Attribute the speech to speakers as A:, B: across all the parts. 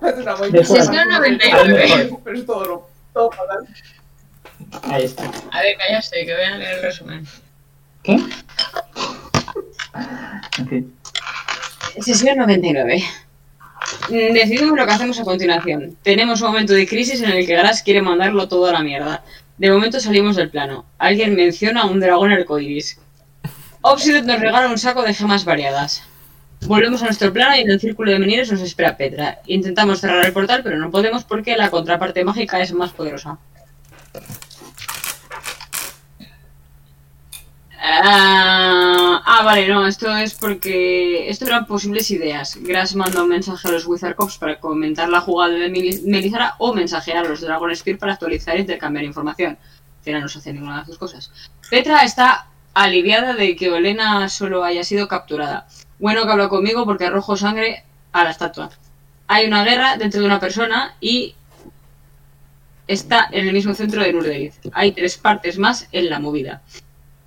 A: Pues
B: es una vaina.
C: Sí, es una novela.
B: Pero es todo lo. Todo para adelante.
D: Ahí está.
C: A ver, cállate, que voy a leer el resumen.
D: ¿Qué? En fin.
C: Sesión 99. Mm, Decidimos lo que hacemos a continuación. Tenemos un momento de crisis en el que Gras quiere mandarlo todo a la mierda. De momento salimos del plano. Alguien menciona un dragón arcoiris. Obsidian nos regala un saco de gemas variadas. Volvemos a nuestro plano y en el círculo de menires nos espera Petra. Intentamos cerrar el portal, pero no podemos porque la contraparte mágica es más poderosa. Ah, ah, vale, no, esto es porque. Esto eran posibles ideas. Grass manda un mensaje a los Wizard Cops para comentar la jugada de Mili- Melizara o mensajear a los Dragon Spear para actualizar e intercambiar información. Fera no se hace ninguna de las dos cosas. Petra está aliviada de que Olena solo haya sido capturada. Bueno que habla conmigo porque arrojo sangre a la estatua. Hay una guerra dentro de una persona y está en el mismo centro de Nurderiz. Hay tres partes más en la movida.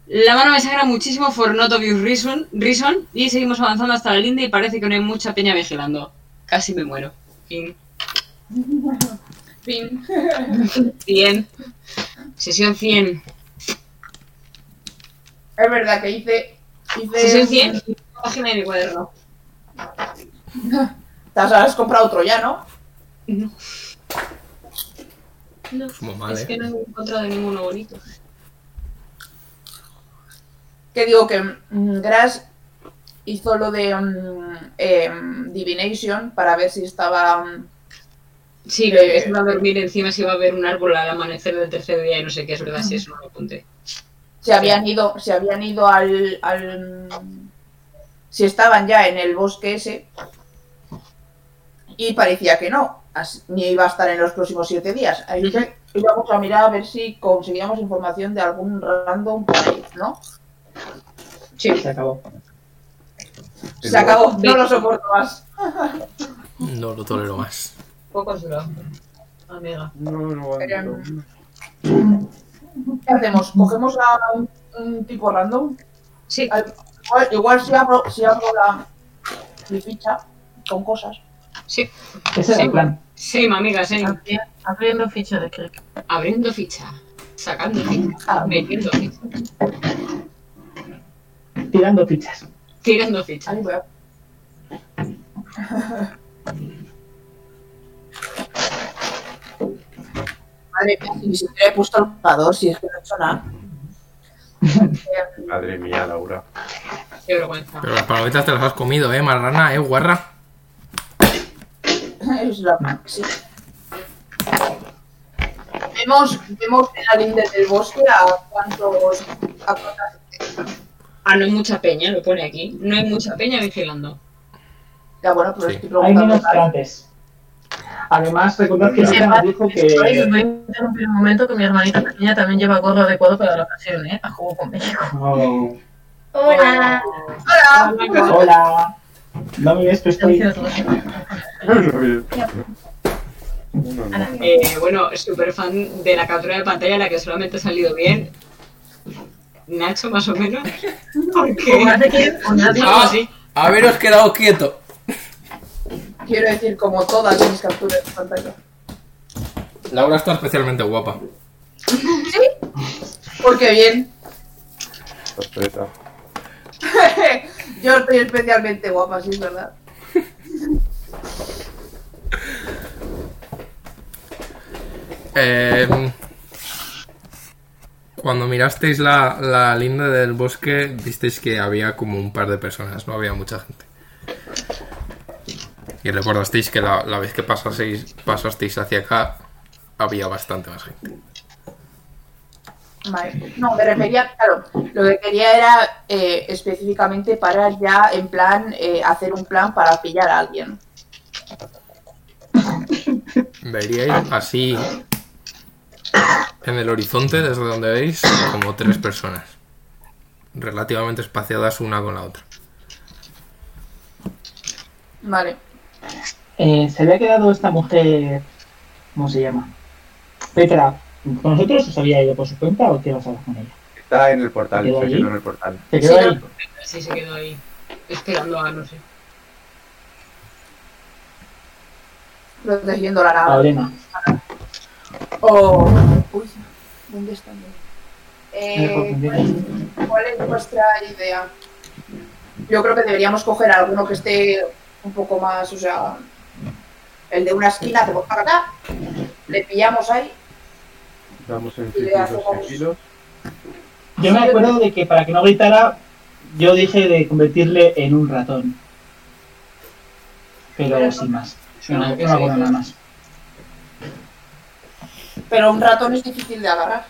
C: La mano me sangra muchísimo for not obvious reason, reason, y seguimos avanzando hasta la linda y parece que no hay mucha peña vigilando. Casi me muero. Fin.
A: Fin.
C: 100. Sesión 100.
A: Es verdad que hice.
C: Sesión
A: hice
C: 100. Página en el cuaderno.
A: Te has- has comprado otro ya, ¿no?
C: No,
E: Pues Muy mal,
C: es que
E: ¿eh?
C: no he encontrado ninguno bonito.
A: que digo que mm, Grass hizo lo de mm, em, Divination para ver si estaba. mm,
C: Sí, lo de que se iba a dormir encima se iba a ver un árbol al amanecer del tercer día y no sé qué es verdad si eso no lo apunté.
A: si habían ido, si habían ido al, al, mm, si estaban ya en el bosque ese. Y parecía que no, as- ni iba a estar en los próximos siete días. Ahí
C: Ujú.
A: íbamos a mirar a ver si conseguíamos información de algún random por ahí, ¿no?
C: Sí.
D: Se acabó.
E: Y
A: Se
E: luego-
A: acabó, no lo soporto más.
E: No lo tolero más.
C: Poco has durado. Amiga.
B: No, no,
A: Pero,
B: no.
A: ¿Qué hacemos? ¿Cogemos a un, un tipo random?
C: Sí.
A: Al- Igual, igual si abro, si abro la mi ficha con cosas.
C: Sí.
D: Ese es el plan.
C: Sí, mamiga, sí.
F: Abri- Abriendo ficha de click.
C: Abriendo ficha. Sacando ficha. Metiendo ficha.
D: Tirando fichas.
C: Tirando ficha.
A: Ahí voy a- Madre mía, si ni siquiera he puesto el jugador, si es que no he hecho nada.
B: Madre mía, Laura.
C: Qué vergüenza.
E: Pero las palomitas te las has comido, ¿eh? Marrana, ¿eh? Guarra.
A: Eh, Es la- sí. Vemos, vemos en la linda del bosque a cuántos. A cuántas,
C: Ah, no hay mucha peña, lo pone aquí. No hay mucha peña vigilando.
A: ya bueno, pero
E: Sí.
A: estoy
D: Hay
A: preguntando.
D: menos que antes. Además, recordad que Sara nos dijo
F: Ay,
D: que.
F: voy a interrumpir un momento que mi hermanita pequeña también lleva gorro adecuado para la ocasión, ¿eh? A juego con México.
D: Oh,
A: Hola.
C: Hola.
D: Hola. No me ves, pero estoy.
F: Gracias, Rosa.
B: No, no.
C: Eh, bueno, súper fan de la captura de pantalla, en la que solamente ha salido bien. Nacho, más o menos.
F: O
C: Porque.
F: más de quién, o nadie.
E: Ah, sí. Haberos quedado quieto.
A: Quiero decir, como todas mis capturas de pantalla.
E: Laura está especialmente guapa.
A: Porque bien,
B: Sorpresa.
A: yo estoy especialmente guapa, sí, es verdad.
E: Eh, cuando mirasteis la, la linda del bosque, visteis que había como un par de personas, no había mucha gente. Y recordasteis que la, la vez que pasaseis, pasasteis hacia acá, había bastante más gente.
A: Vale. No, me refería, claro, lo que quería era eh, específicamente para ya, en plan, eh, hacer un plan para pillar a alguien.
E: Veríais así en el horizonte, desde donde veis, como tres personas. Relativamente espaciadas una con la otra.
A: Vale.
D: Eh, se había quedado esta mujer. ¿Cómo se llama? Petra, ¿con nosotros os había ido por su cuenta o qué vas a hacer con ella?
B: Está en el portal,
D: ¿Quedó
B: se
D: allí?
B: quedó en el portal.
D: ¿Te quedó
C: Sí,
D: ahí?
C: Sí, se quedó ahí. Esperando a no sé.
A: protegiendo la nave.
D: Aurena.
A: O. Uy, ¿dónde está? Eh,
D: Mejor
A: ¿cuál, cuál es vuestra idea? Yo creo que deberíamos coger alguno que esté un poco más, o sea, el de una esquina, hacemos para acá, le pillamos ahí.
B: Damos en
A: Y le
B: círculos
A: hacemos-
B: tranquilos.
D: Yo me acuerdo de que para que no gritara, yo dije de convertirle en un ratón. Pero sin más. No, no me acuerdo nada más.
A: Pero un ratón es difícil de agarrar.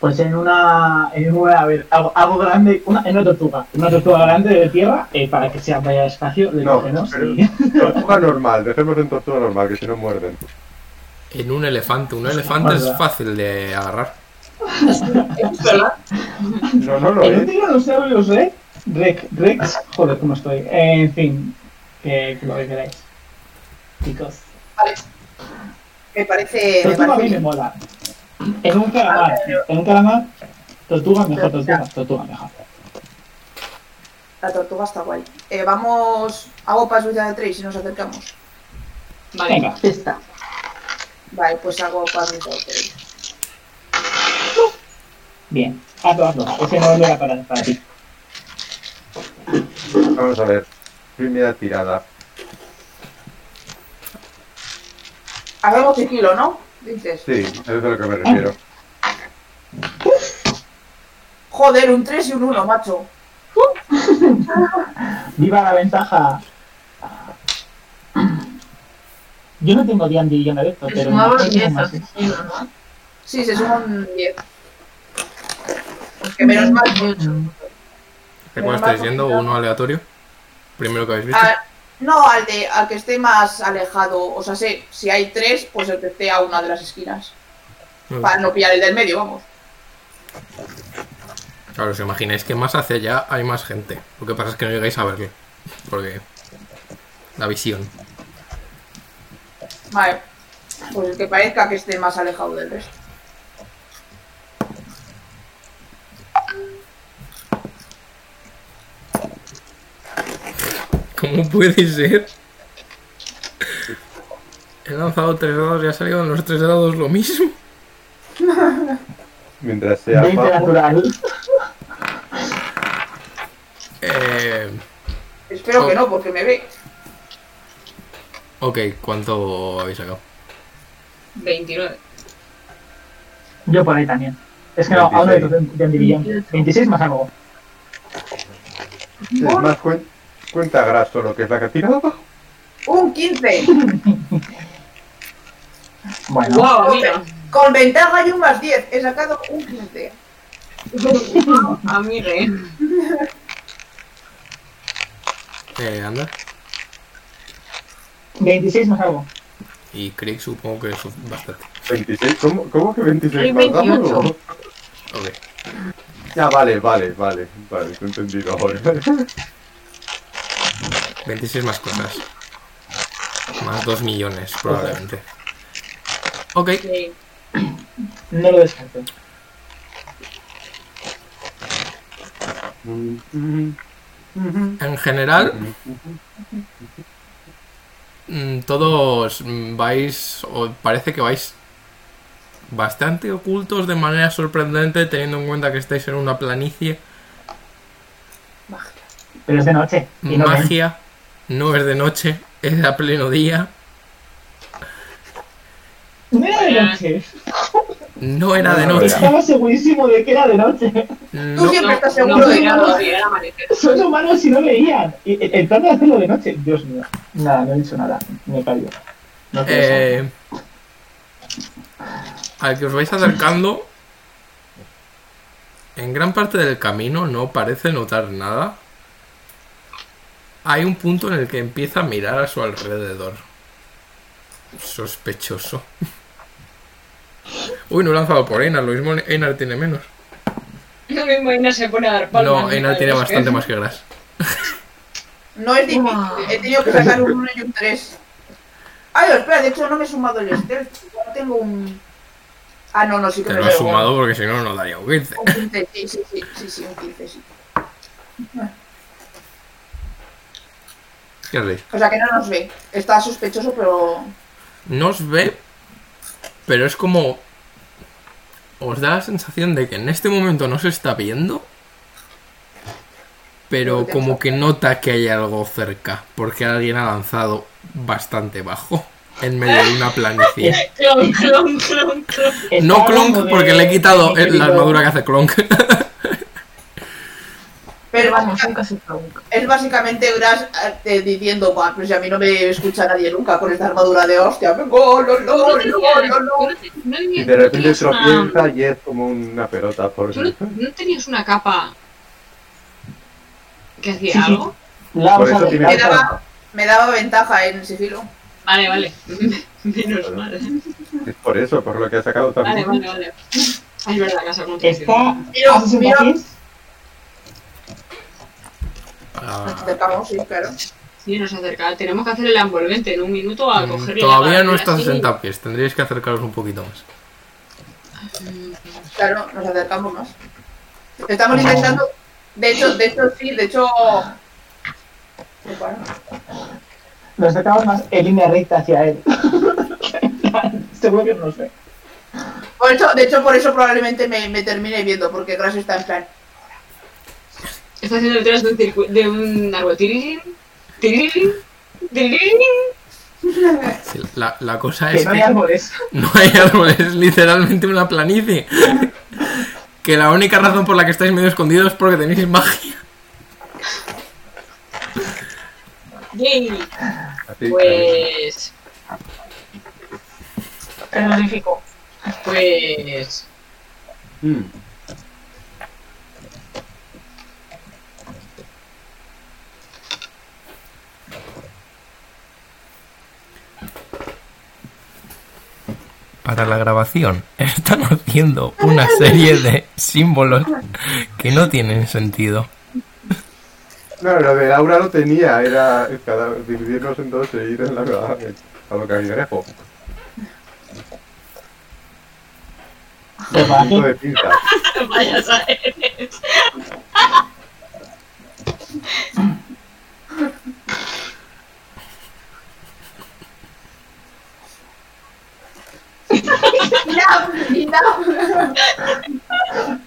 D: Pues en una, en una, a ver, algo, algo grande, una, en una tortuga, una tortuga grande de tierra, eh, para que sea vaya espacio, le
B: No,
D: cogemos
B: pero-
D: y-
B: Tortuga normal, dejémoslo en tortuga normal, que si no muerden.
E: En un elefante. Un elefante es
D: verdad.
E: fácil de agarrar.
B: No, no lo
D: En un
B: es.
D: tiranosaurio Rex, Rex, Rex, joder, cómo estoy, Eh, en fin, que, que lo que queráis. Chicos,
A: Me parece. Eh, Me
D: tortuga a mí
A: parece Ah,
D: me mola. En un calamar, en un calamar, tortuga mejor, tortuga, tortuga mejor.
A: La tortuga está guay. Eh, vamos. Hago paso de tres y nos acercamos.
C: Vale.
D: Venga,
F: Esta.
A: Vale, pues hago paso de tres.
D: bien, hazlo, hazlo, ese no era para, para ti.
B: Vamos a ver. Primera tirada.
A: Hagamos sigilo, ¿no? Dices.
B: Sí, eso es a lo que me refiero.
A: Joder, un 3 y un 1, macho.
D: Viva la ventaja. Yo no tengo D&D yo no he visto,
F: Que
D: pero...
F: sumamos
D: no
F: 10
D: tengo
F: a
D: más. ¿eh?
F: su signo, ¿no?
A: Sí, se suma un 10. Que menos mal.
F: 28.
E: ¿De cuál estáis yendo? ¿Uno aleatorio? Primero que habéis visto.
A: Ah, no, al, de, al que esté más alejado. O sea, sé, si hay 3, pues el que esté a una de las esquinas. Para no pillar el del medio, vamos.
E: Claro, os imagináis que más hacia allá hay más gente. Lo que pasa es que no llegáis a verlo. Porque. La visión.
A: Vale. Pues el que parezca que esté más alejado del resto.
E: ¿Cómo puede ser? He lanzado tres dados y ha salido en los tres dados lo mismo.
B: Mientras sea
D: 20
B: bajo,
D: natural.
E: Eh,
A: Espero
E: Oh.
A: que no, porque me ve.
E: ok, ¿cuánto habéis sacado?
C: 29.
D: Yo por ahí también. Es que no, aún no he visto D&D Beyond. 26 más algo.
B: es más cuen- cuenta graso lo que es la que ha tirado abajo.
A: Un 15.
D: Bueno,
C: ¡Wow! Mira.
A: Con ventaja y un más 10. He sacado un 15.
C: Amigue.
E: Eh, anda.
D: 26 más algo.
E: Y Crick supongo que es bastante.
B: 26, ¿cómo, cómo que 26?
F: Hay
B: más dados?
F: 28.
E: Ok.
B: Ya, vale, vale, vale, vale, te he entendido ahora.
E: 26 más cosas. Más 2 millones, probablemente. Ok,
D: No lo descarto.
B: Mm,
E: en general, mm, todos mm, vais, o parece que vais bastante ocultos de manera sorprendente, teniendo en cuenta que estáis en una planicie.
D: Pero es de noche. Y no ven.
E: Magia, no es de noche, es a pleno día.
D: No era de noche.
E: No era de
B: No, no
E: noche.
B: era.
D: Estaba segurísimo de que era de noche.
A: Tú
E: No,
A: siempre estás
C: No,
A: seguro
C: no,
A: de
C: era
A: nada.
C: noche, era amanecer.
D: Son humanos y no veían. Y- y- El plan de hacerlo de noche. Dios mío. Nada, no he dicho nada. Me he caído. No quiero saber.
E: Eh, al que os vais acercando, en gran parte del camino no parece notar nada. Hay un punto en el que empieza a mirar a su alrededor. Sospechoso. Uy, no he lanzado por Einar, lo mismo Einar tiene menos.
C: Lo mismo Ina se pone a dar palmas.
E: No, Einar tiene
C: Es que-
E: bastante más que Gras.
A: No es difícil.
F: Wow.
A: He tenido que sacar un 1 y un 3. Ay, espera, de hecho no me he sumado el stealth. Igual tengo un. Ah, no, no, sí que
E: Te
A: me
E: lo has
A: veo, bueno.
E: sumado porque si no, no daría un 15.
A: Un 15, sí, sí, sí, sí, sí, un 15, sí.
E: ¿Qué hacéis?
A: O sea que no nos ve. Está sospechoso, pero.
E: No os ve, pero es como... Os da la sensación de que en este momento no se está viendo, pero como que nota que hay algo cerca, porque alguien ha lanzado bastante bajo en medio de una planicie.
C: Clon, clon, clon, clon.
D: Está
E: No
D: hablando
E: Clonk,
D: de-
E: porque le he quitado
D: de
E: el- la
D: peligro.
E: armadura que hace Clonk.
A: Pero
F: vamos,
A: básica-
F: nunca se pregunta.
A: es básicamente Gras eh, diciendo, "Buah, pues si a mí no me escucha nadie nunca con esta armadura de hostia. oh, ¡Gol, gol,
C: Tú no
A: gol, gol,
C: tenías-
A: gol,
C: tú
A: gol".
C: no te- no
B: Y
C: tenías-
B: de
C: no
B: repente
C: tenías una-
B: tropieza y es como una pelota por
C: ¿Tú no, no tenías una capa que
D: Sí,
C: hacía
D: sí.
C: algo?
D: La
B: Por
D: vamos
B: eso
D: a
B: tiene
D: ver,
A: Me
B: la
D: la-
A: daba, me daba ventaja en sigilo.
C: Vale, vale. Menos mal. ¿eh?
B: Es por eso, por lo que ha sacado
C: Vale,
B: también.
C: vale, vale. Es verdad que has
D: Está
C: acontecido.
A: Mira,
D: a 60
A: mira.
D: pies.
A: Nos
E: Ah,
A: acercamos, sí, claro.
C: Sí, nos acerca. Tenemos que hacer el envolvente en un minuto a cogerle.
E: Mm, Todavía no está
C: estás
E: a 60 pies, tendríais que acercaros un poquito más.
A: Claro, nos acercamos más. Estamos intentando. De hecho, de hecho, sí, de hecho.
D: Nos sacamos más en línea recta hacia él. Seguro que no sé.
A: Por eso- de hecho, por eso probablemente me, me termine viendo, porque Gras está en plan.
C: Está haciendo detrás de un, circu- de un árbol. Tirirín, tirirín, tirirín.
E: Sí, la, la cosa
D: Que
E: es
D: no hay
E: que
D: árboles.
E: no hay árboles, es literalmente una planicie. Que la única razón por la que estáis medio escondidos es porque tenéis magia.
C: Yay.
B: Así,
C: Pues.
F: Terrorífico.
C: Pues.
B: Mm.
E: Para la grabación están haciendo una serie de símbolos que no tienen sentido.
B: No, lo de Aura lo tenía, era cada, dividirnos en dos e ir en la, a, a lo cangrejo.
D: Pero para
B: Punto
D: qué?
B: de pinza.
C: Vaya saber.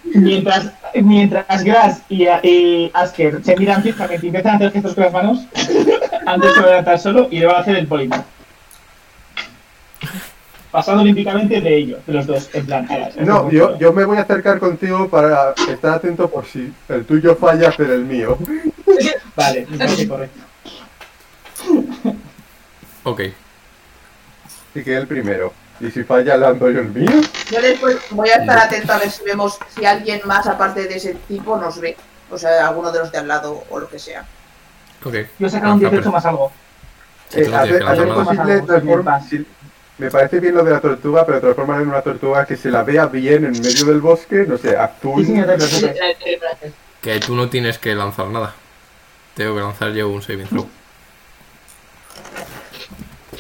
D: Mientras, mientras Gras y, y Asker se miran fijamente y empiezan a hacer gestos con las manos, antes se va a levantar solo y le va a hacer el polímero. Pasando olímpicamente de ellos, de los dos, en plan. "Ah, alas, en
B: No,
D: plan,
B: yo, yo me voy a acercar contigo para estar atento por si el tuyo falla, pero el mío.
D: Vale, me parece correcto.
E: Ok,
B: Así que el primero. Y si falla, lando yo el mío.
A: Yo después voy a estar atento a ver si vemos si alguien más, aparte de ese tipo, nos ve. O sea, alguno de los de al lado o lo que sea.
E: ok.
D: Yo he sacado un
E: Lanza
D: 18 más algo.
E: Sí,
B: Eh,
E: claro,
B: hacer,
E: tienes que
B: hacer
E: lanzar
D: más.
B: posible transformar.
D: Vamos,
B: me parece bien lo de la tortuga, pero transformar en una tortuga que se la vea bien en medio del bosque, no sé,
D: Sí, sí, no
B: atún.
D: te preocupes.
E: Que tú no tienes que lanzar nada. Tengo que lanzar yo un saving throw.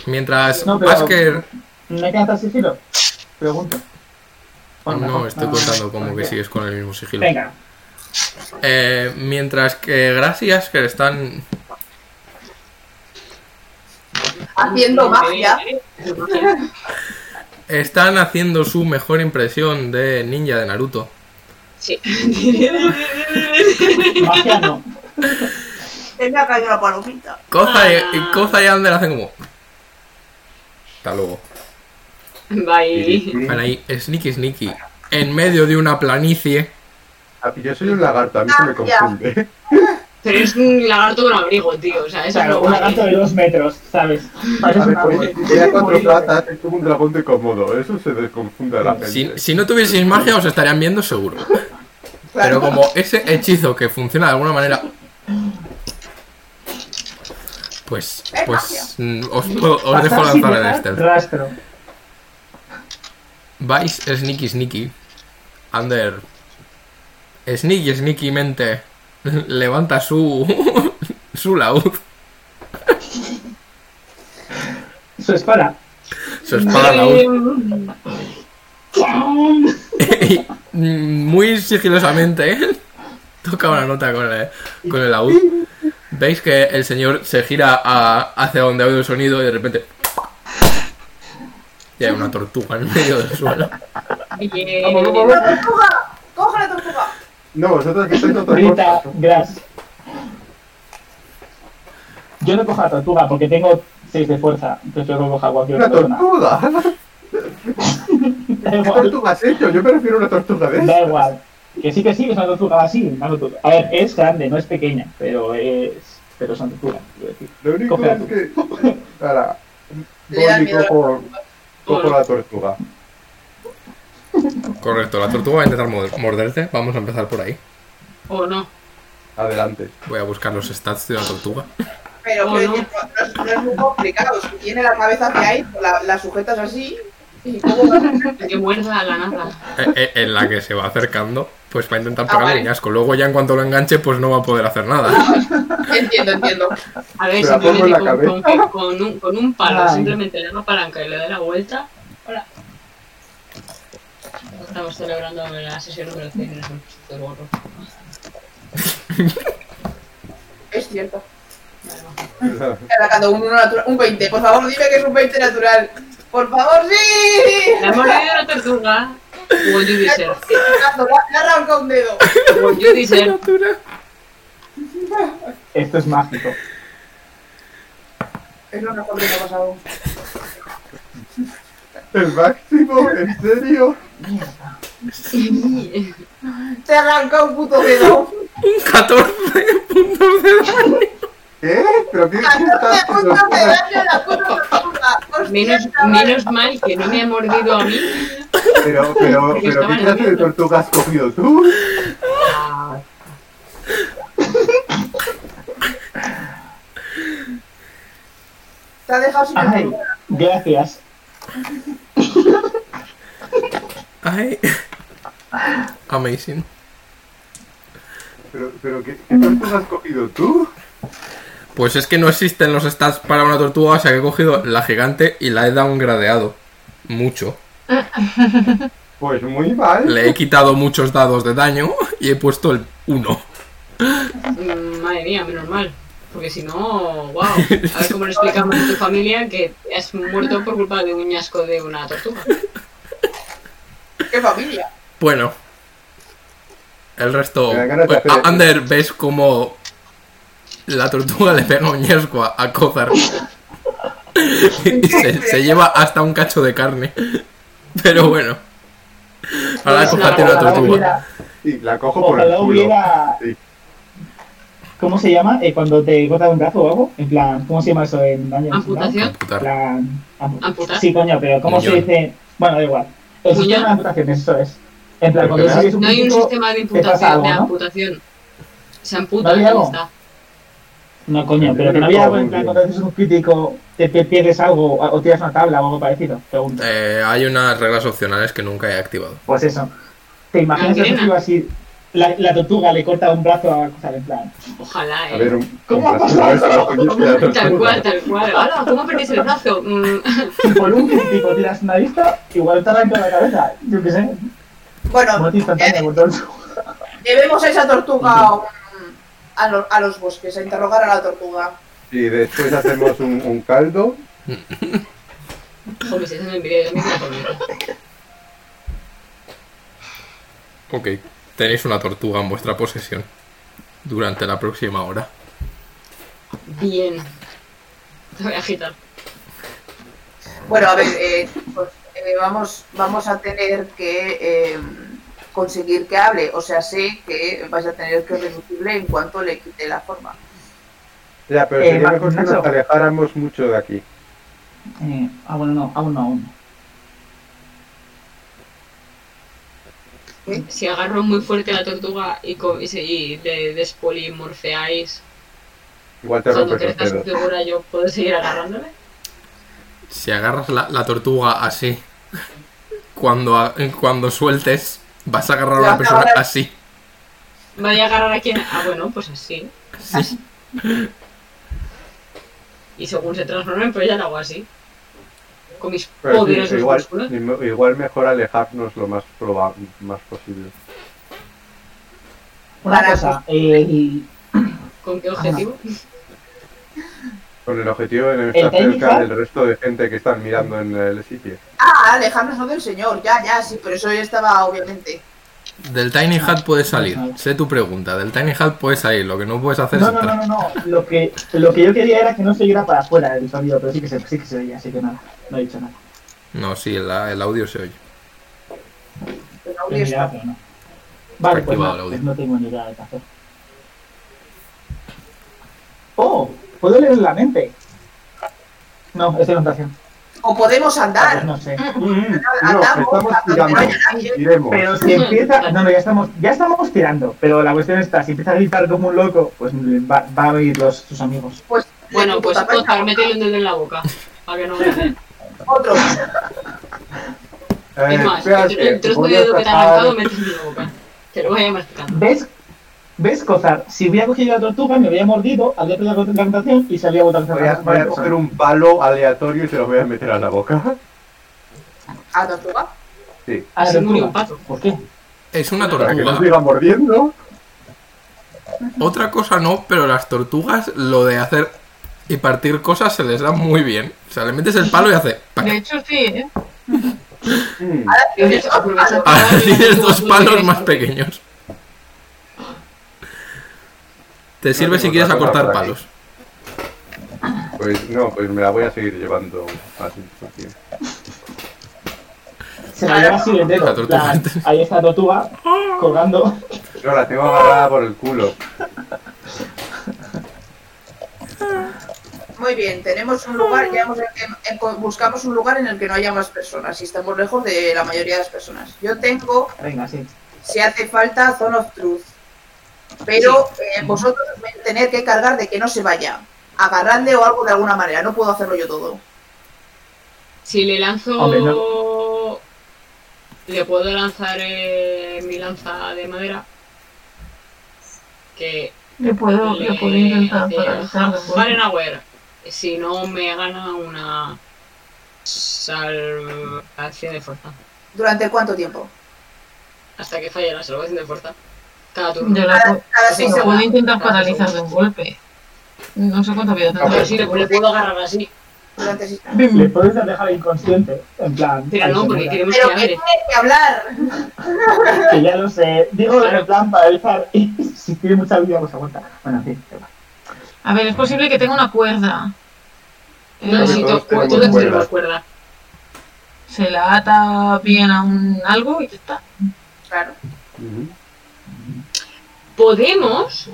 E: Mientras
D: No, pero-
E: Asker...
D: ¿No hay que lanzar sigilo? Pregunto. Bueno,
E: No,
D: mejor.
E: estoy
D: Ah,
E: contando como que
D: ok.
E: sigues con el mismo sigilo.
D: Venga,
E: Eh, mientras que Gras y Asker están...
A: Haciendo magia.
E: Están haciendo su mejor impresión de ninja de Naruto.
C: Sí.
D: magia no.
A: Se me ha caído la palomita.
E: Koza y,
C: Ah.
E: Koza y Ander hacen como... Hasta luego.
C: Bye.
E: Van ahí, sneaky sneaky. En medio de una planicie.
B: Ah, Yo soy un lagarto, a mí se
A: Ah,
B: me confunde.
C: Pero es un lagarto con abrigo, tío. O sea, eso
D: Claro,
C: no
D: un
C: vale.
D: lagarto de dos metros, ¿sabes?
B: A
D: Pareces
B: ver,
D: un árbol.
B: pues, tiene cuatro patas, es como un dragón de cómodo, eso se desconfunde a la gente.
E: Si, si no tuvieseis magia os estarían viendo seguro. Pero
A: Claro.
E: como ese hechizo que funciona de alguna manera... Pues, pues mm, os, puedo- os dejo
D: Pasar sin
E: lanzar el
D: dejar
E: stealth.
D: Rastro.
E: Vais sneaky sneaky. Under. Sneaky sneaky mente. Levanta su. su laúd.
D: Su espada.
E: Su espada laúd.
C: Eh,
E: Y mm, muy sigilosamente. Toca una nota con el, con el laúd. Veis que el señor se gira a- hacia donde ha oído el sonido y de repente. Y hay una tortuga en medio del suelo.
C: Oye,
B: Vamos, vamos, vamos.
A: ¡La tortuga! ¡Coge la tortuga!
B: No, vosotros estáis otra
D: Rita,
B: cosa.
D: gracias. Yo no cojo a tortuga porque tengo 6 de fuerza. Prefiero coger a cualquier
B: ¡Una
D: otra persona.
B: tortuga!
D: Da
B: ¿Qué
D: igual.
B: tortuga has hecho? Yo prefiero una tortuga de
D: Da
B: esas.
D: igual. Que sí que sí, que es una tortuga. Ah, sí, una tortuga. A ver, es grande, no es pequeña, pero es. Pero son tortugas, quiero decir.
B: Lo único
D: Cógela
B: es que. Ahora,
A: Le da
B: voy y
A: miedo a la
B: cojo, cojo la tortuga.
E: Correcto, la tortuga va a intentar mor- morderte. Vamos a empezar por ahí.
C: o no.
B: Adelante.
E: Voy a buscar los stats de la tortuga.
A: Pero
C: Oh,
A: quiero
C: no.
A: decir, no, no es, no es muy complicado. Si tiene la cabeza que hay, la, la sujetas así. ¿Y cómo vas a hacer?
C: Que muerda la nada.
E: Eh, eh, En la que se va acercando, pues va a intentar pegarle
A: vale.
E: el casco. Luego, ya en cuanto lo enganche, pues no va a poder hacer nada.
A: Entiendo, entiendo.
C: A ver,
B: Se la pongo en
C: simplemente
B: la
C: con, con- con un, con un palo,
D: Ay.
C: simplemente le da una palanca y le da la vuelta. Hola. Estamos celebrando la sesión número 100 en el Instituto del Gorro.
A: Es cierto.
C: Vale, va.
A: He sacado un, uno natural- un 20. Por favor, dime que es un 20 natural. Por favor, sí.
C: Le ha mordido una tortuga. What you deserve.
A: Le ha arrancado un dedo.
C: What you deserve.
D: Esto es mágico.
A: Es lo mejor que me ha pasado.
B: El máximo, en serio.
A: Te arranca un puto dedo.
E: 14 puntos de daño.
B: ¿Qué? ¿Pero qué qué estás
A: 14 puntos de
B: haciendo?
A: daño en la puta tortuga. Hostia,
C: Menos,
A: chaval.
C: menos mal que no me ha mordido a mí.
B: Pero, pero,
C: Porque
B: pero, ¿qué
C: estaban
B: clase de
C: haciendo.
B: tortuga has cogido tú?
C: Ah,
A: Te ha dejado sin
D: Ay,
A: el
D: gracias.
E: Ay. Amazing.
B: Pero, pero ¿qué, qué tortuga has cogido tú?
E: Pues es que no existen los stats para una tortuga, o sea que he cogido la gigante y la he dado un gradeado. Mucho.
B: Pues muy mal.
E: Le he quitado muchos dados de daño y he puesto el 1.
C: mm, madre mía, menos mal. Porque si no, wow. A ver cómo le explicamos a tu familia que has muerto por culpa de un ñasco de una tortuga.
A: ¡Qué familia!
E: Bueno. El resto...
B: Me dan ganas de hacer
E: A-
B: esto.
E: Ander, ves como la tortuga le pega un ñasco a, a Cozar. Y se, se lleva hasta un cacho de carne. Pero bueno. Ahora
C: Pues
E: Cozar Ah, tiene una
C: la- la
E: tortuga.
D: hubiera,
B: Y la cojo por el
D: ojalá
B: culo.
D: hubiera.
B: Sí.
D: ¿Cómo se llama? Eh, cuando te cortan un brazo o algo. En plan, ¿cómo se llama eso en daño? adicional?
C: Amputación.
E: Amputar.
D: plan.
C: Ah,
D: ampu-
C: ¿Amputar?
D: Sí, coño, pero ¿cómo se
E: Muñón.
D: dice? Bueno, da igual. El
C: Muñón.
D: sistema de amputaciones, eso es. En plan, cuando
B: Pero
D: sigues un
C: No hay un
D: poquito-
C: sistema de
D: te pasa
C: imputación,
D: algo,
C: de
D: ¿no?
C: amputación. Se amputa
D: ¿No
C: y
D: hay
C: ya
D: algo?
C: está.
D: No, coño, pero que no había algo en plan cuando haces un crítico, te te pierdes algo o o tiras una tabla o algo parecido. Pregunta.
E: Eh, hay unas reglas opcionales que nunca he activado.
D: Pues eso. ¿Te imaginas
C: Gangrena.
D: que eso iba así? La, la tortuga le corta un brazo a cosas en plan.
C: Ojalá,
B: A
C: eh.
B: ver, un,
D: ¿Cómo
B: un
D: ha
B: brazo,
D: pasado
B: un brazo, coño, la tortuga.
C: Tal cual, tal cual. Hola, ¿cómo perdiste el brazo? Mm,
D: Si por un crítico tiras una vista, igual te arranca la cabeza. Yo qué sé.
A: Bueno,
D: Muerte instantánea por todo el suelo.
A: llevemos a esa tortuga a, un- a lo- a los bosques, a interrogar a la tortuga.
B: Y después hacemos un, un caldo.
C: Joder, me estoy haciendo envidia, yo me quiero comer.
E: Ok, tenéis una tortuga en vuestra posesión durante la próxima hora.
C: Bien. Te voy a agitar.
A: Bueno, a ver, eh, pues, eh, vamos, vamos a tener que eh, conseguir que hable. O sea, sé que vais a tener que reducirle en cuanto le quite la forma.
B: Ya, pero
D: Eh,
B: sería
D: Ma-
B: mejor que nos
D: Nacho.
B: alejáramos mucho de aquí.
D: Eh, ah, bueno, no, aún no, aún no.
C: Si agarro muy fuerte la tortuga y, co- y, se- y le despolimorfeáis,
B: Igual te
C: cuando
B: rompes los
C: crezca su
B: dedos.
C: figura, yo puedo seguir agarrándole.
E: Si agarras la, la tortuga así, cuando, a- eh, cuando sueltes, vas a agarrar a una persona así.
C: Voy a agarrar a quien. Ah, bueno, pues así.
E: Así.
C: Y según se transformen, pues ya lo hago así. Con mis
B: Pero sí,
C: poderosos
B: igual,
C: músculos.
B: im- igual mejor alejarnos lo más, proba- más posible.
D: Una
A: Para-
D: cosa, eh,
C: ¿Con qué objetivo?
B: Con el objetivo de
D: El
B: estar cerca
D: técnico-
B: del resto de gente que están mirando en el sitio.
A: Ah, alejarnos no del señor, ya, ya, sí, pero eso ya estaba, obviamente.
E: Del Tiny Hat puedes salir. Sé tu pregunta. Del Tiny Hat puedes salir. Lo que no puedes hacer
D: No,
E: es
D: no,
E: entrar.
D: no, no, no. Lo que, lo que yo quería era que no se oyera para afuera el sonido, pero sí que se, sí que se oía, así que nada, no he dicho nada.
E: No, sí, la- el audio se oye.
A: Pero
D: He
A: audio está.
D: mirado, pero no. Vale, pues
E: Activado
D: no,
E: el audio.
D: pues no tengo ni idea de qué hacer. ¡Oh! ¿Puedo leer la mente? No, es tentación.
A: O podemos
D: Ah, pues
A: andar.
D: no sé.
B: No,
A: Andamos,
B: estamos tirando.
A: andamos, andamos.
B: Iremos.
D: Pero si empieza. No, no, ya estamos, ya estamos tirando. Pero la cuestión está: si empieza a gritar como un loco, pues va, va a oír los, sus amigos.
A: Pues,
C: Bueno, pues
A: tapáis la
C: total, métele un dedo en la boca. Para que no vea.
A: boca. otro.
B: Eh,
C: Es más,
B: espera,
C: el, tro- el
B: que
C: trozo
B: voy
C: de
B: a
C: dedo que te ha
B: tapar-
C: arrancado, métele en la boca. Te lo voy a masticando.
D: ¿Ves? ¿Ves, Cozar? Si hubiera cogido la tortuga, me habría mordido, habría peleado con la tentación y se habría botado
B: Voy a, voy a coger un palo aleatorio y se lo voy a meter a la boca.
A: A tortuga.
B: Sí.
C: Así murió un pato.
D: ¿Por qué?
E: Es una
B: Para que no
E: tortuga.
B: siga mordiendo.
E: Otra cosa no, pero las tortugas, lo de hacer y partir cosas se les da muy bien. O sea, le metes el palo y hace. ¡pac!
F: De hecho, sí, ¿eh?
B: Mm.
C: Tienes que aprovechar para
E: Ahora
C: darle
E: tienes
C: un
E: Ah, dos
C: golpe
E: palos
C: de directo.
E: más pequeños. Te sirve si
B: tengo
E: quieres
B: otra cosa
E: acortar
B: por aquí.
E: palos.
B: Pues no, pues me la voy a seguir llevando así. así.
D: Se la lleva así de dedo.
E: La tortuga.
D: en plan, ahí está la tortuga colgando.
B: No, la tengo agarrada por el culo.
A: Muy bien, tenemos un lugar, ya hemos- em- em- buscamos un lugar en el que no haya más personas y estamos lejos de la mayoría de las personas. Yo tengo,
D: Venga, sí.
A: si hace falta, Zone of Truth. Pero eh, vosotros me tener que cargar de que no se vaya. Agarradle o algo de alguna manera, no puedo hacerlo yo todo.
C: Si le lanzo.
D: Hombre,
C: Le puedo lanzar eh, mi lanza de madera. Que.
F: Le puedo, le puedo
C: Este,
F: intentar paralizar. de nuevo.
C: Valenauer. Si no me gana una. Salvación de fuerza.
A: ¿Durante cuánto tiempo?
C: Hasta que falle la salvación de fuerza. Cada turno.
F: Yo la puedo-
A: Cada
C: Sí,
A: seis
C: no,
F: lo
A: segundos.
F: puedo intentar paralizar de un golpe. No sé cuánto vida
C: Pero
F: tendrá.
C: sí, le, le puedo agarrar así.
A: Durante seis-
D: Le puedes dejar inconsciente. En plan.
C: Pero
D: ahí
C: no,
D: se
C: porque
D: queda.
C: queremos
A: Pero
C: que
A: que
C: hable.
A: tiene que hablar.
D: Que ya lo sé. Digo en plan para evitar. Y si tiene mucha vida, pues aguanta. Bueno, en fin.
F: A ver, es posible que tenga una cuerda. Eh,
C: No,
B: Pero
C: si
B: todos
C: todos
B: tenemos
C: todos
B: cuerda.
C: tenemos cuerda.
F: Se la ata bien a un algo y ya está.
A: Claro.
C: Podemos.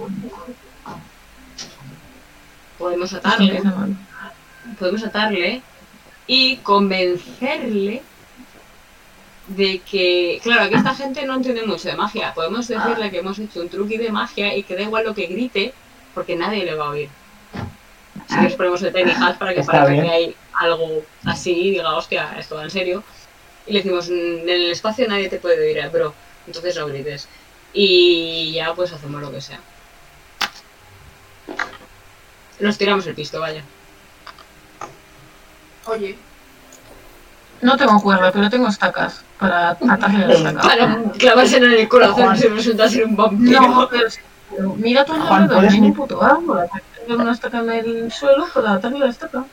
C: Podemos atarle.
F: Utiliza mano.
C: podemos atarle y convencerle de que, claro, aquí esta gente no entiende mucho de magia. Podemos
D: Ah.
C: decirle que hemos hecho un truqui de magia y que da igual lo que grite, porque nadie le va a oír. Así que os ponemos el Tiny Hat para que
D: Está
C: parezca
D: bien.
C: que hay algo así y diga, hostia, esto va en serio. Y le decimos, "Mm, en el espacio nadie te puede oír, eh, bro. Entonces no grites. Y ya pues hacemos lo que sea. Nos tiramos el pisto, vaya.
A: Oye,
F: No tengo cuerda, pero tengo estacas para atarle la estaca.
C: Para clavárselo en el corazón
D: Juan.
C: si resulta ser un vampiro.
F: No, pero sí. Mira tu
D: Juan,
F: alrededor, no
D: ¿puedes
F: hay ni
D: mi-
F: puto árbol. Tengo una estaca en el suelo para atarle la estaca.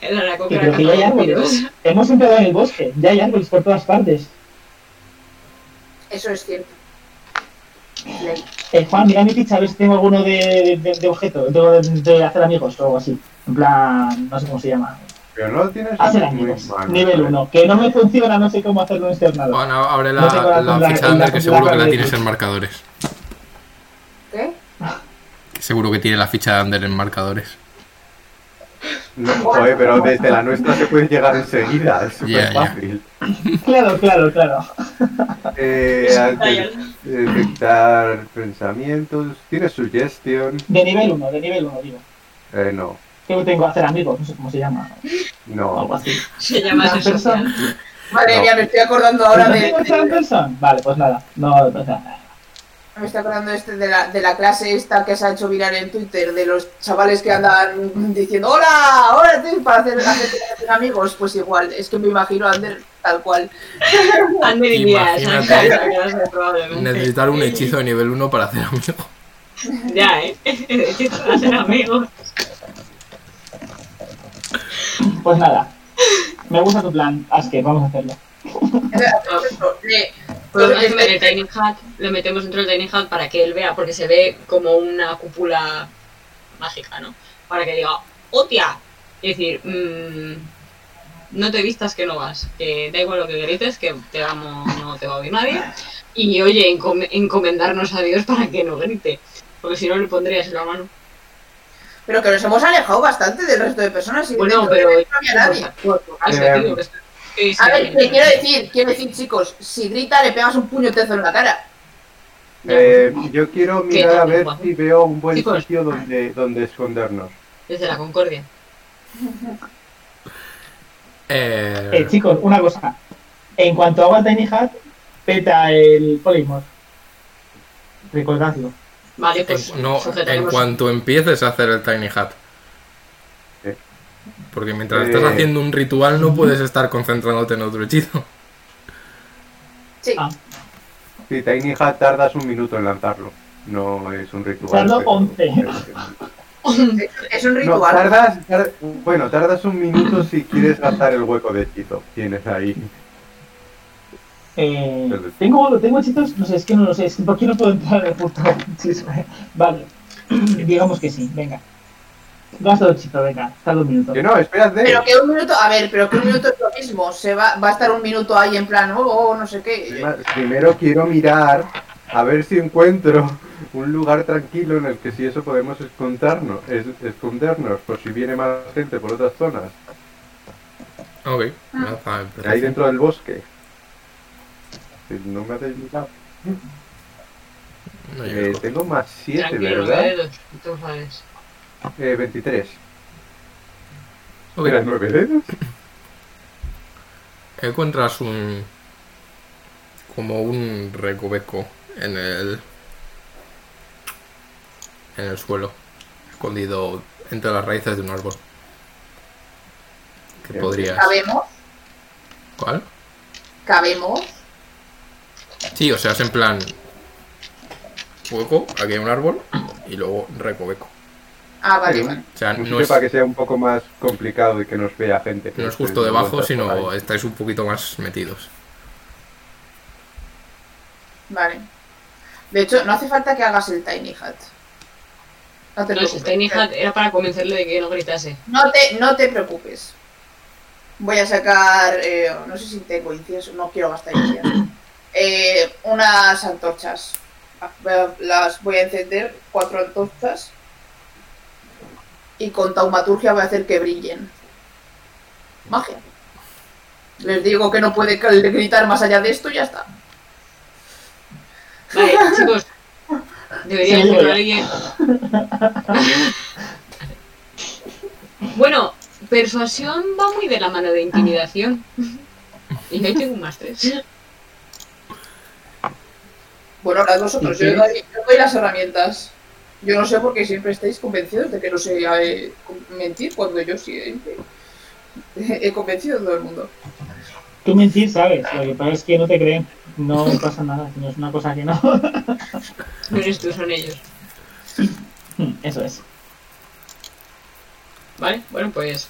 C: El araco que
D: Y
C: era
D: creo que ya hay
C: cazavampiros.
D: árboles. Hemos entrado en el bosque. Ya hay árboles por todas partes.
A: eso es cierto.
D: Eh, Juan, mira mi ficha a ver si tengo alguno de, de, de objeto, de, de hacer amigos o algo así. En plan, no sé cómo se llama.
B: Pero no lo tienes
D: Hacer
B: muy
D: amigos.
B: mal.
D: Nivel 1. Que no me funciona, no sé cómo hacerlo en este ordenador.
E: Bueno, abre la,
D: No tengo la-
E: la
D: la-
E: ficha
D: la-
E: de Ander, que
D: la-
E: seguro
D: la-
E: que la
D: la-
E: tienes en marcadores.
A: ¿Qué?
E: Que Seguro que tiene la ficha de Ander en marcadores.
B: No, joder, pero desde la nuestra se puede llegar enseguida. Es súper
E: Ya, ya.
B: fácil.
D: Claro, claro, claro.
B: Eh, antes, detectar pensamientos. ¿Tienes suggestion?
D: De nivel 1, de nivel 1, digo.
B: Eh, no.
D: Yo tengo hacer amigos, no sé cómo se llama. O
B: No.
D: algo así.
C: Se llama
D: Una
C: eso social.
A: Madre
B: No.
A: mía, me estoy acordando ahora
D: ¿No
A: de.
D: tengo otra persona? Vale, pues nada. No, o sea,
A: Me estoy acordando este de, la, de la clase esta que se ha hecho viral en Twitter, de los chavales que andan diciendo ¡Hola! ¡Hola! tío", Para hacer, hacer- hacer amigos, pues igual, es que me imagino a Ander tal cual.
C: Ander y Díaz,
E: Imagínate.
C: Ander y Díaz, probablemente.
E: Necesitar un hechizo de nivel 1 para hacer amigo.
C: Ya, eh. Hechizo para ser amigos.
D: Pues nada. Me gusta tu plan, Asker, vamos a hacerlo.
A: Le-
C: Podemos meter el Tiny Hat, lo metemos dentro del Tiny Hat para que él vea, porque se ve como una cúpula mágica, ¿no? Para que diga, ¡hostia! Y decir, mm, no te vistas que no vas, que da igual lo que grites, que te vamos, no te va a oír nadie. Y oye, encom- encomendarnos a Dios para que no grite, porque si no le pondrías en la mano.
A: Pero que nos hemos alejado bastante del resto de personas. Y
C: Bueno,
A: dentro de
C: pero.
A: él no había nadie.
C: Pues, tocarse,
B: Eh,
C: tío, que está- que
A: A
C: se-
A: ver, te quiero decir, quiero decir, chicos, si grita le pegas un puñetazo en la cara.
C: Ya,
B: Eh, yo quiero mirar a ver si veo un buen
C: Chicos.
B: sitio donde, donde escondernos.
C: Desde la Concordia.
E: Eh,
D: Eh, chicos, una cosa. En cuanto hago el Tiny Hat, peta el Polymorph. Recordadlo.
C: Vale,
E: en-
C: pues.
E: no, en
C: sujetaremos-
E: cuanto empieces a hacer el Tiny Hat.
B: Eh.
E: Porque mientras
B: Eh.
E: estás haciendo un ritual no puedes estar concentrándote en otro hechizo.
A: Sí.
D: Ah.
B: Si Tiny Hat tardas un minuto en lanzarlo. No es un ritual.
D: Tardo
B: pero-
D: 11.
A: Es un
B: No,
A: ritual.
B: tardas, tar- bueno, tardas un minuto si quieres lanzar el hueco de hechizo. Tienes ahí.
D: Eh, tengo, tengo hechizos, no sé, es que no lo sé. Es que ¿Por qué no puedo entrar de puto hechizo? Vale. Digamos que sí, venga. Gasto el hechizo, venga. Está dos minutos.
B: Que no, espérate.
A: Pero que un minuto, a ver, pero que un minuto es lo mismo. Se va, va a estar un minuto ahí en plan, oh, oh, no sé qué.
B: Prima- Primero quiero mirar a ver si encuentro un lugar tranquilo en el que si eso podemos escondernos, es- escondernos por si viene más gente por otras zonas.
E: Ok, lanza el percepción.
B: Ahí dentro del bosque. Si No me hacéis mirar.
E: No
B: Eh,
E: llego.
B: tengo más 7,
C: Tranquilo,
B: ¿verdad?
C: dedos, tú sabes.
B: Eh, 23.
E: Ok,
B: ¿Eran 9 dedos?
E: encuentras un... como un recoveco en el... en el suelo, escondido entre las raíces de un árbol. Que
B: Bien.
E: podrías...
A: Cabemos,
E: ¿Cuál?
A: cabemos.
E: Sí, o sea, es en plan... Hueco, aquí hay un árbol y luego recoveco.
A: Ah, vale, vale.
E: O sea,
B: Un
E: no
B: sitio
E: es,
B: Pues para que sea un poco más complicado y que nos vea gente. que
E: no es
B: esté
E: justo
B: dando
E: debajo,
B: vueltas por
E: sino
B: ahí.
E: estáis un poquito más metidos.
A: Vale. De hecho, no hace falta que hagas el Tiny Hat. No te
C: No, si
A: preocupes.
C: Tiny Hat era para convencerle de que no gritase.
A: No te, no te preocupes. Voy a sacar, eh, no sé si tengo incienso, no quiero gastar incienso. Eh, unas antorchas. Las voy a encender, cuatro antorchas. Y con taumaturgia voy a hacer que brillen. Magia. Les digo que no puede cal- gritar más allá de esto y ya está.
C: Vale, chicos, debería
D: Sí,
C: decirlo
D: yo.
C: a alguien. bueno, persuasión va muy de la mano de intimidación. Y ahí tengo un más tres.
A: Bueno, ahora vosotros, yo doy, yo doy las herramientas. Yo no sé por qué siempre estáis convencidos de que no sé eh, mentir cuando yo siempre he convencido a todo el mundo.
D: Tú mentir, sabes. Lo que pasa es que no te creen. No pasa nada. No es una cosa que no.
C: No eres tú, son ellos.
D: Eso es.
C: Vale, bueno, pues.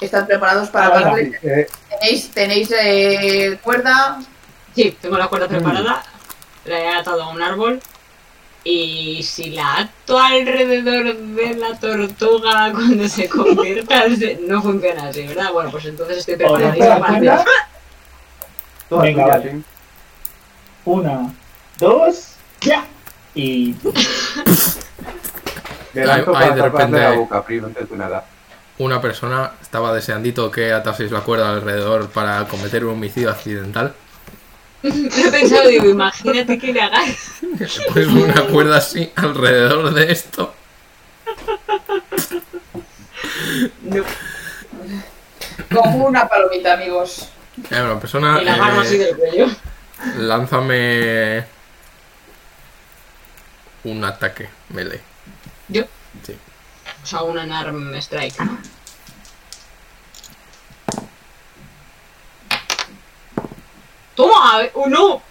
A: ¿Están preparados para
D: Ahora,
A: darle?
B: Sí, eh,
A: ¿Tenéis, tenéis eh, cuerda?
C: Sí, tengo la cuerda preparada, la he atado a un árbol. Y si la ato alrededor de la tortuga cuando se convierta, no funciona así, ¿verdad? Bueno, pues entonces estoy
D: Ahora,
C: preparadísima para
D: cuerda.
C: hacer.
B: todas
D: Venga,
B: tuyas,
D: vale.
B: ¿sí?
D: Una, dos, ya. Y
B: Le lanzo
E: Ahí- ahí
B: para
E: de
B: taparle
E: repente-
B: la boca, Pri, no te hace nada.
E: Una persona estaba deseandito que ataseis la cuerda alrededor para cometer un homicidio accidental.
C: Lo he pensado, digo, imagínate que le hagas.
E: Pues una cuerda así alrededor de esto.
C: No.
A: Como una palomita, amigos.
E: Eh, una persona.
C: Y la agarro
E: eh,
C: así del cuello.
E: Lánzame. Un ataque melee.
C: Yo.
E: Sí.
C: O sea, un arm strike. Toma, a ver- oh no.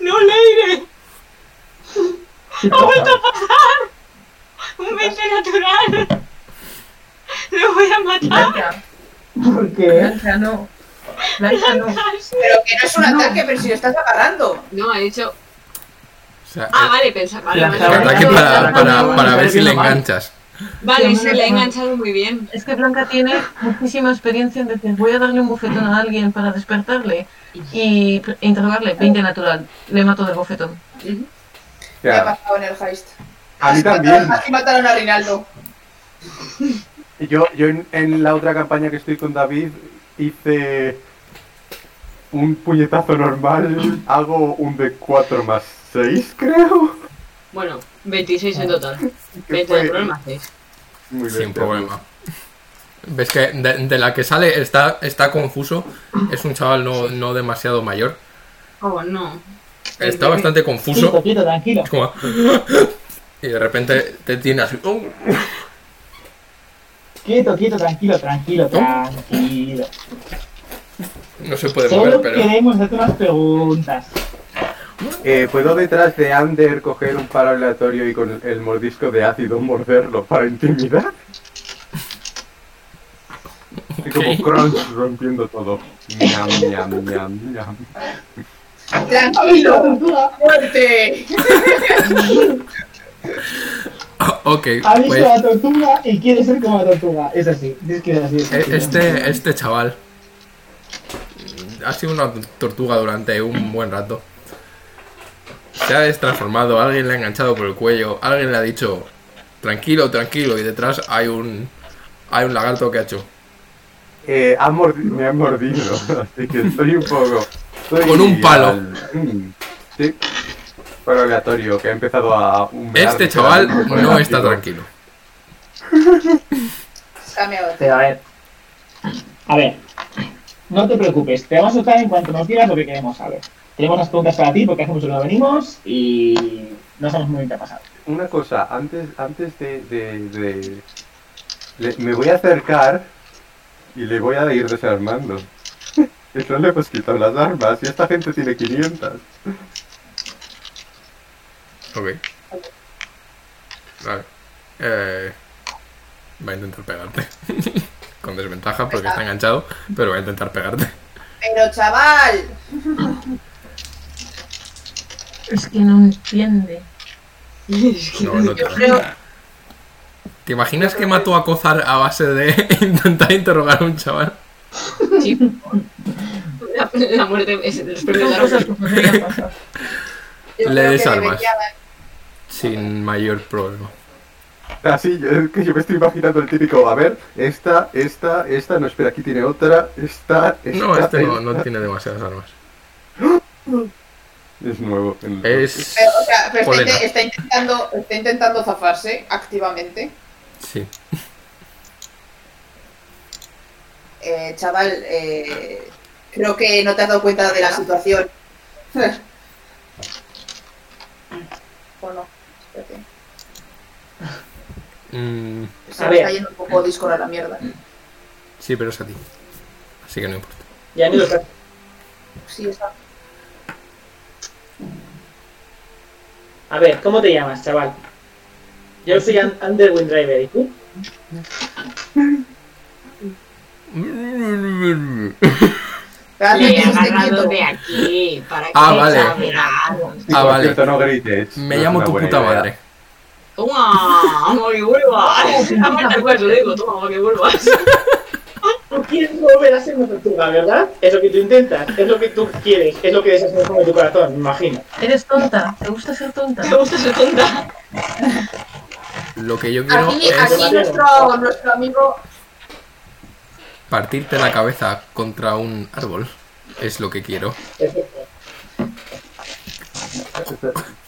C: No, Leire. Ha vuelto a pasar. Un 20 natural. voy a matar.
F: Blanca,
D: ¿Por qué?
F: Blanca, no. Blanca, no.
A: Pero que no es un
F: No.
A: ataque, pero si lo estás agarrando.
C: No, he dicho.
E: O sea,
C: Ah, vale, pensaba. Vale,
D: La
E: el
C: vale,
D: cabra.
E: ataque
C: vale,
E: para,
C: vale,
E: para,
C: vale,
E: para ver si le
D: Vale.
E: enganchas.
C: Vale, sí, le he enganchado muy bien.
F: Es que Blanca tiene muchísima experiencia en decir, voy a darle un bofetón a alguien para despertarle y pr- interrogarle, 20 natural, le mato del bofetón.
C: Ujú.
A: Me ha
B: Ya.
A: pasado en el heist.
B: A mí
A: Así
B: también.
A: mataron- Así mataron a Rinaldo.
B: Yo, yo en, en la otra campaña que estoy con David hice un puñetazo normal, hago un de 4 más 6, creo.
C: Bueno, 26 en total.
B: que
C: 20
B: fue
C: de problema, 6.
B: muy
E: Sin
B: bestia.
E: problema. Ves que de, de la que sale está, está confuso. Es un chaval no, no demasiado mayor.
C: Oh, no.
E: Está bastante confuso.
D: Quieto, quieto, tranquilo.
E: Es como- Y de repente te tiene así. "Oh".
D: Quieto, quieto, tranquilo, tranquilo, tranquilo.
E: No se puede mover,
D: Solo
E: pero.
D: queremos hacerte unas preguntas.
B: Eh, ¿Puedo detrás de Ander coger un paro aleatorio y con el mordisco de ácido morderlo para intimidar? Así como
E: Ok.
B: crunch rompiendo todo. Ñam, ñam, ñam, ñam.
A: Tranquilo, fuerte.
E: Ah, ok,
D: Ha visto
E: pues,
D: a la tortuga y quiere ser como la tortuga. Es así, es que es así. es
E: e-
D: así.
E: este, este chaval ha sido una tortuga durante un buen rato. Se ha destransformado, alguien le ha enganchado por el cuello, alguien le ha dicho tranquilo, tranquilo, y detrás hay un hay un lagarto que ha hecho.
B: Eh, ha mordi- me han mordido, así que estoy un poco. estoy
E: Con un palo.
B: al- mm, Sí. Palo aleatorio que ha empezado a humear
E: Este chaval
B: ligeramente por el
E: no está
B: ácido.
E: tranquilo.
A: Cambia otro.
D: Pero Este, a ver. A ver. No te preocupes, te vamos a soltar en cuanto nos digas lo que queremos saber. Tenemos las preguntas para ti porque hace mucho que no venimos y no sabemos muy bien qué ha pasado.
B: Una cosa, antes, antes de. de- de- le- me voy a acercar y le voy a ir desarmando. Que no le hemos quitado las armas y esta gente tiene 500.
E: Ok. Vale. Eh, va a intentar pegarte. Con desventaja porque está enganchado, pero va a intentar pegarte.
A: Pero chaval,
F: Es que no entiende.
C: Es que
E: No, no te
F: Yo creo,
E: ¿Te imaginas que mató a Cozar a base de intentar interrogar a un chaval?
C: sí. La, la muerte es de los
F: creo
C: primeros
F: cosas que podrían
A: yo
F: pasar.
E: Le
A: creo que
E: desarmas.
A: debería-
E: Sin mayor problema.
B: Así, yo, es que yo me estoy imaginando el típico, a ver, esta, esta, esta, no espera, aquí tiene otra, esta, esta.
E: No, este no, no
B: esta.
E: tiene demasiadas armas.
B: Es nuevo. el-
E: Es.
A: Pero, o sea, pero está,
E: Polena.
A: inte- está intentando, está intentando zafarse activamente.
E: Sí.
A: Eh, chaval, eh, creo que no te has dado cuenta de la situación. o no, espérate.
E: Mm,
A: Se
D: A
A: me
D: ver.
A: está yendo un poco discord a la mierda.
E: sí, pero es a ti. Así que no importa.
D: Ya ni lo sé.
A: Sí, está.
D: A ver, ¿cómo te llamas, chaval? Yo soy Underwind Driver, ¿y tú?
C: Le
A: Realmente
C: he
A: se esté
C: agarrado
A: quieto.
C: de aquí para que
E: Ah, vale.
C: exagerado.
B: Sí,
E: Ah,
B: por
E: vale.
B: cierto, no grites.
E: Me
B: No es
E: llamo
B: una
E: tu
B: buena
E: puta
B: idea.
E: madre.
C: Toma, amo que vuelvas. Amo tal cual te lo digo, toma, amo que vuelvas.
G: Tú quieres volver a ser una tortuga, ¿verdad? Es lo que tú intentas, es lo que tú quieres, es lo que deseas con tu corazón, me imagino.
F: Eres tonta, te gusta ser tonta.
C: Te gusta ser tonta.
E: Lo que yo quiero
A: Aquí,
E: es
A: aquí nuestro, nuestro amigo
E: partirte la cabeza contra un árbol. Es lo que quiero.
G: Perfecto.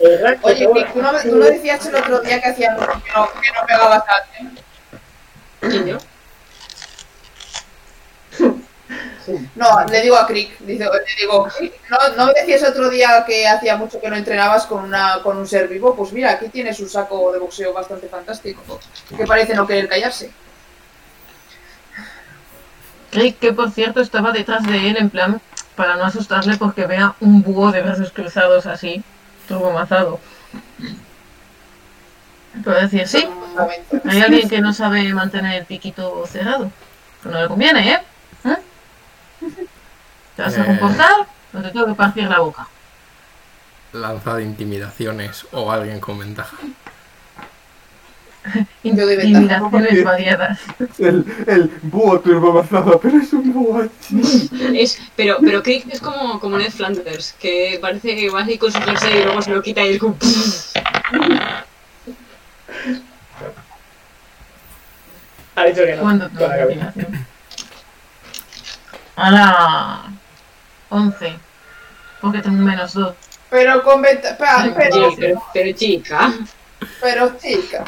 G: ¿Verdad? que
A: Oye,
G: ahora-
A: Vic, ¿tú no, tú no decías el otro día que hacíamos que no, que no pegabas a
C: ¿Y yo?
A: No, le digo a Crick, dice- le digo, "Crick, no, no me decías otro día que hacía mucho que no entrenabas con, una, con un ser vivo. Pues mira, aquí tienes un saco de boxeo bastante fantástico, que parece no querer callarse.
F: Rick, que por cierto estaba detrás de él en plan para no asustarle porque vea un búho de brazos cruzados así, turbomazado. Puedo decir, sí,
A: La ventana.
F: hay alguien que no sabe mantener el piquito cerrado. Pues no le conviene, ¿eh? ¿Eh? ¿Te vas a
E: Eh.
F: comportar? No te tengo que partir la boca.
E: Lanza de intimidaciones o alguien con ventaja.
A: Yo de ventaja,
F: Intimidaciones
B: porque-
F: variadas.
B: El, el búho turbomazado, pero es un búho.
H: Es, pero, pero Crick es como, como Ned Flanders, que parece que va así con su jersey y luego se lo quita y es como...
D: Ha dicho que no.
F: ¿Cuándo
D: Con
F: tengo
D: la cabeza.
F: intimidación? ¡Hala! 11. Porque tengo un menos 2.
A: Pero con venta- pa-
F: Ay,
A: pero,
H: Oye, pero, pero chica,
A: pero chica.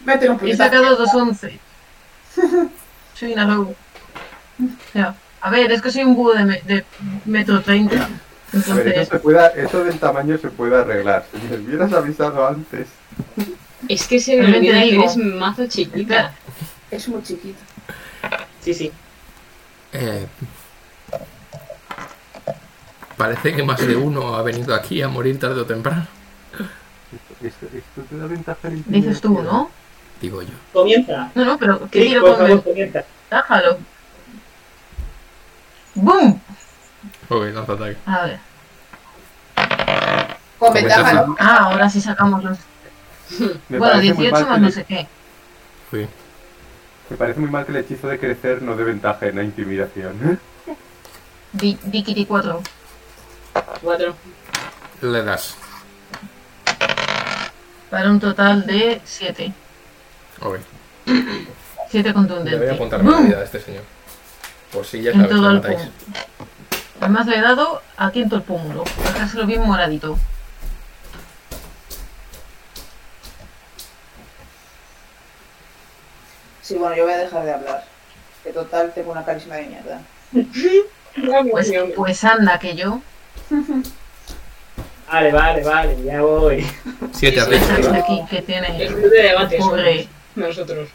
A: Vete un
F: He
A: puñetazo.
F: sacado dos 11. Soy una lobo. Ya. A ver, es que soy un búho de, me- de metro 30.
B: A ver,
F: Entonces,
B: eso, se pueda, eso del tamaño se puede arreglar. Si me hubieras avisado antes.
H: es que se me
F: También te
H: olvida que
F: digo.
H: eres mazo chiquita.
A: Es muy chiquito.
D: Sí, sí.
E: Eh, parece que más de uno ha venido aquí a morir tarde o temprano.
B: Esto, esto te da ventaja en
F: dices tú, ¿no?
E: Digo yo.
D: Comienza.
F: No, no, pero ¿qué
D: Click,
F: tiro
D: por
F: con
D: favor,
F: el...
D: comienza.
F: Tájalo. ¡Bum!
E: Ok, lanza ataque.
F: A ver.
A: Con ventaja, ¿no?
F: Ah, ahora sí sacamos los...
B: Me
F: bueno,
B: parece muy mal
F: 18 más
B: que
F: no
B: le-
F: sé qué.
E: Uy,
B: Me parece muy mal que el hechizo de crecer no dé ventaja en la intimidación.
F: Di- Dikiri 4.
H: Cuatro.
E: le das.
F: Para un total de 7.
E: Ok.
F: 7
E: Le voy a
F: contundentes.
E: apuntar la
F: ¡Bum!
E: vida de este señor. Por si ya
F: En
E: sabes que
F: todo
E: lo
F: el
E: matáis.
F: pum. Además le he dado aquí en todo el pómulo. Dejárselo bien moradito.
A: Sí, bueno, yo voy a dejar de hablar. Que total tengo una carisma de mierda.
F: Pues, pues anda que yo.
D: Vale, vale, vale, ya voy.
E: Siete
H: Sí, sí,
E: arriba.
F: Esa
H: sí.
F: de aquí que tiene
H: El club de debate
F: pobre.
H: nosotros.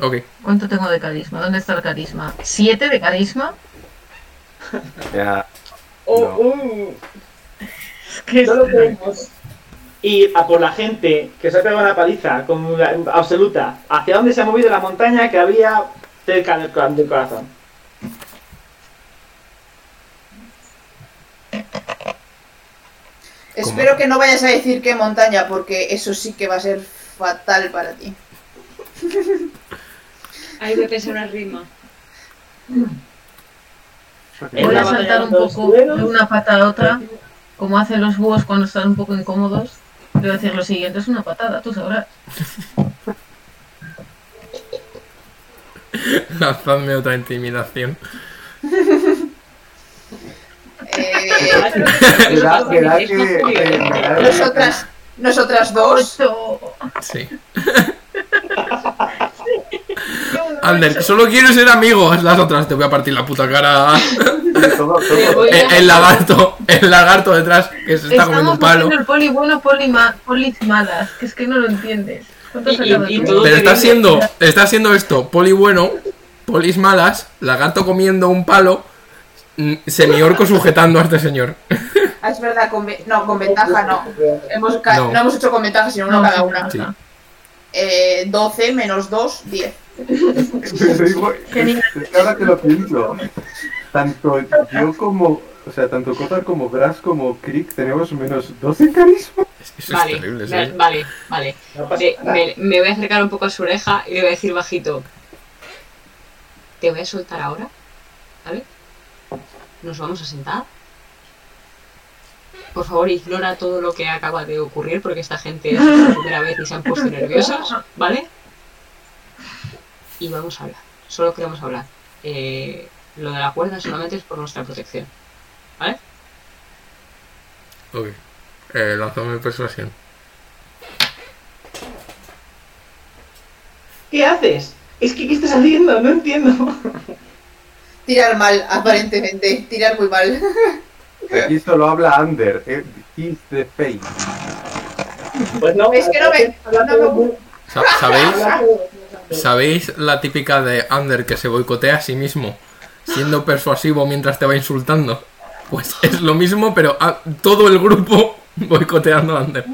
E: Ok.
F: ¿Cuánto tengo de carisma? ¿Dónde está el carisma? ¿Siete de carisma?
B: Ya.
D: Oh,
B: No.
D: uh,
F: Es que
D: no lo podemos ir a por la gente que se ha pegado una paliza con una- absoluta. ¿Hacia dónde se ha movido la montaña que había cerca del, cora- del corazón?
A: Espero que no vayas a decir qué montaña, porque eso sí que va a ser fatal para ti.
H: Hay que pensar una rima.
F: voy a
D: Hola,
F: saltar un
D: dos
F: poco de
D: cueros.
F: una pata a otra, como hacen los búhos cuando están un poco incómodos. Voy a decir lo siguiente, es una patada, tú sabrás.
E: Lanzadme otra intimidación.
A: Eh,
B: Me da, me da
H: Es
B: que.
H: más jodido.
B: eh, me da-
A: nosotras, nosotras dos.
F: ¡Ocho!
E: Sí. Ander, solo quiero ser amigos. Las otras te voy a partir la puta cara.
B: todo-
H: Me
B: todo-
H: voy
E: El,
H: a...
E: el lagarto, el lagarto detrás que se está comiendo
F: Estamos
E: un palo.
F: haciendo el poli bueno, poli, ma- polis malas, que es que no lo entiendes. ¿Cuánto has
H: Y- y-
F: sacado
H: y
F: tú?
H: todo-
E: Pero está haciendo, está haciendo esto, poli bueno, polis malas, lagarto comiendo un palo, mm, semiorco sujetando a este señor.
A: Ah, es verdad, con, ve- no, con ventaja no. Hemos ca-
E: No.
A: no. hemos hecho con ventaja, sino uno
F: No,
A: cada
F: sí,
A: una.
E: Sí.
A: Eh, 12 menos 2, 10.
B: Pero digo, es que ahora que lo pienso, tanto yo como, o sea, tanto Kotar como Brass como Crick tenemos menos 12 en carisma.
E: Es que Eso
H: Vale,
E: es terrible,
H: vale,
E: sí.
H: vale, vale.
D: No pasa
H: Me,
D: nada.
H: me- me voy a acercar un poco a su oreja y le voy a decir bajito. Te voy a soltar ahora, ¿vale? Nos vamos a sentar. Por favor, ignora todo lo que acaba de ocurrir porque esta gente es la primera vez y se han puesto nerviosas, ¿vale? Y vamos a hablar. Solo queremos hablar. Eh, lo de la cuerda solamente es por nuestra protección.
E: Ok. Eh, lánzame persuasión.
D: ¿Qué haces? Es que, ¿qué estás haciendo? No entiendo.
A: Tirar mal, aparentemente. Tirar muy mal.
B: Aquí solo habla Ander, eh, is the face.
D: Pues no,
A: Es que no me-
D: habla
A: no me
D: todo-
A: gusta.
E: Sa- ¿Sabéis?
D: habla todo-
E: ¿Sabéis la típica de Ander que se boicotea a sí mismo? Siendo persuasivo mientras te va insultando. Pues es lo mismo, pero a todo el grupo Boicoteando a Ander.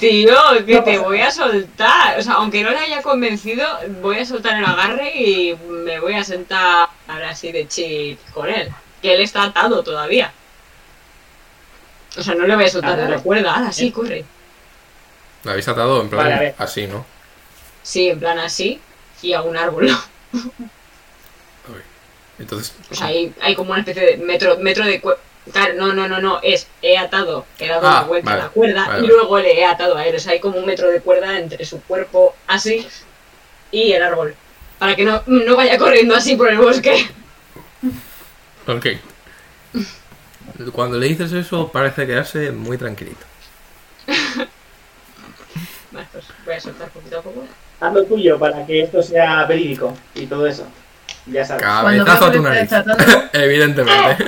C: Tío, que te voy a soltar. O sea, aunque no le haya convencido, voy a soltar el agarre y me voy a sentar ahora así de chip con él. Que él está atado todavía. O sea, no le voy a soltar
D: Ah, Vale,
C: la
D: vale.
C: cuerda. Ahora sí, corre.
E: La habéis atado en plan
D: Vale, a ver.
E: así, ¿no?
C: Sí, en plan así y a un árbol.
E: Entonces,
C: O sea, hay, Pues hay como una especie de metro, metro de cuerda. Claro, no, no, no, no, es he atado, he dado la
E: Ah,
C: vuelta
E: vale,
C: a la cuerda
E: vale,
C: y
E: vale.
C: luego le he atado a él. O sea, hay como un metro de cuerda entre su cuerpo así y el árbol. Para que no, no vaya corriendo así por el bosque.
E: ok. Cuando le dices eso, parece quedarse muy tranquilito.
C: Vale, pues voy a soltar poquito a poco.
D: Haz lo tuyo para que esto sea verídico y todo eso. Ya sabes.
F: Cuando
E: Cabezazo a
F: veo que
E: tu
F: le
E: nariz.
F: está desatando,
E: Evidentemente.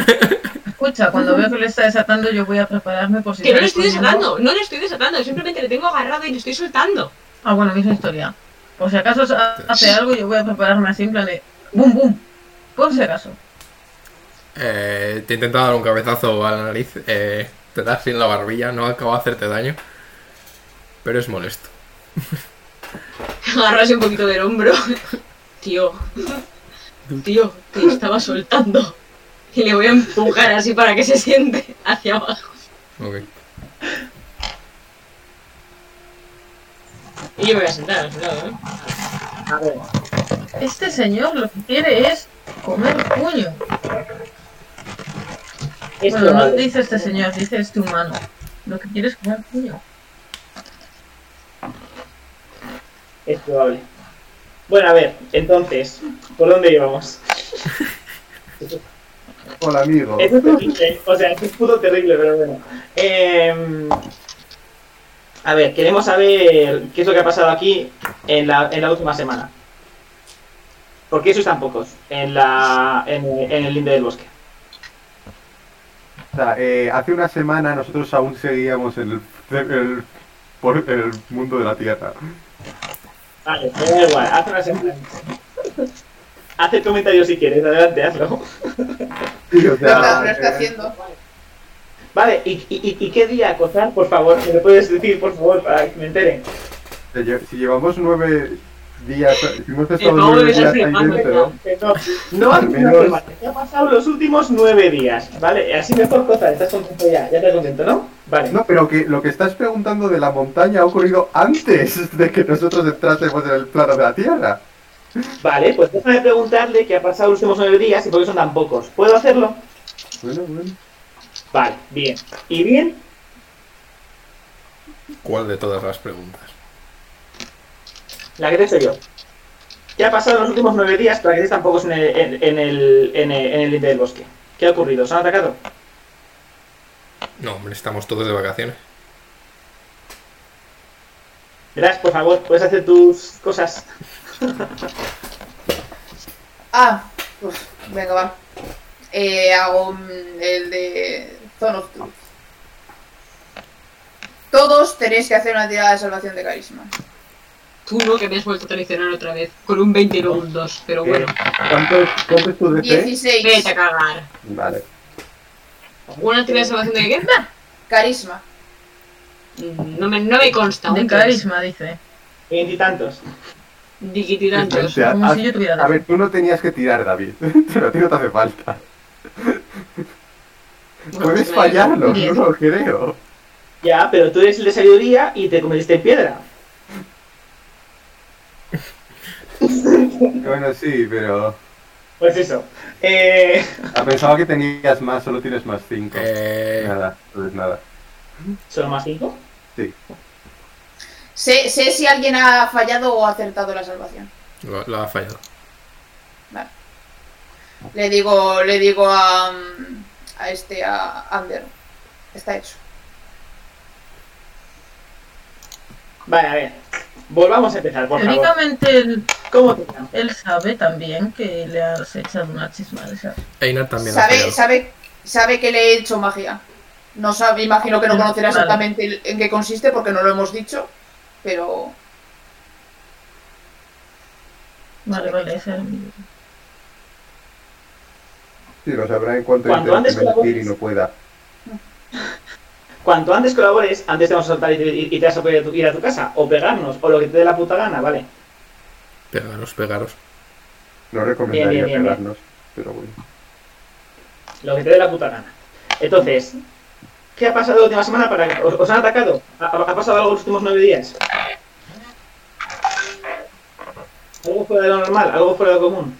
F: escucha, cuando veo que le está desatando, yo voy a prepararme por si.
C: Que no
F: sale
C: le estoy
F: corriendo.
C: desatando, no le estoy desatando, simplemente le tengo agarrado y le estoy soltando.
F: Ah, bueno, misma historia. Por si acaso sa- hace algo, yo voy a prepararme así en plan de. ¡Bum, bum! Por si acaso.
E: Eh, te he intentado dar un cabezazo a la nariz. eh, te das sin la barbilla, no acabo de hacerte daño. Pero es molesto.
C: Agarrarse un poquito del hombro. Tío, tío, te estaba soltando. Y le voy a empujar así para que se siente hacia abajo.
E: Ok.
C: Y yo me voy a sentar al lado, ¿eh?
D: A ver,
F: Este señor lo que quiere es comer puño.
D: esto
F: bueno, no
D: vale.
F: dice este señor, dice este humano. Lo que quiere es comer puño.
D: Es probable. Bueno, a ver, entonces, ¿por dónde íbamos?
B: Hola, amigo.
D: Esto es terrible, o sea, esto es puto terrible, pero bueno. Em, a ver, queremos saber qué es lo que ha pasado aquí en la, en la última semana. ¿Por qué sois tan pocos en, la, en, en el linde del bosque?
B: O sea, eh, hace una semana nosotros aún seguíamos en el, el- por el mundo de la Tierra.
D: Vale, me da igual, haz una semana. Haz el comentario si quieres, adelante, hazlo.
B: Y, o sea,
A: Lo está
B: eh,
A: haciendo.
D: Vale, ¿y, y, y- y qué día acosar, por favor? ¿Me lo puedes decir, por favor, para que me entere?
B: Si lle- si llevamos nueve días, si hemos estado
C: pavo
B: nueve
C: debe ser
B: días ahí
C: flipante,
B: dentro,
D: Que No, no
B: Al
D: no,
B: menos-
D: no, te ha pasado los últimos nueve días, ¿vale? Así mejor cosa, estás contento ya, ya estás contento, ¿no? Vale.
B: no, pero que lo que estás preguntando de la montaña ha ocurrido antes de que nosotros entrásemos en el plano de la Tierra.
D: Vale, pues déjame preguntarle qué ha pasado los últimos nueve días y por qué son tan pocos. ¿Puedo hacerlo?
B: Bueno, bueno.
D: Vale, bien. ¿Y bien?
E: ¿Cuál de todas las preguntas?
D: La que te he hecho yo. ¿Qué ha pasado los últimos nueve días para que estés tan pocos en el, en, en el, en el, en el límite del bosque? ¿Qué ha ocurrido? ¿Se han atacado?
E: No, hombre, estamos todos de vacaciones.
D: Verás, por favor, puedes hacer tus cosas.
A: Ah, pues, venga, va. Eh, hago mm, el de Zone of Truth. Todos tenéis que hacer una tirada de salvación de carisma.
C: Tú no, que me has vuelto a traicionar otra vez. Con un 20 y luego un 2, pero bueno.
B: Eh, ¿Cuánto, cuánto es tu DC?
A: 16.
C: Vete a cagar.
B: Vale.
C: ¿Una tira de salvación de qué?
A: Carisma.
C: No me, no me consta.
F: De
C: un tres.
F: carisma, dice.
D: Veintitantos.
C: Diquititantos.
B: Pues Ya,
F: Como
B: haz-
F: si yo tuviera.
B: A ver, tú no tenías que tirar, David. Pero a ti no te hace falta.
C: Bueno, pues
B: Puedes
C: me-
B: fallarlo,
F: Diez.
B: no lo creo.
D: Ya, pero tú eres el de sabiduría y te convertiste en piedra.
B: Bueno, sí, pero...
D: Pues eso. Eh,
B: Ah, Pensaba que tenías más, solo tienes más 5.
E: Eh,
B: Nada, pues nada.
D: ¿Solo más cinco?
A: Sé, sé si alguien ha fallado o ha acertado la salvación.
E: lo, lo ha fallado.
A: Le digo, le digo a, mm, a este, a Ander. Está hecho.
D: Vale, a ver. Volvamos a empezar, por favor.
F: Teóricamente él,
D: ¿Cómo te llamas?
F: él sabe también que le has echado una chisma de esas.
E: Einar también ha
A: Sabe,
E: fallado.
A: sabe, sabe que le he hecho magia. No sabe, imagino que no conocerá
F: Vale.
A: exactamente el- en qué consiste porque no lo hemos dicho, pero
F: Vale, vale, ese es mi-
B: Sí, lo sabrá en cuanto
D: Cuando
B: intente
D: andes con la
B: mentir
D: voz-
B: y no pueda.
D: Cuanto antes colabores, antes te vamos a soltar y, y- y te vas a poder tu- ir a tu casa. O pegarnos, o lo que te dé la puta gana, ¿vale?
E: Pegaros, pegaros.
B: No
D: Bien,
B: recomendaría
D: bien, bien, bien.
B: pegarnos, pero bueno.
D: Lo que te dé la puta gana. Entonces, ¿qué ha pasado la última semana para que os, os han atacado? ¿Ha, ha- ha pasado algo los últimos nueve días? Algo fuera de lo normal, algo fuera de lo común.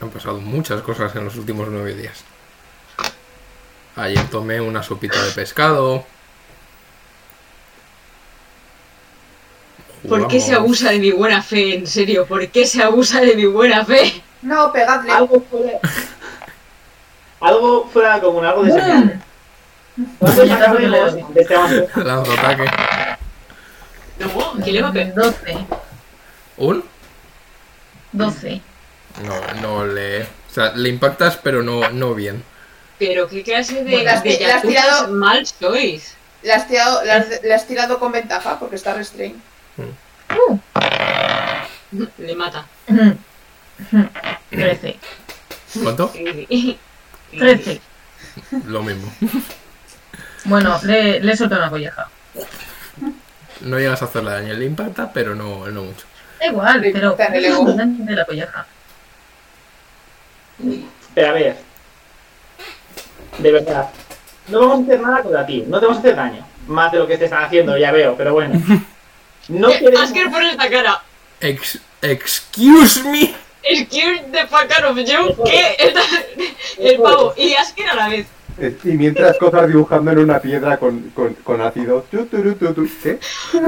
E: Han pasado muchas cosas en los últimos nueve días. Ayer tomé una sopita de pescado.
C: ¿Por qué se
E: Jugamos-
C: abusa de mi buena fe? En serio, ¿por qué se abusa de mi buena fe?
A: No, pegadle.
D: Algo fuera. algo fuera de lo común, algo desafiante. Nosotros acabaremos de este avance.
E: Lanzo ataque.
C: No, ¿quién le va a pegar?
F: 12.
E: ¿Un?
F: 12.
E: No, no le. O sea, le impactas, pero no, no bien.
C: Pero qué clase de,
F: Bueno,
C: de
A: las- las
C: yatuzas
A: tirado-
C: mal sois.
A: Le has, tirado, le has- le has tirado con ventaja porque está restrain.
C: Le mata.
F: 13.
E: ¿Cuánto?
C: Trece.
F: 13.
E: Lo mismo.
F: Bueno, le, le suelto una colleja.
E: No llegas a hacerle daño. Le impacta, pero no, no mucho.
F: Da igual,
A: Le
F: pero.
A: quitan el ego.
F: de la colleja.
D: Pero a ver. De verdad. No vamos a hacer nada contra ti. No te vamos a hacer daño. Más de lo que te están haciendo, ya veo, pero bueno. No queremos.
C: Asker por esta cara.
E: Ex- excuse me.
C: Excuse the fuck out of you. ¿Qué? El pavo y Asker a la vez.
B: Eh, Y mientras cosas dibujando en una piedra con, con, con ácido. Tu, tu, tu, tu, tu. ¿Qué?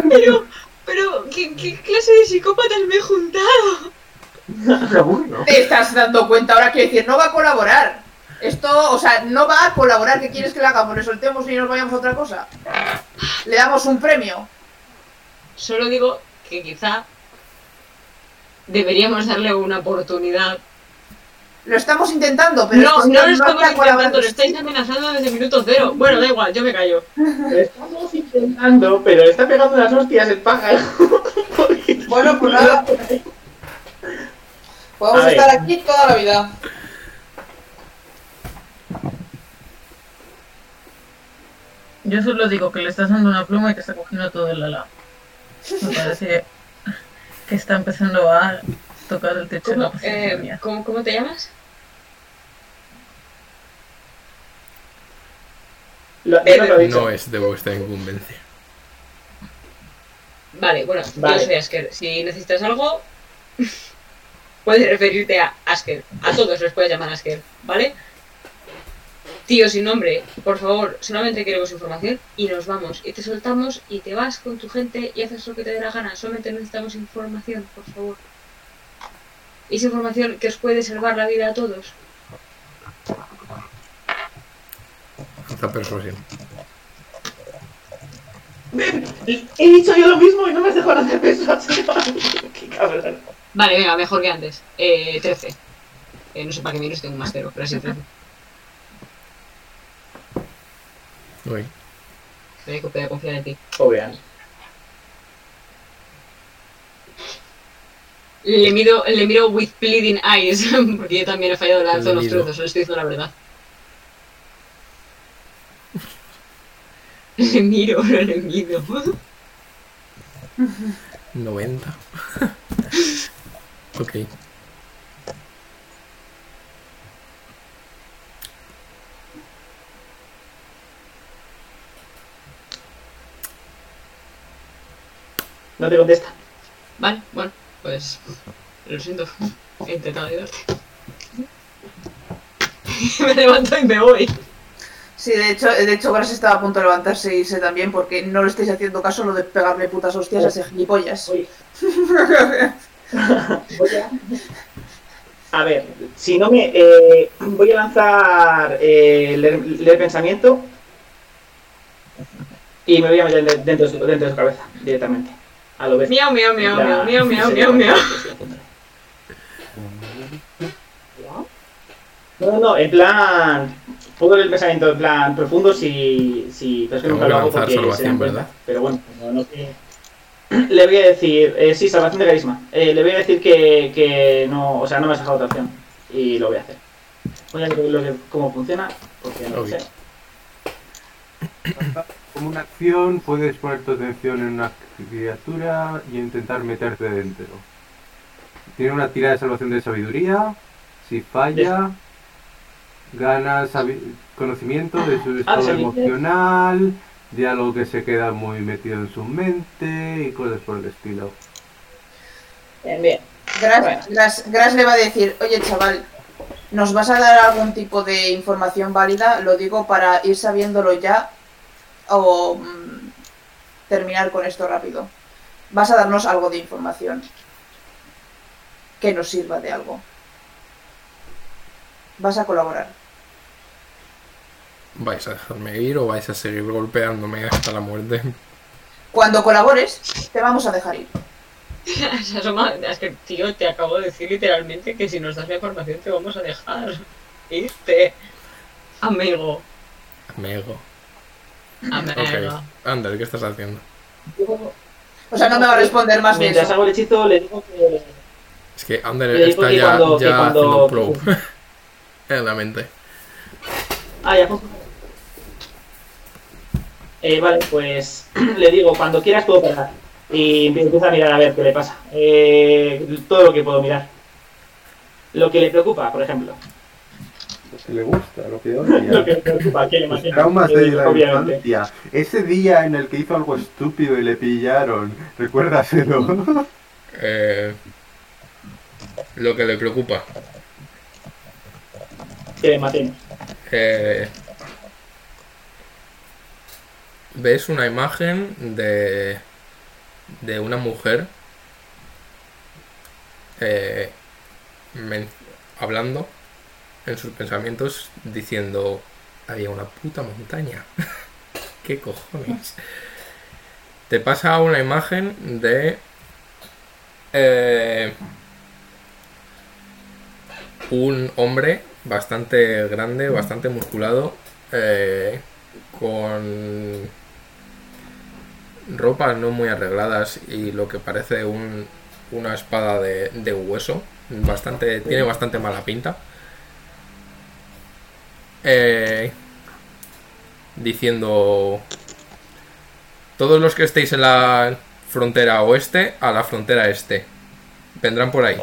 C: Pero, pero, ¿qué, qué clase de psicópatas me he juntado?
B: Me aburro.
A: Te estás dando cuenta ahora, quiero decir, no va a colaborar. Esto, o sea, no va a colaborar. ¿Qué quieres que le hagamos? ¿Le soltemos y nos vayamos a otra cosa? ¿Le damos un premio?
C: Solo digo que quizá deberíamos darle una oportunidad.
A: Lo estamos intentando, pero
C: No,
A: es que
C: no lo
A: va
C: estamos
A: a colaborar.
C: intentando, lo estáis amenazando desde minuto cero. Bueno, da igual, yo me callo.
D: Estamos intentando, pero le está pegando unas hostias el ¿eh? pájaro.
A: Bueno, pues nada. Podemos
D: A ver.
A: estar aquí toda la vida.
F: Yo solo digo que le estás dando una pluma y que está cogiendo todo el ala. Me parece que está empezando a tocar el techo de la
C: ¿Cómo,
F: paciencia
C: eh,
F: mía.
C: ¿cómo, cómo te llamas?
D: Lo, yo no lo he dicho.
E: No es de vuestra incumbencia.
C: Vale, bueno,
D: Vale.
C: yo soy Asker. Si necesitas algo, puedes referirte a Asker. A todos les puedes llamar Asker, ¿vale? Tío sin nombre, por favor, solamente queremos información y nos vamos. Y te soltamos y te vas con tu gente y haces lo que te dé la gana. Solamente necesitamos información, por favor. Y es información que os puede salvar la vida a todos.
E: Esta persuasión.
D: He dicho yo lo mismo y no me has dejado hacer peso. Qué cabrón.
C: Vale, venga, mejor que antes. Eh, 13. Eh, no sé para qué menos tengo un más cero, pero sí 13.
E: Uy.
C: Tengo que poder confiar en ti.
D: Joder.
C: Le miro, le miro with bleeding eyes, porque yo también he fallado la
E: Le
C: todos los
E: miro.
C: trozos, solo estoy diciendo la verdad. Le miro, no le miro.
E: 90. ok.
D: No te contesta.
C: Vale, bueno, pues lo siento, he intentado ayudarte. Me levanto y me voy.
A: Sí, de hecho, de hecho, Gras estaba a punto de levantarse y irse también porque no le estáis haciendo caso lo de pegarle putas hostias a ese gilipollas.
D: Oye. Voy a... a ver, si no me. eh, voy a lanzar eh, leer, leer pensamiento. Y me voy a meter de- dentro, de su- dentro de su cabeza directamente. A lo bestia.
C: Miau, miau, miau,
D: La-
C: miau, miau, miau,
D: Sí,
C: miau, miau.
D: No, no, no, en plan. Puedo leer el pensamiento en plan profundo si. si pero es que
E: Tengo
D: nunca
E: que
D: lo hago
E: lanzar
D: porque se dan
E: salvación,
D: cuenta.
E: ¿verdad?
D: Pero bueno, no, no sé. Le voy a decir. eh, sí, salvación de carisma. Eh, le voy a decir que, que no. O sea, no me has dejado otra opción. Y lo voy a hacer. Voy a ver lo que, cómo funciona, porque no lo
E: Ok.
D: sé.
B: Como una acción, puedes poner tu atención en una criatura y intentar meterte dentro. Tiene una tirada de salvación de sabiduría. Si falla, ganas sabi- conocimiento de su estado
D: sabiduría.
B: emocional, de algo que se queda muy metido en su mente y cosas por el estilo.
D: Bien, bien.
A: Gras,
D: Bueno.
A: Gras- Gras le va a decir, oye chaval, ¿nos vas a dar algún tipo de información válida? Lo digo para ir sabiéndolo ya o mm, terminar con esto rápido. Vas a darnos algo de información que nos sirva de algo. Vas a colaborar.
E: ¿Vais a dejarme ir o vais a seguir golpeándome hasta la muerte?
A: Cuando colabores, te vamos a dejar ir.
C: Se asoma- Es que, tío, te acabo de decir literalmente que si nos das la información te vamos a dejar. Irte. Amigo.
E: Amigo.
C: Amigo.
D: Eh,
E: Ok. Ander, ¿qué estás haciendo?
D: Yo,
A: O sea, no me va a responder más de
D: mientras
A: eso.
D: hago el hechizo, le digo que.
E: Es que Ander
D: Le digo
E: está
D: que
E: ya,
D: cuando- que
E: ya
D: cuando-
E: haciendo pro. en la mente.
D: Ah, ya funciona. Eh, vale, pues le digo, cuando quieras puedo parar. Y empieza a mirar a ver qué le pasa. Eh, todo lo que puedo mirar. Lo que le preocupa, por ejemplo.
B: Lo que Pues le gusta, lo que
D: Lo que le preocupa, que le
B: Los
D: imagino.
B: Pues traumas de
D: Eh,
B: la
D: obviamente.
B: infancia. Ese día en el que hizo algo estúpido y le pillaron. Recuérdaselo.
E: Eh, lo que le preocupa.
D: Que le matemos.
E: Eh, ves una imagen de, de una mujer eh, men- hablando en sus pensamientos diciendo había una puta montaña. ¿Qué cojones? Te pasa una imagen de eh, un hombre bastante grande, bastante musculado, eh, con ropas no muy arregladas y lo que parece un- una espada de, de hueso. Bastante, tiene bastante mala pinta. Eh, diciendo todos los que estéis en la frontera oeste a la frontera este vendrán por ahí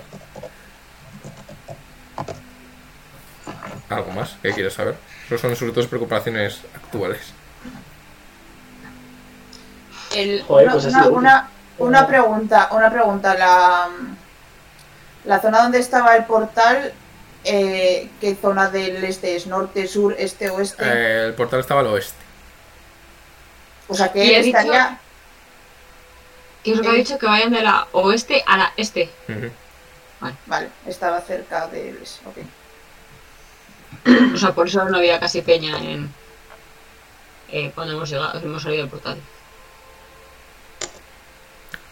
E: ¿Algo más que quieres saber? Esas son sus dos preocupaciones actuales.
A: El-
D: Joder,
A: una,
D: pues ha
A: una-
D: sido útil.
A: una- una pregunta, una pregunta. La, la zona donde estaba el portal, eh, ¿qué zona del este es? ¿Norte, sur, este, oeste?
E: Eh, el portal estaba al oeste.
A: o sea,
H: ¿y
A: que
H: he
A: él estaría...
H: Que os lo que he dicho que vayan de la oeste a la este.
E: Ujú.
A: Vale, estaba cerca de él. ok.
H: O sea, por eso no había casi peña en. eh, cuando hemos llegado, hemos salido del portal.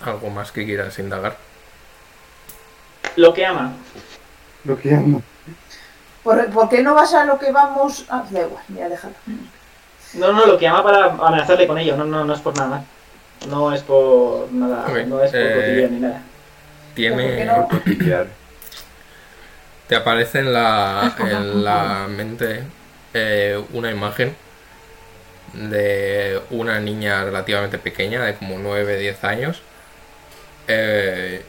E: Algo más que quieras indagar.
D: Lo que ama.
B: Lo que amo.
A: ¿Por, por qué no vas a lo que vamos? Ah, da igual, mira, déjalo.
D: No, no, lo que ama para amenazarle con ello. No, no, no es por nada más. No es por nada.
E: Ok,
D: No es por
E: eh,
D: cotidiano ni nada.
E: Tiene.
A: ¿Por qué
B: Cotillear.
E: Te aparece en la, en la mente eh, una imagen de una niña relativamente pequeña, de como 9, 10 años, eh,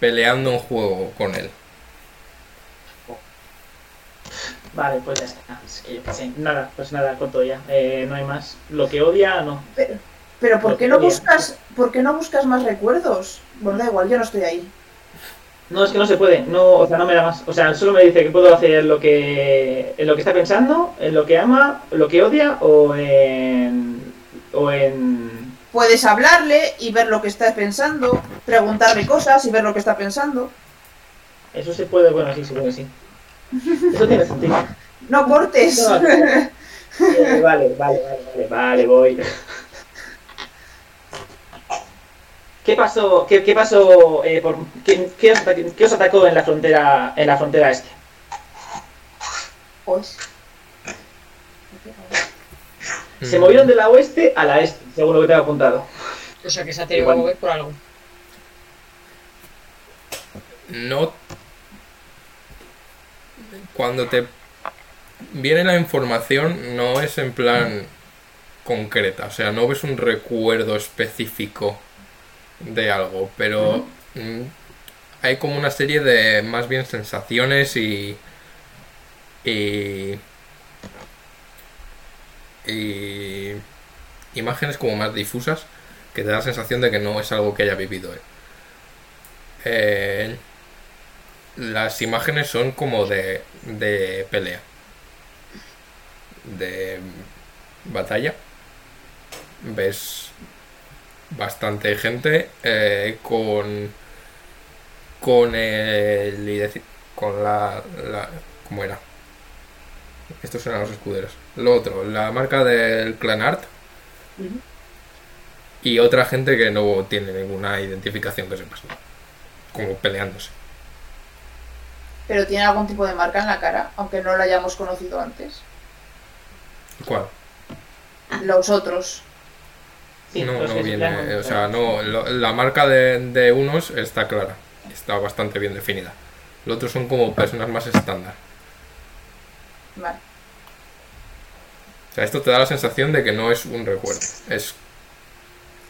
E: peleando un juego con él.
D: Vale, pues ya está. Es que yo qué sé. Nada, pues nada, corto ya. Eh, no hay más. Lo que odia, no.
A: Pero ¿por
D: Lo
A: qué
D: que
A: no
D: quería.
A: buscas, por qué no buscas más recuerdos? Bueno, da igual, yo no estoy ahí.
D: No, es que no se puede, no, o sea, no me da más. O sea, solo me dice que puedo hacer lo que, en lo que está pensando, en lo que ama, lo que odia o en... o en...
A: Puedes hablarle y ver lo que está pensando, preguntarle cosas y ver lo que está pensando.
D: Eso se puede, bueno, sí, supongo que sí. Eso tiene sentido.
A: No cortes.
D: No, Eh, vale, vale, vale, vale, vale, voy. ¿Qué pasó, qué, qué pasó, eh, por, qué, qué os ata- qué os atacó en la frontera, en la frontera este?
A: Pues,
D: Se
E: Mm.
D: movieron de la oeste a la este, según lo que tengo apuntado.
C: O sea, que se ha tenido que
D: Igual.
C: mover por algo.
E: No cuando te viene la información no es en plan concreta, o sea, no ves un recuerdo específico de algo, pero mm, hay como una serie de más bien sensaciones y y, y imágenes como más difusas que te da la sensación de que no es algo que haya vivido él. Eh, las imágenes son como de, de pelea, de batalla. Ves bastante gente eh, con con el ideci- con la, la cómo era estos eran los escuderos lo otro la marca del clan art y otra gente que no tiene ninguna identificación que sepas como peleándose
A: Pero tiene algún tipo de marca en la cara, aunque no la hayamos conocido antes.
E: cuál
A: Los otros.
D: Sí,
E: no
D: los
E: no
D: que se
E: viene eh,
D: llaman-
E: o sea no lo- la marca de, de unos está clara está bastante bien definida los otros son como personas más estándar
A: Vale.
E: o sea esto te da la sensación de que no es un recuerdo es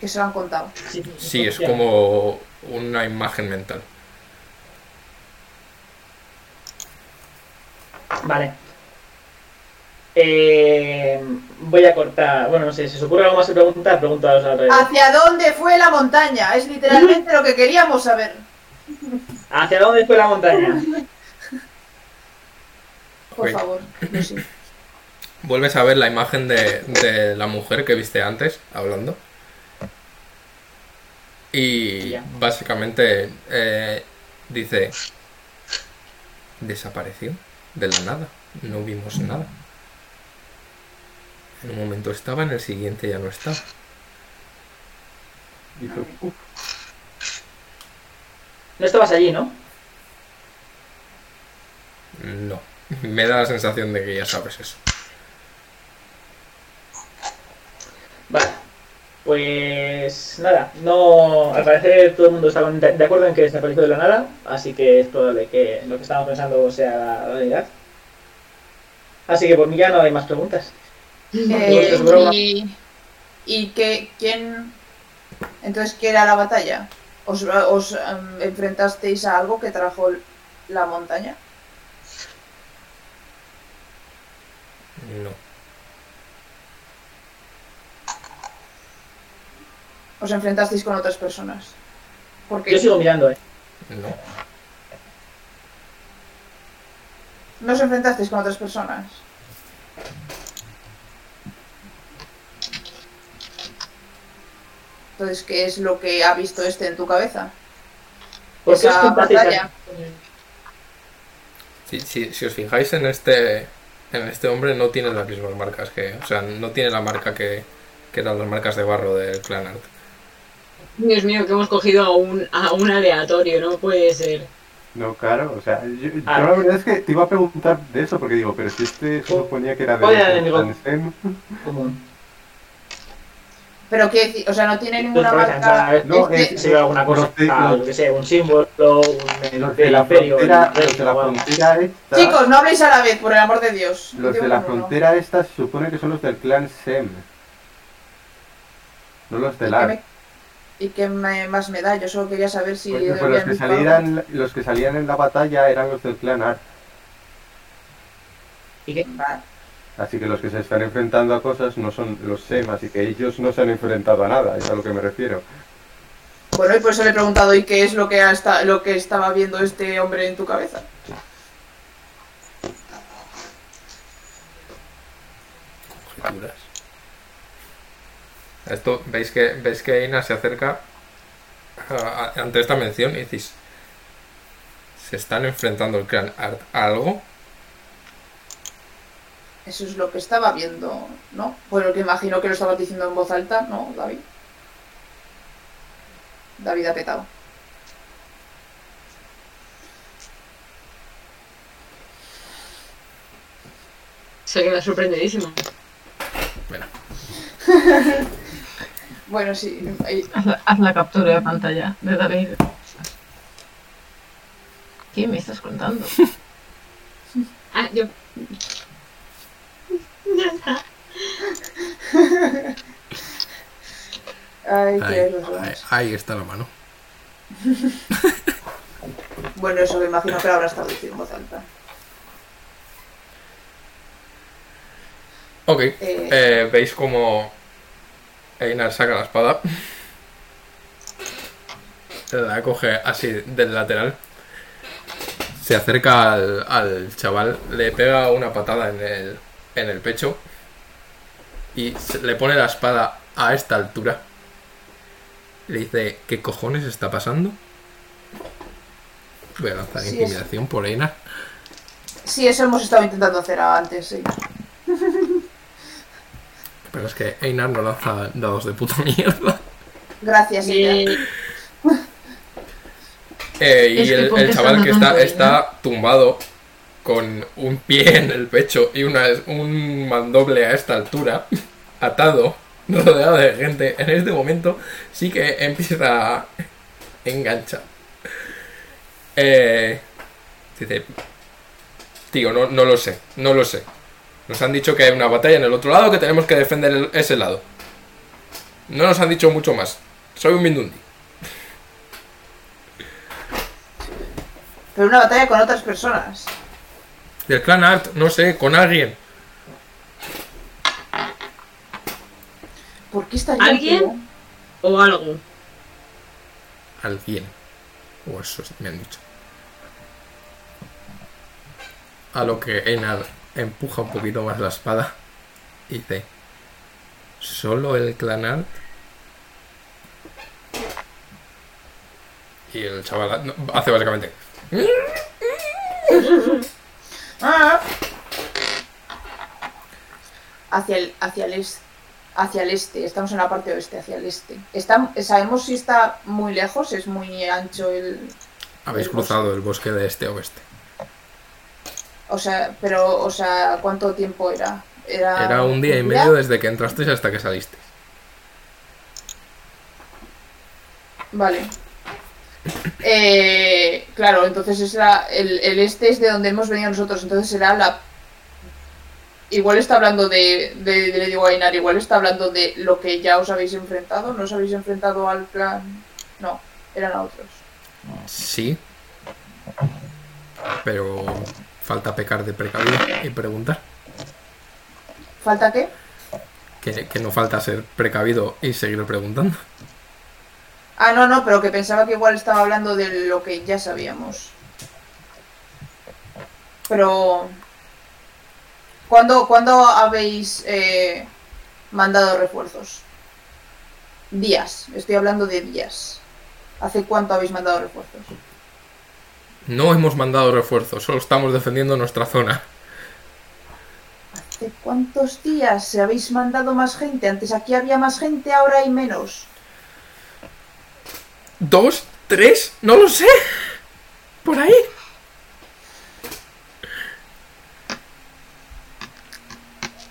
A: Que se lo han contado.
D: Eh.
E: Sí, es como una imagen mental.
D: Vale. Eh, voy a cortar. Bueno, no sé, si os ocurre algo más que preguntar, preguntaos alrededor.
A: ¿Hacia dónde fue la montaña? Es literalmente lo que queríamos saber.
D: ¿Hacia dónde fue la montaña?
A: Por
E: Ok.
A: favor. no sé.
E: Vuelves a ver la imagen de, de la mujer que viste antes hablando. Y
D: Ya.
E: básicamente eh, dice, desapareció de la nada, no vimos nada. En un momento estaba, en el siguiente ya no estaba.
B: Dice, "Uf,
D: No estabas allí, ¿no?
E: No, me da la sensación de que ya sabes eso.
D: Vale. Pues nada, no. Al parecer todo el mundo está con- de de acuerdo en que desapareció de la nada, así que es probable que lo que estábamos pensando sea la realidad. Así que por mí ya no hay más preguntas.
A: Eh,
D: es broma.
A: ¿Y, y qué, quién? Entonces, ¿qué era la batalla? ¿Os, os, em, enfrentasteis a algo que trajo la montaña?
E: No.
A: ¿Os enfrentasteis con otras personas? Porque
D: Yo sigo mirando, eh.
E: No,
A: no os enfrentasteis con otras personas. Entonces, ¿qué es lo que ha visto este en tu cabeza?
D: ¿Por qué os
A: Esa
D: juntasteis
A: batalla.
D: aquí con él?
E: Si, si- si os fijáis en este en este hombre no tiene las mismas marcas que, o sea, no tiene la marca que, que eran las marcas de barro del Clan Art.
C: Dios mío, que hemos cogido a un, a un aleatorio, no puede ser.
B: No, claro, o sea, yo, yo
D: Ah.
B: la verdad es que te iba a preguntar de eso, porque digo, pero si este se suponía que era de
D: Oye, enemigo.
B: Jansen.
D: Común.
A: Pero qué decir, o sea, no tiene
D: Entonces,
A: ninguna
D: por ejemplo, cada
A: marca.
D: vez
B: No,
D: que
A: eh,
D: se ve alguna cosa,
B: los de-
D: ah,
B: los-
D: yo que sé, un símbolo, un
B: Los
D: el
B: de la
D: imperio, el
B: frontera,
D: reino,
B: los de la
D: o algo.
B: frontera esta.
A: Chicos, no habléis a la vez, por el amor de Dios.
B: los
A: Digo
B: de la
A: uno, uno.
B: frontera esta se supone que son los del clan Sem. No los Pues, del
A: ¿Y qué
B: Ar.
A: me- ¿Y qué me- más me da? Yo solo quería saber si...
B: Porque pues los
A: habían
B: que
A: visto algo.
B: salían, los que salían en la batalla eran los del clan Ar.
A: Vale.
B: Así que los que se están enfrentando a cosas no son los Sem, así que ellos no se han enfrentado a nada, es a lo que me refiero.
A: Bueno, y por eso le he preguntado, ¿y qué es lo que, ha esta- lo que estaba viendo este hombre en tu cabeza?
E: Conjeturas. Esto, veis que, veis que Ina se acerca a- a- ante esta mención y decís, ¿se están enfrentando el Clan Art a algo?
A: Eso es lo que estaba viendo, ¿no? Bueno, que imagino que lo estabas diciendo en voz alta, ¿no, David? David ha petado.
C: Se queda sorprendidísimo.
A: Bueno, sí. ahí-
F: Haz la, haz la captura de pantalla de David. ¿Qué me estás contando?
H: Ah, yo.
A: Ay, qué
E: Ahí,
A: horror.
E: ahí- ahí está la mano.
A: Bueno, eso me imagino que lo habrá estado diciendo en voz alta.
E: Ok,
A: Eh,
E: eh, veis como Einar saca la espada. La coge así del lateral. Se acerca al, al chaval, le pega una patada en el, en el pecho y se- le pone la espada a esta altura. Le dice, ¿qué cojones está pasando? Voy a lanzar
A: Sí, es-
E: intimidación por Einar.
A: Sí, eso hemos estado intentando hacer antes, sí.
E: Pero es que Einar no lanza dados de puta mierda.
A: Gracias, Ida.
H: Eh,
E: Eh, y
F: Es que
E: el,
F: ponte ¿eh?
E: el chaval que está,
F: esa
E: está tumbado con un pie en el pecho y una, un mandoble a esta altura, atado, rodeado de gente, en este momento sí que empieza a enganchar. Eh, dice, tío, no, no lo sé, no lo sé. Nos han dicho que hay una batalla en el otro lado, que tenemos que defender el- ese lado. No nos han dicho mucho más. Soy un Mindundi.
A: Pero una batalla con otras personas.
E: Del clan Art, no sé, con alguien.
A: ¿Por qué estaría
H: ¿Alguien?
A: vivo?
C: O algo.
E: Alguien. O eso es- me han dicho. A lo que Einar empuja un poquito más la espada y dice: ¿Solo el clan Art? Y el chaval no, hace básicamente.
A: Ah. Hacia el, hacia el este. Hacia el este, estamos en la parte oeste, hacia el este. Está, sabemos si está muy lejos, es muy ancho el.
E: Habéis cruzado el bosque de este oeste.
A: O sea, pero, o sea, ¿cuánto tiempo era? Era,
E: Era un día y
A: ¿Ya?
E: medio desde que entrasteis hasta que salisteis.
A: Vale. Eh, claro, entonces es la- el, el este es de donde hemos venido nosotros, entonces será la... Igual está hablando de, de, de- Le digo a Einar, igual está hablando de lo que ya os habéis enfrentado, no os habéis enfrentado al plan... No, eran a otros.
E: Sí. Pero falta pecar de precavido y preguntar.
A: ¿Falta qué?
E: Que, que no falta ser precavido y seguir preguntando.
A: Ah, no, no, pero que pensaba que igual estaba hablando de lo que ya sabíamos. Pero... ¿Cuándo, cuándo habéis eh, mandado refuerzos? Días, estoy hablando de días. ¿Hace cuánto habéis mandado refuerzos?
E: No hemos mandado refuerzos, solo estamos defendiendo nuestra zona.
A: ¿Hace cuántos días se habéis mandado más gente? Antes aquí había más gente, ahora hay menos.
E: ¿Dos? ¿Tres? No lo sé. Por ahí.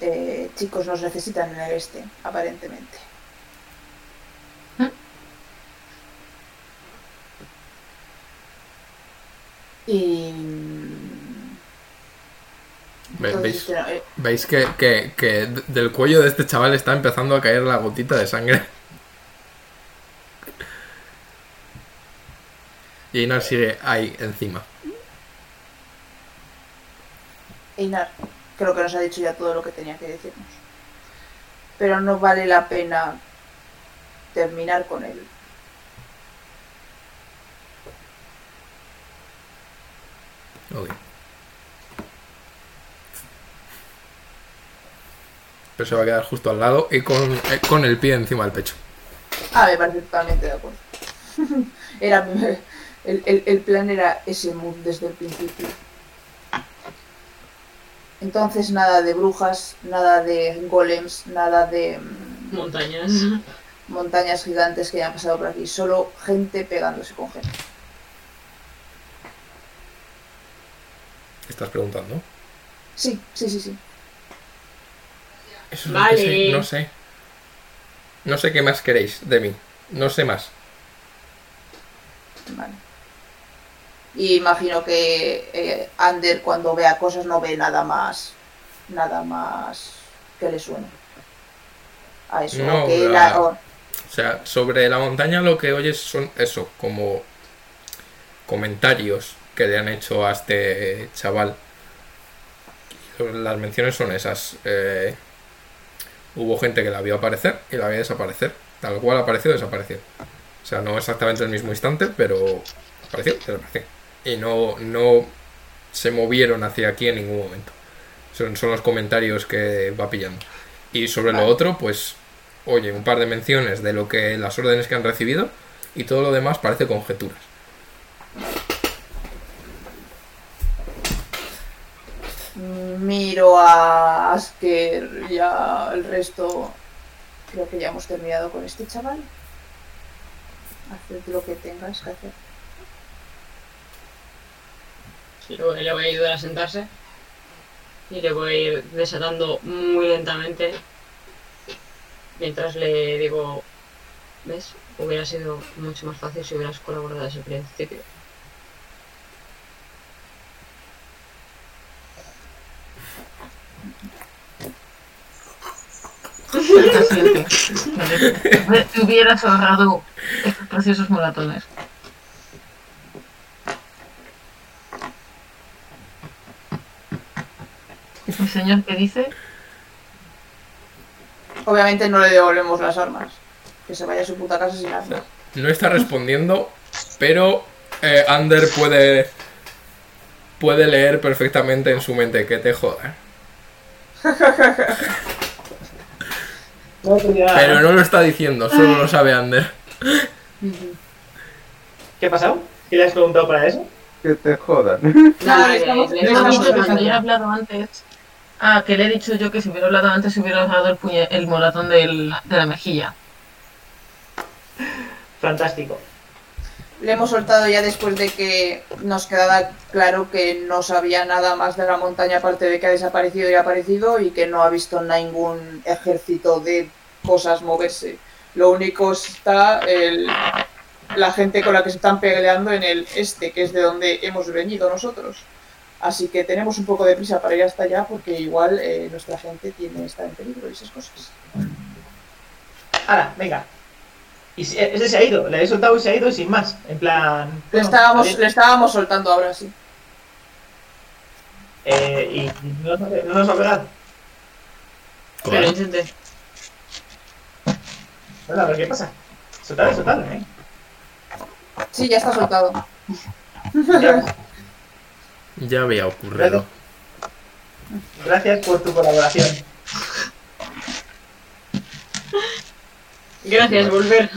A: Eh, chicos, nos necesitan en el este, aparentemente. Y...
E: Ve-
A: entonces,
E: ¿Veis,
A: espera, eh,
E: veis que, que- que d- del cuello de este chaval está empezando a caer la gotita de sangre? Y Einar sigue ahí encima.
A: Einar, creo que nos ha dicho ya todo lo que tenía que decirnos. Pero no vale la pena terminar con él.
E: Ok. Pero se va a quedar justo al lado y con, eh, con el pie encima del pecho.
A: Ah, me parece totalmente de acuerdo. era el, el- el plan era ese mood desde el principio. Entonces nada de brujas, nada de golems, nada de mm,
C: Montañas.
A: montañas gigantes que hayan pasado por aquí, solo gente pegándose con gente.
E: Estás preguntando.
A: Sí, sí, sí, sí.
E: Eso es lo que
C: Vale.
E: sé, no sé. No sé qué más queréis de mí. No sé más.
A: Vale. Y imagino que eh, Ander cuando vea cosas no ve nada más, nada más que le suene. A eso.
E: No,
A: o que
E: la-
A: la- o-
E: O sea, sobre la montaña lo que oyes son eso, como comentarios que le han hecho a este chaval. Las menciones son esas. eh, hubo gente que la vio aparecer y la vio desaparecer. Tal cual apareció, desapareció. O sea, no exactamente el mismo instante, pero apareció, desapareció. Y no, no se movieron hacia aquí en ningún momento. Son, son los comentarios que va pillando. Y sobre lo otro, pues oye, un par de menciones de lo que las órdenes que han recibido y todo lo demás parece conjeturas.
A: miro a Asker y al resto. Creo que ya hemos terminado con este chaval. Haced lo que tengas que hacer.
C: Yo le voy a ayudar a sentarse y le voy a ir desatando muy lentamente mientras le digo, ¿ves? Hubiera sido mucho más fácil si hubieras colaborado desde el principio.
F: Impaciente. Ve- Te hubieras ahorrado estos preciosos moratones. ¿El señor qué dice?
A: Obviamente no le devolvemos las armas. Que se vaya a su puta casa sin armas.
E: No está respondiendo, pero eh, Ander puede puede leer perfectamente en su mente que te joda.
I: No tenía nada.
E: Pero no lo está diciendo, solo lo sabe Ander.
D: ¿Qué ha pasado? ¿Qué le has preguntado para eso?
B: Que te jodan.
A: Nada,
C: le-
A: estamos-
C: le-
F: Le he
C: estamos
F: dicho que si
C: soltando
F: hubiera
C: ya.
F: hablado antes. Ah, que le he dicho yo que si hubiera hablado antes hubiera ahorrado el, puñe- el moratón del- de la mejilla.
D: Fantástico.
A: Le hemos soltado ya después de que nos quedaba claro que no sabía nada más de la montaña aparte de que ha desaparecido y ha aparecido y que no ha visto ningún ejército de cosas moverse. Lo único está el- la gente con la que se están peleando en el este, que es de donde hemos venido nosotros. Así que tenemos un poco de prisa para ir hasta allá porque igual eh, nuestra gente tiene está en peligro y esas cosas.
D: Ahora, venga. Y si- eh, ese se ha ido, le he soltado y se ha ido sin más. En plan.
A: Le
D: bueno,
A: Pues estábamos,
D: adiós.
A: le estábamos soltando ahora sí.
D: Eh, y no, no nos va a pegar.
C: Pero intenté.
D: Bueno, a ver qué pasa. Soltadle, soltadle, eh.
A: Sí, ya está soltado.
D: Ya,
E: Ya había ocurrido.
D: Gracias por tu colaboración.
C: Gracias, volver.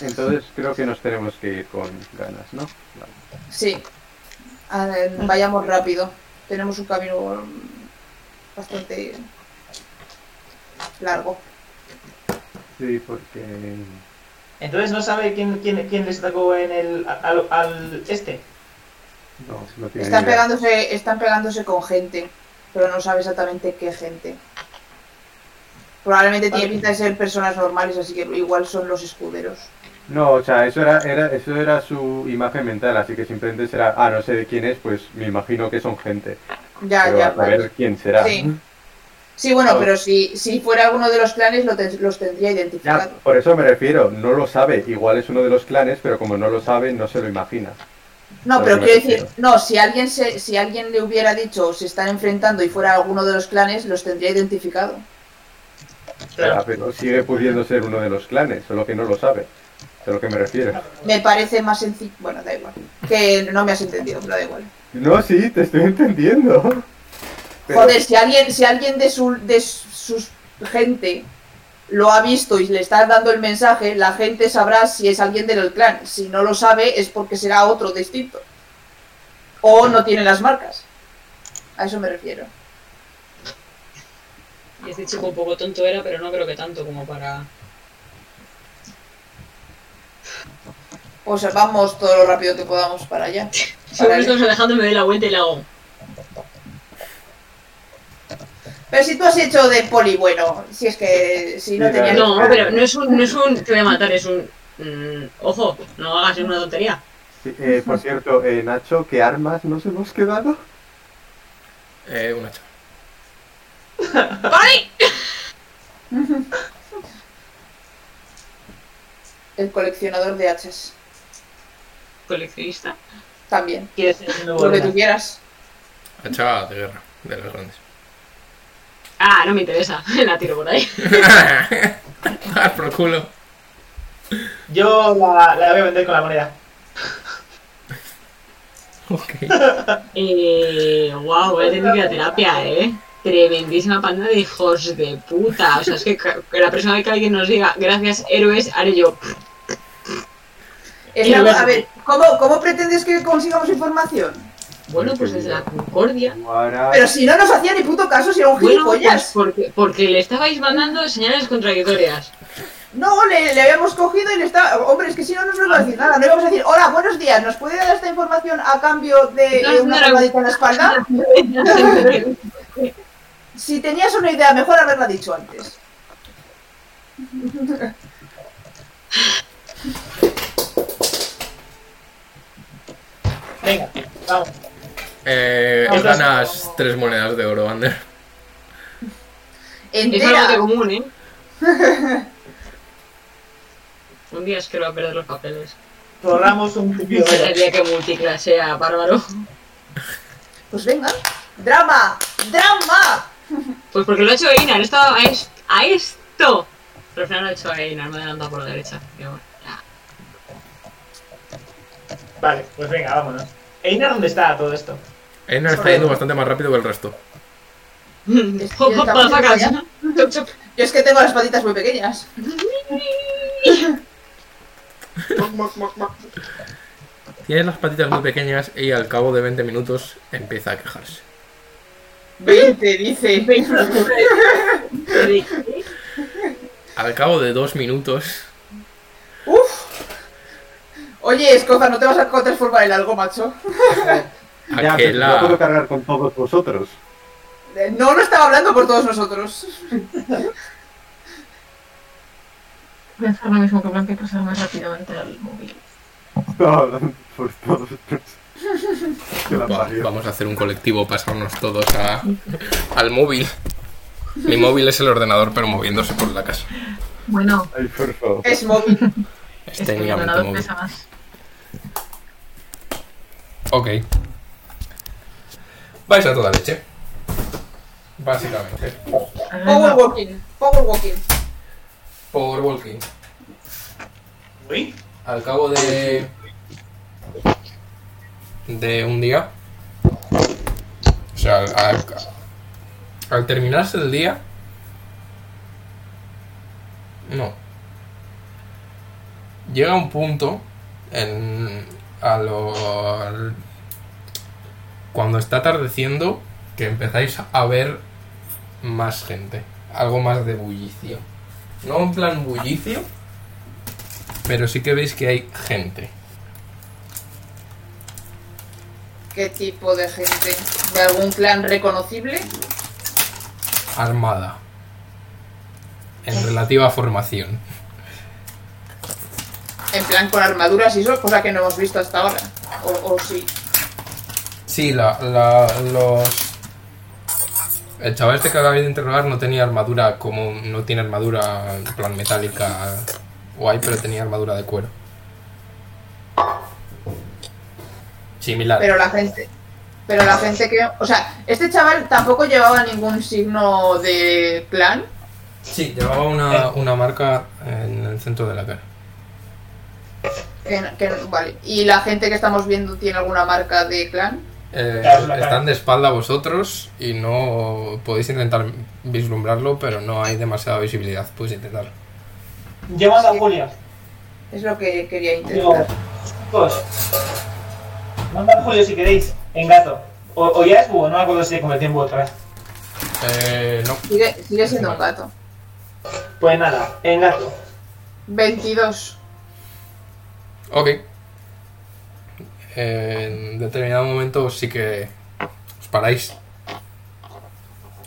B: Entonces creo que nos tenemos que ir con ganas, ¿no? Vale.
A: Sí. A ver, vayamos rápido. Tenemos un camino mm, bastante largo.
B: Sí, porque...
D: Entonces no sabe quién, quién, quién les atacó en el. al, al este.
B: No, no tiene
A: Están
B: ni idea.
A: pegándose, están pegándose con gente, pero no sabe exactamente qué gente. Probablemente tiene
D: Vale.
A: pinta de ser personas normales, así que igual son los escuderos.
B: No, o sea, eso era, era, eso era su imagen mental, así que simplemente será, ah, no sé de quién es, pues me imagino que son gente.
A: Ya,
B: pero
A: ya.
B: a
A: vale.
B: saber quién será.
A: Sí. Sí, bueno,
B: Vale.
A: pero si, si fuera alguno de los clanes lo ten- los tendría
B: Ya,
A: identificado.
B: por eso me refiero, no lo sabe, igual es uno de los clanes, pero como no lo sabe, no se lo imagina.
A: No,
B: Claro
A: pero
B: que me
A: quiero
B: refiero.
A: decir, no, si alguien se, si alguien le hubiera dicho se están enfrentando y fuera alguno de los clanes, los tendría identificado.
B: O sea, pero sigue pudiendo ser uno de los clanes, solo que no lo sabe. Es a lo que me refiero.
A: Me parece más sencillo. Bueno, da igual. Que no me has entendido, pero da igual.
B: No, sí, te estoy entendiendo. Pero-
A: Joder, si alguien, si alguien de su de sus gente lo ha visto y le está dando el mensaje, la gente sabrá si es alguien del clan. Si no lo sabe, es porque será otro distinto. O no tiene las marcas. A eso me refiero.
C: Y este chico un poco tonto era, pero no creo que tanto como para...
A: O sea, vamos todo lo rápido que podamos para allá.
C: Según estamos alejando, me doy la vuelta y la hago.
A: Pero si tú has hecho de poli bueno, si es que si no
B: Sí,
A: tenías...
B: claro.
C: No, pero no es un, no es un te voy a matar, es un mm, ojo, no hagas ninguna tontería.
B: Sí, eh, por cierto, eh, Nacho, ¿qué armas nos hemos quedado?
E: Eh, un hacha.
A: El coleccionador de hachas.
C: coleccionista.
A: También.
D: ¿Quieres ser el nuevo
A: Lo que tú
D: Bernard?
A: quieras.
E: Hacha de guerra, de las grandes.
C: Ah, no me interesa. La tiro por ahí.
E: Ah, por culo.
D: Yo la, la voy a vender con la moneda.
E: Ok.
C: Eh, wow, voy a tener que ir a terapia, ¿eh? Tremendísima panda de hijos de puta. O sea, es que ca- la próxima vez que alguien nos diga gracias héroes, haré yo.
A: Es
C: Y
A: la-
C: luego-
A: a ver, ¿cómo, ¿cómo pretendes que consigamos información?
C: Bueno, pues desde la concordia.
B: Guara-
A: Pero si no nos hacía ni puto caso, si era un
C: Bueno, pues
A: gilipollas.
C: porque, porque le estabais mandando señales contradictorias.
A: No, le, le habíamos cogido y le estaba. Hombre, es que si no, no nos iba a decir nada. No íbamos a decir, hola, buenos días, ¿nos puede dar esta información a cambio de
C: No,
A: eh, una
C: no era-
A: palmadita en la espalda? Si tenías una idea, mejor haberla dicho antes.
D: Venga, vamos.
E: Eh, ganas tres monedas de oro, Ander.
C: es algo de
A: Entera.
C: común, ¿eh? Un día es que lo va a perder los papeles.
D: Borramos un tupido
C: El
D: velo.
C: día que multiclasea bárbaro.
A: Pues venga. ¡Drama! ¡Drama!
C: Pues porque lo ha hecho Einar, he estado a, es- a esto. Pero al final lo ha hecho Einar, me ha adelantado por la derecha. Pero bueno, ya.
D: Vale, pues venga, vámonos. Einar, ¿dónde está todo esto?
E: Einar Eh, está yendo bastante más rápido que el resto.
C: Hop, hop, motherfuckers. Chop, chop.
A: Yo es que tengo las patitas muy pequeñas.
E: Tiene las patitas muy pequeñas y al cabo de 20 minutos empieza a quejarse.
A: 20, dice.
E: Al cabo de dos minutos,
A: Oye, Escoza, no te vas a transformar en algo, macho.
B: Ya, pero
E: aquella-
B: no puedo cargar con todos vosotros.
A: Eh, No lo estaba hablando por todos nosotros.
F: Pensar lo mismo que Blanca y pasarme rápidamente al móvil.
B: Estaba hablando por todos vosotros. Que la
E: Va-
B: parió.
E: vamos a hacer un colectivo, pasarnos todos a- al móvil. Mi móvil es el ordenador, pero moviéndose por la casa.
F: Bueno,
B: Ay, por favor.
A: Es móvil.
E: Es
F: es que mi
E: técnicamente
F: ordenador
E: móvil.
F: pesa más.
E: Ok. Vais a toda leche. Básicamente.
F: A ver,
A: Power
F: no.
A: walking. Power walking.
E: Por walking.
D: Uy.
E: Al cabo de. de un día. O sea, al, al- al terminarse el día. No. Llega un punto en. a lo. al- cuando está atardeciendo, que empezáis a ver más gente. Algo más de bullicio. No en plan bullicio, pero sí que veis que hay gente.
A: ¿Qué tipo de gente? ¿De algún clan reconocible?
E: armada en relativa formación.
A: En plan con armaduras y eso, cosa que no hemos visto hasta ahora. O, o sí.
E: Sí, la, la- los... El chaval este que acabáis de interrogar no tenía armadura como... No tiene armadura en plan metálica guay, pero tenía armadura de cuero. Similar.
A: Pero la gente. Pero la gente que. O sea, este chaval tampoco llevaba ningún signo de clan.
E: Sí, llevaba una, una marca en el centro de la cara.
A: que- que- vale. ¿Y la gente que estamos viendo tiene alguna marca de clan?
E: Eh,
D: Claro, la cara.
E: están de espalda vosotros y no podéis intentar vislumbrarlo, pero no hay demasiada visibilidad. Podéis intentarlo.
D: Llevando a Julia.
A: Es lo que quería
D: Digo,
A: intentar.
D: chicos, mandad Julio si queréis, en gato. O, o ya es búho, no me acuerdo si se convirtió en búho otra vez.
E: Eh, no.
A: Sigue, sigue siendo un gato.
D: Pues nada, en gato.
A: 22.
E: Ok. En determinado momento sí que os paráis.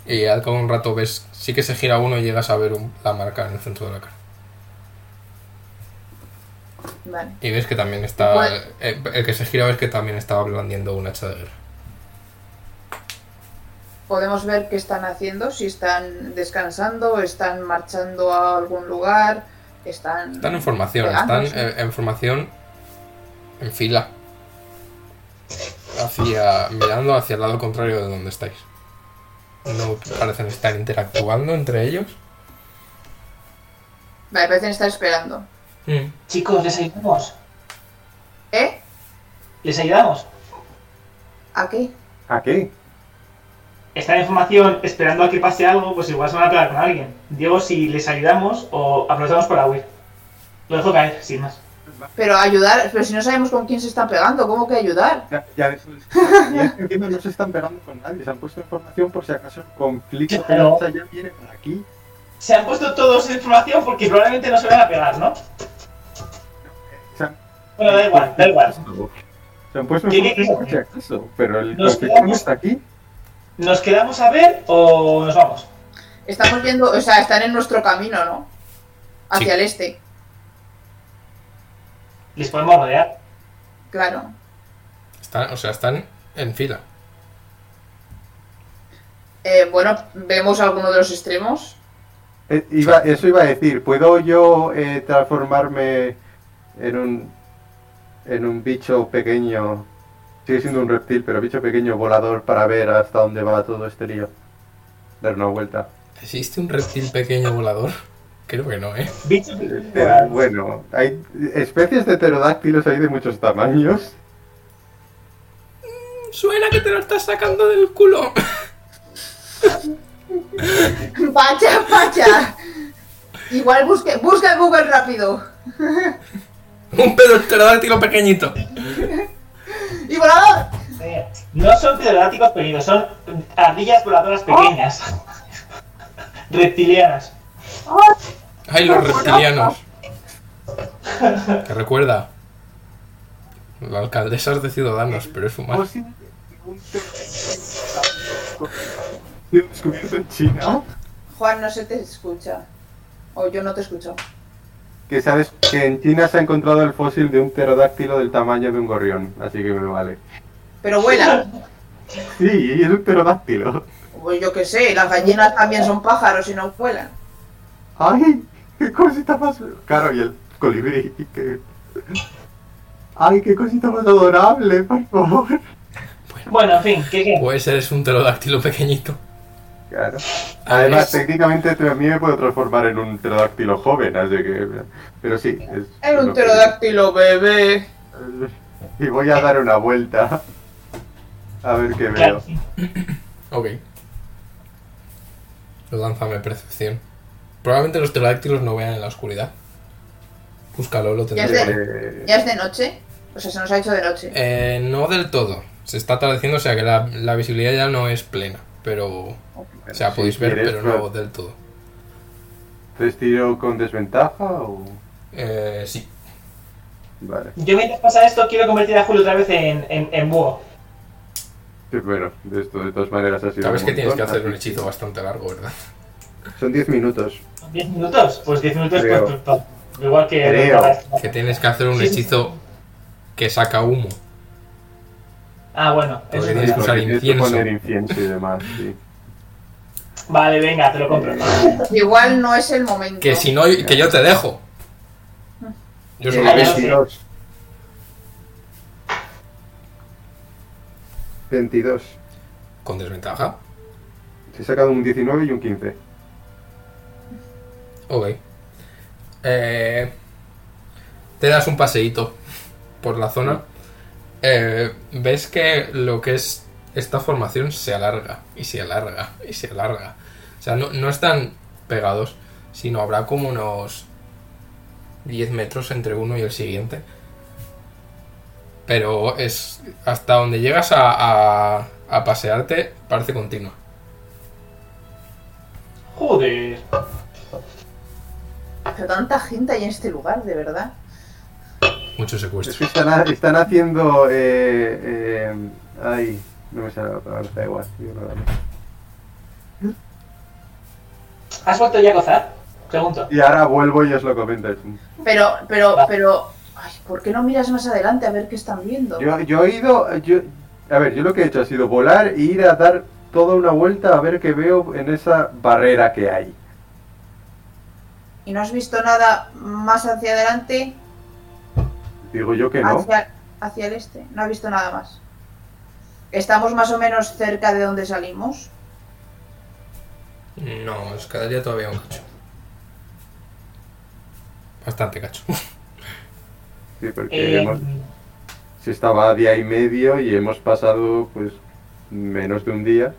E: Y al cabo de un rato ves, sí que se gira uno y llegas a ver un- la marca en el centro de la cara.
A: Vale.
E: Y ves que también está.
A: ¿Cuál?
E: eh, El que se gira ves que también estaba blandiendo un hacha de guerra.
A: Podemos ver qué están haciendo, si están descansando, están marchando a algún lugar, están...
E: Están en formación,
A: Pegando,
E: están
A: sí.
E: eh, en formación en fila. Hacia. mirando hacia el lado contrario de donde estáis. No parecen estar interactuando entre ellos.
A: Vale, parecen estar esperando.
D: Chicos, les ayudamos.
A: ¿Eh?
D: Les ayudamos.
A: ¿A qué?
B: ¿A qué?
D: Están en formación esperando a que pase algo, pues igual se van a pegar con alguien. Diego, si les ayudamos o aprovechamos para huir. Lo dejo caer, sin más.
A: Pero ayudar, pero si no sabemos con quién se están pegando, ¿cómo que ayudar?
B: Ya, ya, ya entiendo, no se están pegando con nadie, se han puesto en formación por si acaso el conflicto que
I: Claro.
B: allá viene para aquí.
D: Se han puesto todos en formación porque probablemente no se van a pegar, ¿no?
B: Se han,
D: Bueno, da igual, da igual.
B: se han puesto
D: ¿Qué-
B: en
D: qué-
B: formación por si acaso, pero el
D: Nos
B: conflicto no
D: quedamos-
B: está aquí.
D: ¿Nos quedamos a ver o nos vamos?
A: Estamos viendo, o sea, están en nuestro camino, ¿no? Hacia
E: Sí.
A: el este,
D: Les podemos rodear.
A: claro.
E: Están, o sea, están en fila.
A: Eh, bueno, vemos alguno de los extremos.
B: Eh, iba- eso iba a decir, ¿puedo yo eh, transformarme en un, en un bicho pequeño? Sigue siendo un reptil, pero bicho pequeño volador para ver hasta dónde va todo este lío. Dar una vuelta.
E: ¿Existe un reptil pequeño volador? Creo que no, ¿eh?
D: Bicho.
B: Pero Eh, bueno, hay especies de pterodáctilos hay de muchos tamaños.
E: Suena que te lo estás sacando del culo.
A: ¡Pacha, pacha! Igual busque, busca en Google rápido.
E: un pedo pterodáctilo pequeñito.
A: ¡Y volador!
D: Eh, No son pterodácticos pequeños, son ardillas voladoras pequeñas. Reptilianas.
E: Ay, los reptilianos. Que recuerda. La alcaldesa es de Ciudadanos, pero es
B: Pues
E: humana.
B: Descubierto en China.
A: Juan, no se te escucha. O yo no te escucho.
B: Que sabes que en China se ha encontrado el fósil de un pterodáctilo del tamaño de un gorrión, así que me vale.
A: Pero vuela.
B: Sí, es un pterodáctilo.
A: Pues yo qué sé, las gallinas también son pájaros y no vuelan.
B: ¡Ay! ¡Qué cosita más! Claro, y el colibrí. que- ¡Ay, qué cosita más adorable, por favor!
D: Bueno, en fin, ¿qué qué?
E: Pues eres un pterodáctilo pequeñito.
B: Claro. Además,
E: Eres-
B: técnicamente este a mí me puedo transformar en un pterodáctilo joven, así que. Pero sí, es.
A: Es un pterodáctilo, bebé.
B: Y voy a dar una vuelta. A ver qué
D: Claro,
B: veo.
E: Ok. Lánzame percepción. Probablemente los pterodáctilos no vean en la oscuridad. Búscalo, lo
A: Ya
E: tendré.
A: sé.
E: por ahí.
B: Eh,
A: ¿Ya es de noche? O sea, se nos ha hecho de noche.
E: Eh, no del todo. Se está atardeciendo, o sea que la, la visibilidad ya no es plena. Pero. O sea,
B: si
E: podéis ver,
B: quieres,
E: pero no
B: pues,
E: del todo.
B: ¿Entonces tiro con desventaja o.?
E: Eh, sí.
B: Vale.
D: Yo mientras pasa esto quiero convertir a Julio otra vez en, en, en búho.
B: Sí, Bueno, de esto de todas maneras ha sido.
E: Sabes
B: un
E: que tienes que
B: montón,
E: hacer un
B: así que-
E: hechizo bastante largo, ¿verdad?
B: Son 10 minutos.
D: ¿Diez minutos? Pues diez minutos
B: Creo.
D: pues, pues, pues, Igual que...
B: Creo.
E: Que tienes que hacer un
D: Sí, sí.
E: hechizo que saca humo.
D: Ah, bueno. eso
E: Porque
D: es
E: tienes que
D: verdad.
E: usar
B: Tienes que
E: incienso.
B: poner incienso y demás, sí.
D: Vale, venga, te lo compro.
A: Igual no es el momento.
E: Que si no, que yo te dejo. Yo solo
B: Eh,
E: aviso.
B: 22. 22.
E: Con desventaja.
B: Se ha sacado un 19 y un 15.
E: Ok. Eh, te das un paseíto por la zona. Eh, ves que lo que es esta formación se alarga y se alarga y se alarga. O sea, no, no están pegados, sino habrá como unos 10 metros entre uno y el siguiente. Pero es hasta donde llegas a, a- a pasearte, parece continua.
D: Joder.
A: Pero tanta gente hay en este lugar, de verdad.
E: Mucho
B: Es
E: secuestro.
B: que están, ha- están haciendo. Eh, eh, ay, no me sale la palabra, da igual. yo no la leo.
D: ¿Has vuelto ya a gozar? Pregunto.
B: Y ahora vuelvo y os lo comento.
A: Pero, pero, pero, Ay, ¿por qué no miras más adelante a ver qué están viendo?
B: Yo, yo he ido. Yo, a ver, yo lo que he hecho ha sido volar e ir a dar toda una vuelta a ver qué veo en esa barrera que hay.
A: ¿Y no has visto nada más hacia adelante?
B: Digo yo que no.
A: Hacia, hacia el este. No has visto nada más. Estamos más o menos cerca de donde salimos.
E: No, os quedaría todavía un cacho. Bastante cacho.
B: Sí, porque
D: Eh,
B: hemos- se estaba a día y medio y hemos pasado pues menos de un día.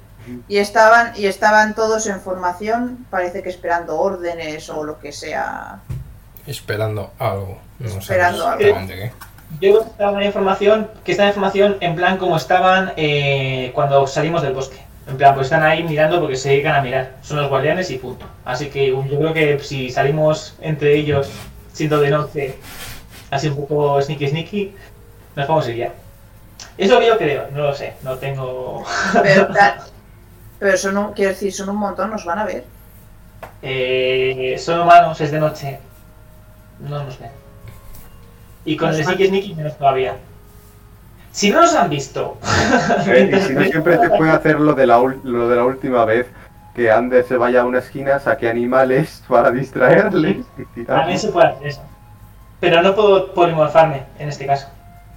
A: Y estaban, y estaban todos en formación, parece que esperando órdenes o lo que sea.
E: Esperando algo. No sé
A: Esperando algo.
E: exactamente qué.
D: Yo creo que estaba en información, que está en información en plan como estaban eh, cuando salimos del bosque. En plan, pues están ahí mirando porque se dedican a mirar. Son los guardianes y punto. Así que um, yo creo que si salimos entre ellos siendo de noche, así un poco sneaky sneaky, nos vamos a ir ya. Es lo que yo creo, no lo sé, no tengo...
A: Pero, ta- pero son un, quiero decir, son un montón, nos van a ver.
D: Eh, son humanos, es de noche. No nos ven. Y con el sneaky sneaky menos todavía. Si no nos han visto,
B: Eh, y si no siempre te puede hacer lo de, la, ul- lo de la última vez, que Ander se vaya a una esquina, saque animales para distraerles y
D: También
B: tiramos.
D: se puede hacer eso. Pero no puedo polimorfarme en este caso.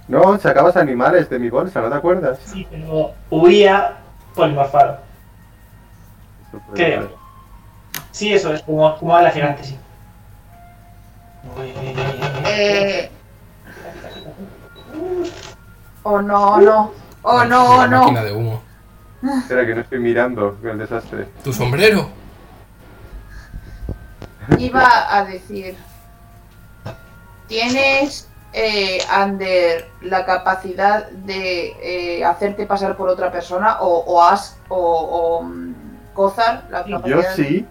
B: No, sacabas animales de mi bolsa, ¿no te acuerdas?
D: Sí, pero huía polimorfado.
B: Eso puede
D: Creo.
B: ser.
D: Sí, eso es como, como la gigante, sí.
A: Eh, Oh no, oh, no. Oh no, oh
E: La
A: no.
E: máquina de humo.
B: Espera, que no estoy mirando con el desastre.
E: ¿Tu sombrero?
A: Iba a decir. Tienes, eh, Ander, la capacidad de eh, hacerte pasar por otra persona o, o As o, o mm, Kozar, la capacidad
B: Yo sí,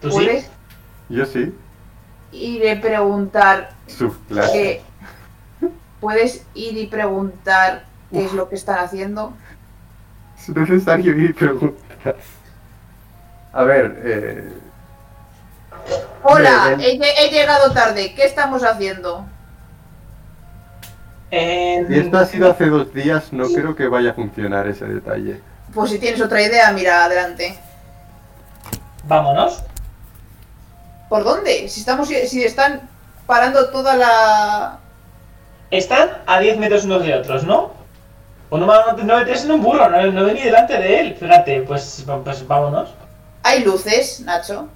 D: ¿Tú sí?
A: puedes
B: yo sí.
A: ir y preguntar
B: Subclase.
A: que puedes ir y preguntar qué es lo que están haciendo.
B: Es necesario ir y preguntar. A ver, eh,
A: Hola,
B: Bien,
A: he, lle- he llegado tarde. ¿Qué estamos haciendo?
D: En-
B: si esto ha sido hace dos días, no creo que vaya a funcionar ese detalle.
A: Pues si tienes otra idea, mira adelante.
D: Vámonos.
A: ¿Por dónde? Si estamos, si están parando toda la.
D: Están a 10 metros unos de otros, ¿no? Un humano no metes en un burro, no, no ve ni delante de él. Fíjate, pues, pues vámonos.
A: Hay luces, Nacho.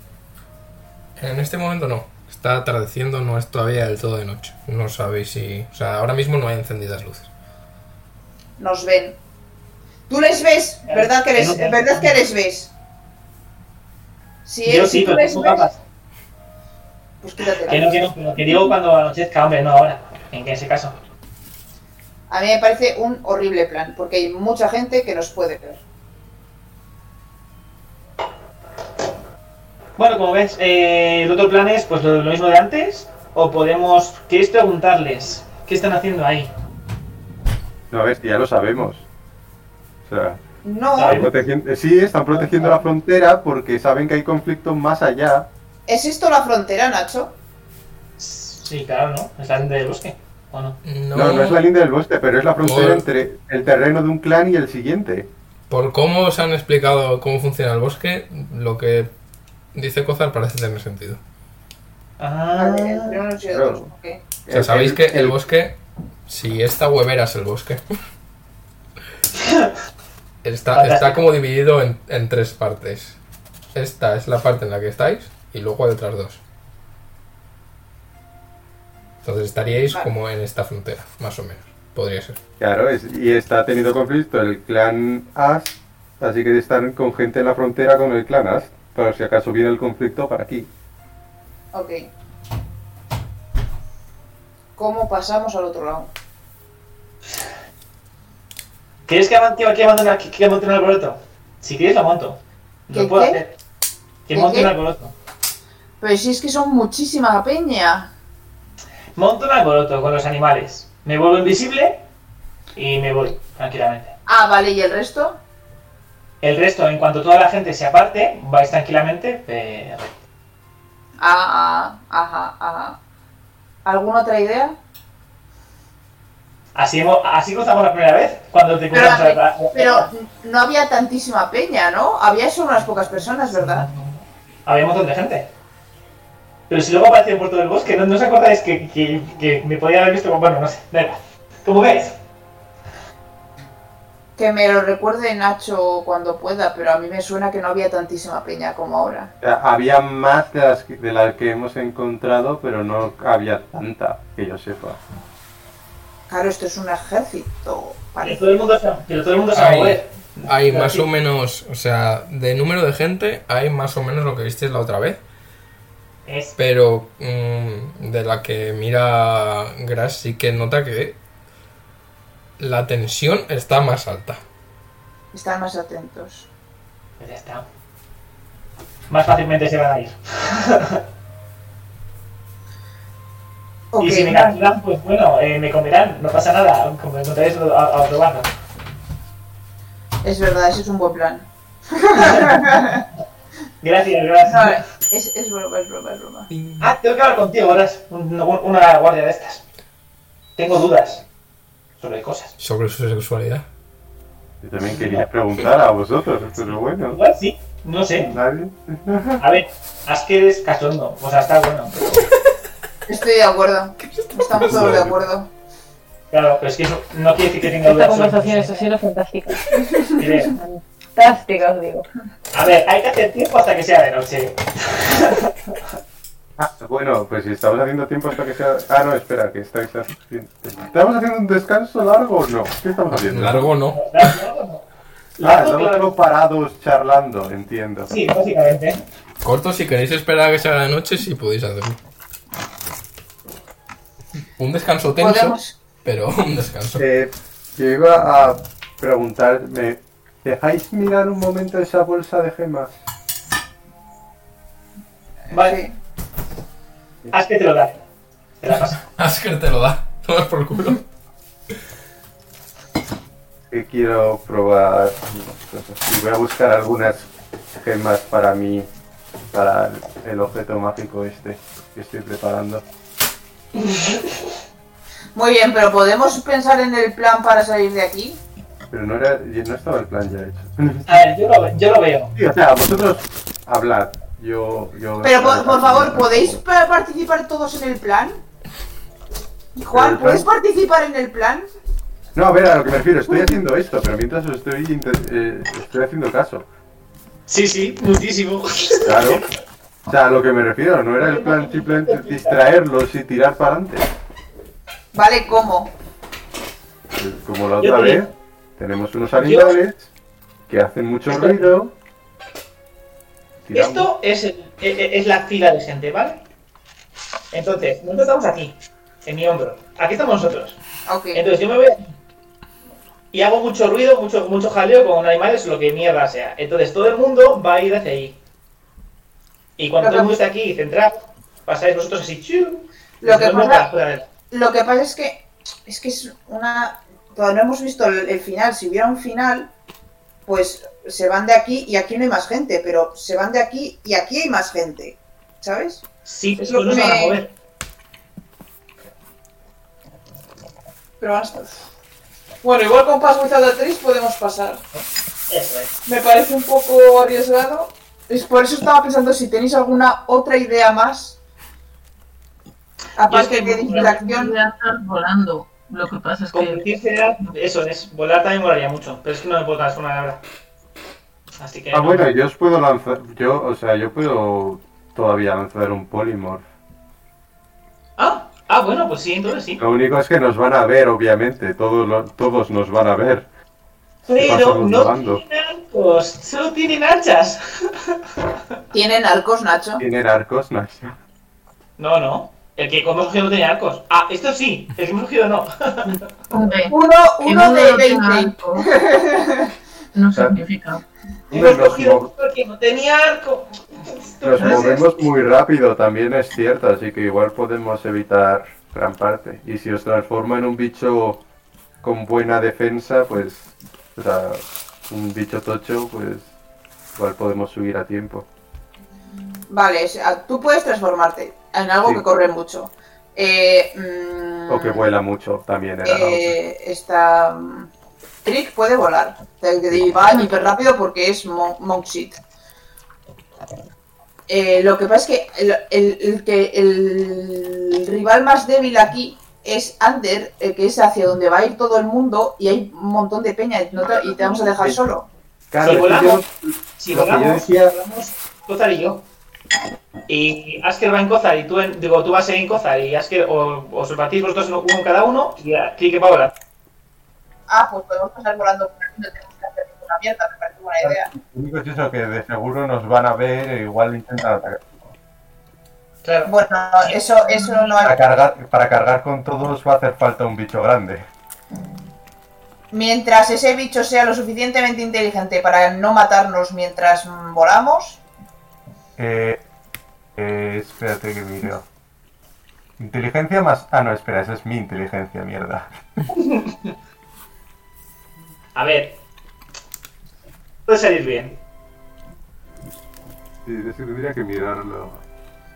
E: En este momento no. Está atardeciendo, no es todavía del todo de noche. No sabéis si. O sea, ahora mismo no hay encendidas luces.
A: Nos ven. Tú les ves, ¿verdad que les, ¿verdad que les ves? Si,
D: Yo
A: si
D: sí,
A: tú
D: pero
A: les
D: tengo
A: ves,
D: capas.
A: pues quítate
D: Que no, que no, pero que digo cuando anochezca, hombre, no ahora. En que ese caso.
A: A mí me parece un horrible plan, porque hay mucha gente que nos puede ver.
D: Bueno, como ves, eh, el otro plan es pues lo, lo mismo de antes. O podemos. ¿Queréis preguntarles qué están haciendo ahí?
B: No, ves, ya lo sabemos. O sea,
A: No,
B: están protegiendo- eh, sí, están protegiendo la frontera porque saben que hay conflicto más allá.
A: ¿es esto la frontera, Nacho?
D: Sí, claro, ¿no? Es la gente del bosque. ¿O no?
E: No,
B: No, no, es la línea del bosque, pero es la frontera
E: Por-
B: entre el terreno de un clan y el siguiente.
E: Por cómo os han explicado cómo funciona el bosque, lo que dice Cozar parece tener sentido.
D: Ah,
A: Vale, pero no sé
B: claro.
A: otros, ¿por qué?
E: O sea, sabéis que el bosque. Si esta huevera es el bosque. Está, está como dividido en, en tres partes. Esta es la parte en la que estáis y luego hay otras dos. Entonces estaríais
A: Vale.
E: como en esta frontera, más o menos. Podría ser.
B: Claro, es- y está teniendo conflicto el clan As, así que están con gente en la frontera con el clan As, para si acaso viene el conflicto para aquí.
A: Ok. ¿Cómo pasamos al otro lado?
D: ¿Queréis que avance que monte una- que- que monte un alboroto? Si queréis, lo monto.
A: ¿Qué
D: Lo puedo
A: qué?
D: hacer. Que
A: ¿Qué
D: monte
A: qué?
D: un alboroto.
A: Pero si es que son muchísima peña.
D: Monto un alboroto con los animales. Me vuelvo invisible y me voy, tranquilamente.
A: Ah, vale, ¿y el resto?
D: El resto, en cuanto toda la gente se aparte, vais tranquilamente. pero-
A: Ah, ah, ajá, ajá. ¿Alguna otra idea?
D: Así, hemos, así contamos la primera vez, cuando te
A: Pero,
D: encontramos a la-
A: pero no había tantísima peña, ¿no? Había solo unas pocas personas, ¿verdad?
D: Había un montón de gente. Pero si luego apareció en Puerto del Bosque, ¿no, no os acordáis que, que- que me podía haber visto? como- Bueno, no sé, da igual. Como veis,
A: Que me lo recuerde Nacho cuando pueda, pero a mí me suena que no había tantísima peña como ahora.
B: O sea, Había más de las, que- de las que hemos encontrado, pero no había tanta que yo sepa.
A: Claro, esto es un ejército,
D: que
A: parece.
D: todo el mundo se, que todo el mundo se va a
E: Ay.
D: mover.
E: Hay
D: Pero
E: más
D: sí.
E: o menos, o sea, de número de gente, hay más o menos lo que visteis la otra vez.
D: Es-
E: Pero mm, de la que mira Grass sí que nota que la tensión está más alta.
A: Están más atentos.
D: pues ya está. Más fácilmente se van a ir.
A: Ok,
D: Y si me
A: vale.
D: capturan, pues bueno, eh, me comerán, no pasa nada, como me encontraréis a, a otro bando.
A: es verdad, ese es un buen plan.
D: Gracias, gracias.
A: No, es, es broma, es broma, es broma.
D: Ah, tengo que hablar contigo, ahora es un- un- una guardia de estas. Tengo dudas sobre cosas.
E: Sobre su sexualidad.
B: Yo también quería preguntar a vosotros, pero bueno.
D: Igual sí, no sé.
B: Nadie.
D: A ver, Asker es cachondo, o sea, está bueno. pero-
A: Estoy de acuerdo. Estamos todos de acuerdo.
D: Claro, pero es que eso no quiere decir que tenga
F: Esta
D: dudas.
F: conversación
D: sobre-
F: está siendo fantástica.
D: Creo.
F: Fantástica, os digo.
D: A ver, hay que hacer tiempo hasta que sea de noche.
B: Ah, bueno, pues si estamos haciendo tiempo hasta que sea. Ah, no, espera, que estáis haciendo. ¿Estamos haciendo un descanso largo o no? ¿Qué estamos haciendo?
E: Largo no.
D: Largo, ¿no?
B: Ah,
D: Largo,
B: estamos
D: claro.
B: parados charlando, entiendo.
D: Sí, básicamente.
E: Corto, si queréis esperar a que sea la noche, sí podéis hacerlo. Un descanso tenso,
A: Podemos.
E: pero un descanso.
B: Eh, yo iba a preguntarme, ¿dejáis mirar un momento esa bolsa de gemas?
D: Vale, haz que te lo da. Te la pasa.
E: Asker te lo da. Tomas por culo.
B: Que quiero probar cosas. Y voy a buscar algunas gemas para mí, para el- el objeto mágico este que estoy preparando.
A: Muy bien, pero ¿podemos pensar en el plan para salir de aquí?
B: Pero no, era, no estaba el plan ya hecho.
D: A ver, yo lo, ve- yo lo veo.
B: Sí, o sea, vosotros hablad. Yo, yo.
A: Pero por, por favor, ¿podéis pa- participar todos en el plan? Juan, ¿puedes participar en el plan?
B: No, a ver, a lo que me refiero, estoy haciendo esto, pero mientras os estoy, inte- eh, estoy haciendo caso.
J: Sí, sí, muchísimo.
B: Claro. O sea, a lo que me refiero, no era el plan simplemente distraerlos y tirar para adelante.
A: Vale, ¿cómo?
B: Pues, Como la
D: Yo
B: otra
D: también.
B: vez, tenemos unos animales que hacen mucho ruido. Tiramos.
D: Esto es, el- e- e- es la fila de gente, ¿vale? Entonces, nosotros estamos aquí, en mi hombro. Aquí estamos nosotros.
A: Ok.
D: Entonces yo me voy aquí y hago mucho ruido, mucho, mucho jaleo con animales, lo que mierda sea. Entonces todo el mundo va a ir hacia allí. Y cuando
A: Lo
D: todo el
A: que-
D: mundo esté aquí y centrado, pasáis vosotros así, chiu.
A: Lo que
D: Nos vemos
A: pasa-
D: para afuera.
A: Lo que pasa es que es que es una. Todavía no hemos visto el, el final. Si hubiera un final, pues se van de aquí y aquí no hay más gente. Pero se van de aquí y aquí hay más gente. ¿Sabes?
D: Sí,
A: Es
D: es
A: lo
D: lo
A: que
D: van a
A: me-
D: mover.
A: Pero hasta. Bueno, igual con Pass Without a Trace podemos pasar.
D: Eso es.
A: Me parece un poco arriesgado. Es por eso estaba pensando si tenéis alguna otra idea más.
F: Yo es
A: Aparte
F: que
A: de
F: me-
A: distracción.
F: voy a estar volando. Lo que pasa es que.
D: Convertirse era- Eso es. Volar también volaría mucho, pero es que no me puedo transformar ahora. Así que.
B: Ah,
D: no.
B: bueno, yo os puedo lanzar. Yo, o sea, yo puedo todavía lanzar un polymorph.
D: Ah, ah, bueno, pues sí, entonces sí.
B: Lo único es que nos van a ver, obviamente. Todos, lo- todos nos van a ver.
D: Pero
B: pasamos
D: no
B: volando.
D: tienen arcos, solo tienen hachas.
A: Tienen arcos, Nacho.
B: Tienen arcos, Nacho.
D: No, no. El que hemos cogido no tenía arcos. Ah, esto sí. El que hemos cogido no.
F: Hombre,
A: Uno,
F: que
A: uno de
F: lo tenga
A: 20.
F: alto, No significa.
D: Hemos
B: Nos
D: cogido
B: mo-
D: justo el que no tenía arco.
B: Nos
D: Entonces,
B: movemos muy rápido, también es cierto, así que igual podemos evitar gran parte. Y si os transforma en un bicho con buena defensa, pues, o sea, un bicho tocho, pues, igual podemos subir a tiempo.
A: Vale, o sea, tú puedes transformarte en algo
B: Sí.
A: que corre mucho. Eh, mm,
D: Ah.
B: O que vuela mucho también era la otra.
A: eh, esta mm, Trick puede volar. O sea, que Va hiper rápido porque es mo- Monksheet. Eh, lo que pasa es que el, el- el que el rival más débil aquí es Under, eh, que es hacia donde va a ir todo el mundo y hay un montón de peña y no te- y te vamos a dejar
B: Sí.
A: solo.
D: si
B: Claro, es que yo-
D: volamos, si
B: lo que yo
D: volamos,
B: decía-
D: volamos Kozar y yo. Y Asker va en Kozar y tú en, digo, tú vas en Kozar y Asker o os partís vosotros uno uno cada uno y a clique para volar.
A: Ah, pues podemos pasar volando por ahí, no tenemos que hacer ninguna mierda, me parece buena idea.
B: Lo único es eso, que de seguro nos van a ver e igual intentan atacar.
D: Claro.
A: Bueno, eso, eso no
B: Para
A: hay.
B: cargar, para cargar con todos va a hacer falta un bicho grande.
A: Mientras ese bicho sea lo suficientemente inteligente para no matarnos mientras mm, volamos,
B: Eh, eh, espérate que miro. Inteligencia más... Ah, no, espera, esa es mi inteligencia, mierda.
D: A ver. Puede salir bien.
B: Sí, es que tendría que mirarlo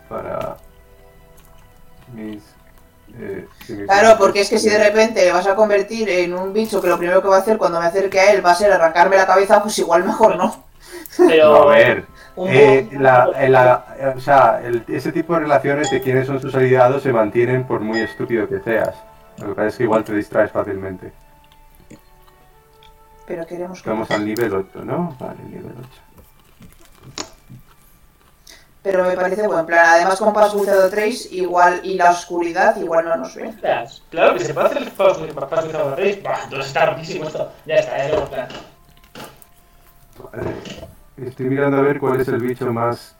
B: para mis... eh, si me-
A: claro, porque es que si de repente me vas a convertir en un bicho que lo primero que va a hacer cuando me acerque a él va a ser arrancarme la cabeza, pues igual mejor no.
D: Pero.
B: No, a ver,
D: un-
B: eh, la- eh, la- eh, o sea, el- ese tipo de relaciones de quienes son sus aliados se mantienen por muy estúpido que seas. Lo que pasa es que igual te distraes fácilmente.
A: Pero queremos que.
B: Estamos al nivel 8, ¿no? Vale, nivel 8.
A: Pero me parece buen plan. Además, con Paso Cruzado 3, igual y la oscuridad, igual no nos ven.
D: Ostras, Claro que se puede hacer el paso de papá de Cabo Reyes. Bah, entonces está rotísimo esto. Ya está, ya lo hemos plan.
B: Eh, estoy mirando a ver cuál es el bicho más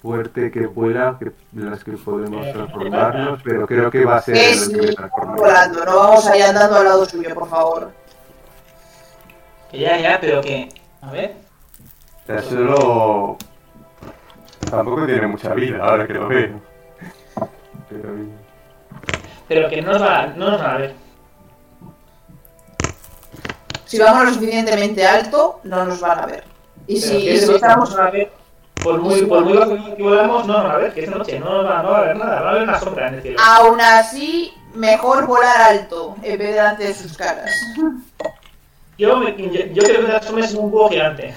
B: fuerte que vuela, que, las que podemos transformarnos, pero creo que va a ser
A: Es
B: el que me transforma.
A: volando, no vamos ahí andando al lado suyo, por favor.
D: Que ya, ya, pero que. A ver.
B: O sea, solo... Tampoco tiene mucha vida, ahora que lo veo. Pero...
D: Pero que no nos va, no nos van a ver.
A: Si vamos lo suficientemente alto, no nos van a ver. Y
D: Pero
A: si,
D: que
A: y
D: eso
A: si
D: no
A: estamos
D: nos van a ver. Por muy, por muy bajo que volamos, no nos van a ver. Que es noche, no nos va, no va a haber nada. Va a haber una sombra en el cielo.
A: Aún así, mejor volar alto en vez de delante de sus caras.
D: Yo, me, yo, yo creo que la sombra es un búho gigante.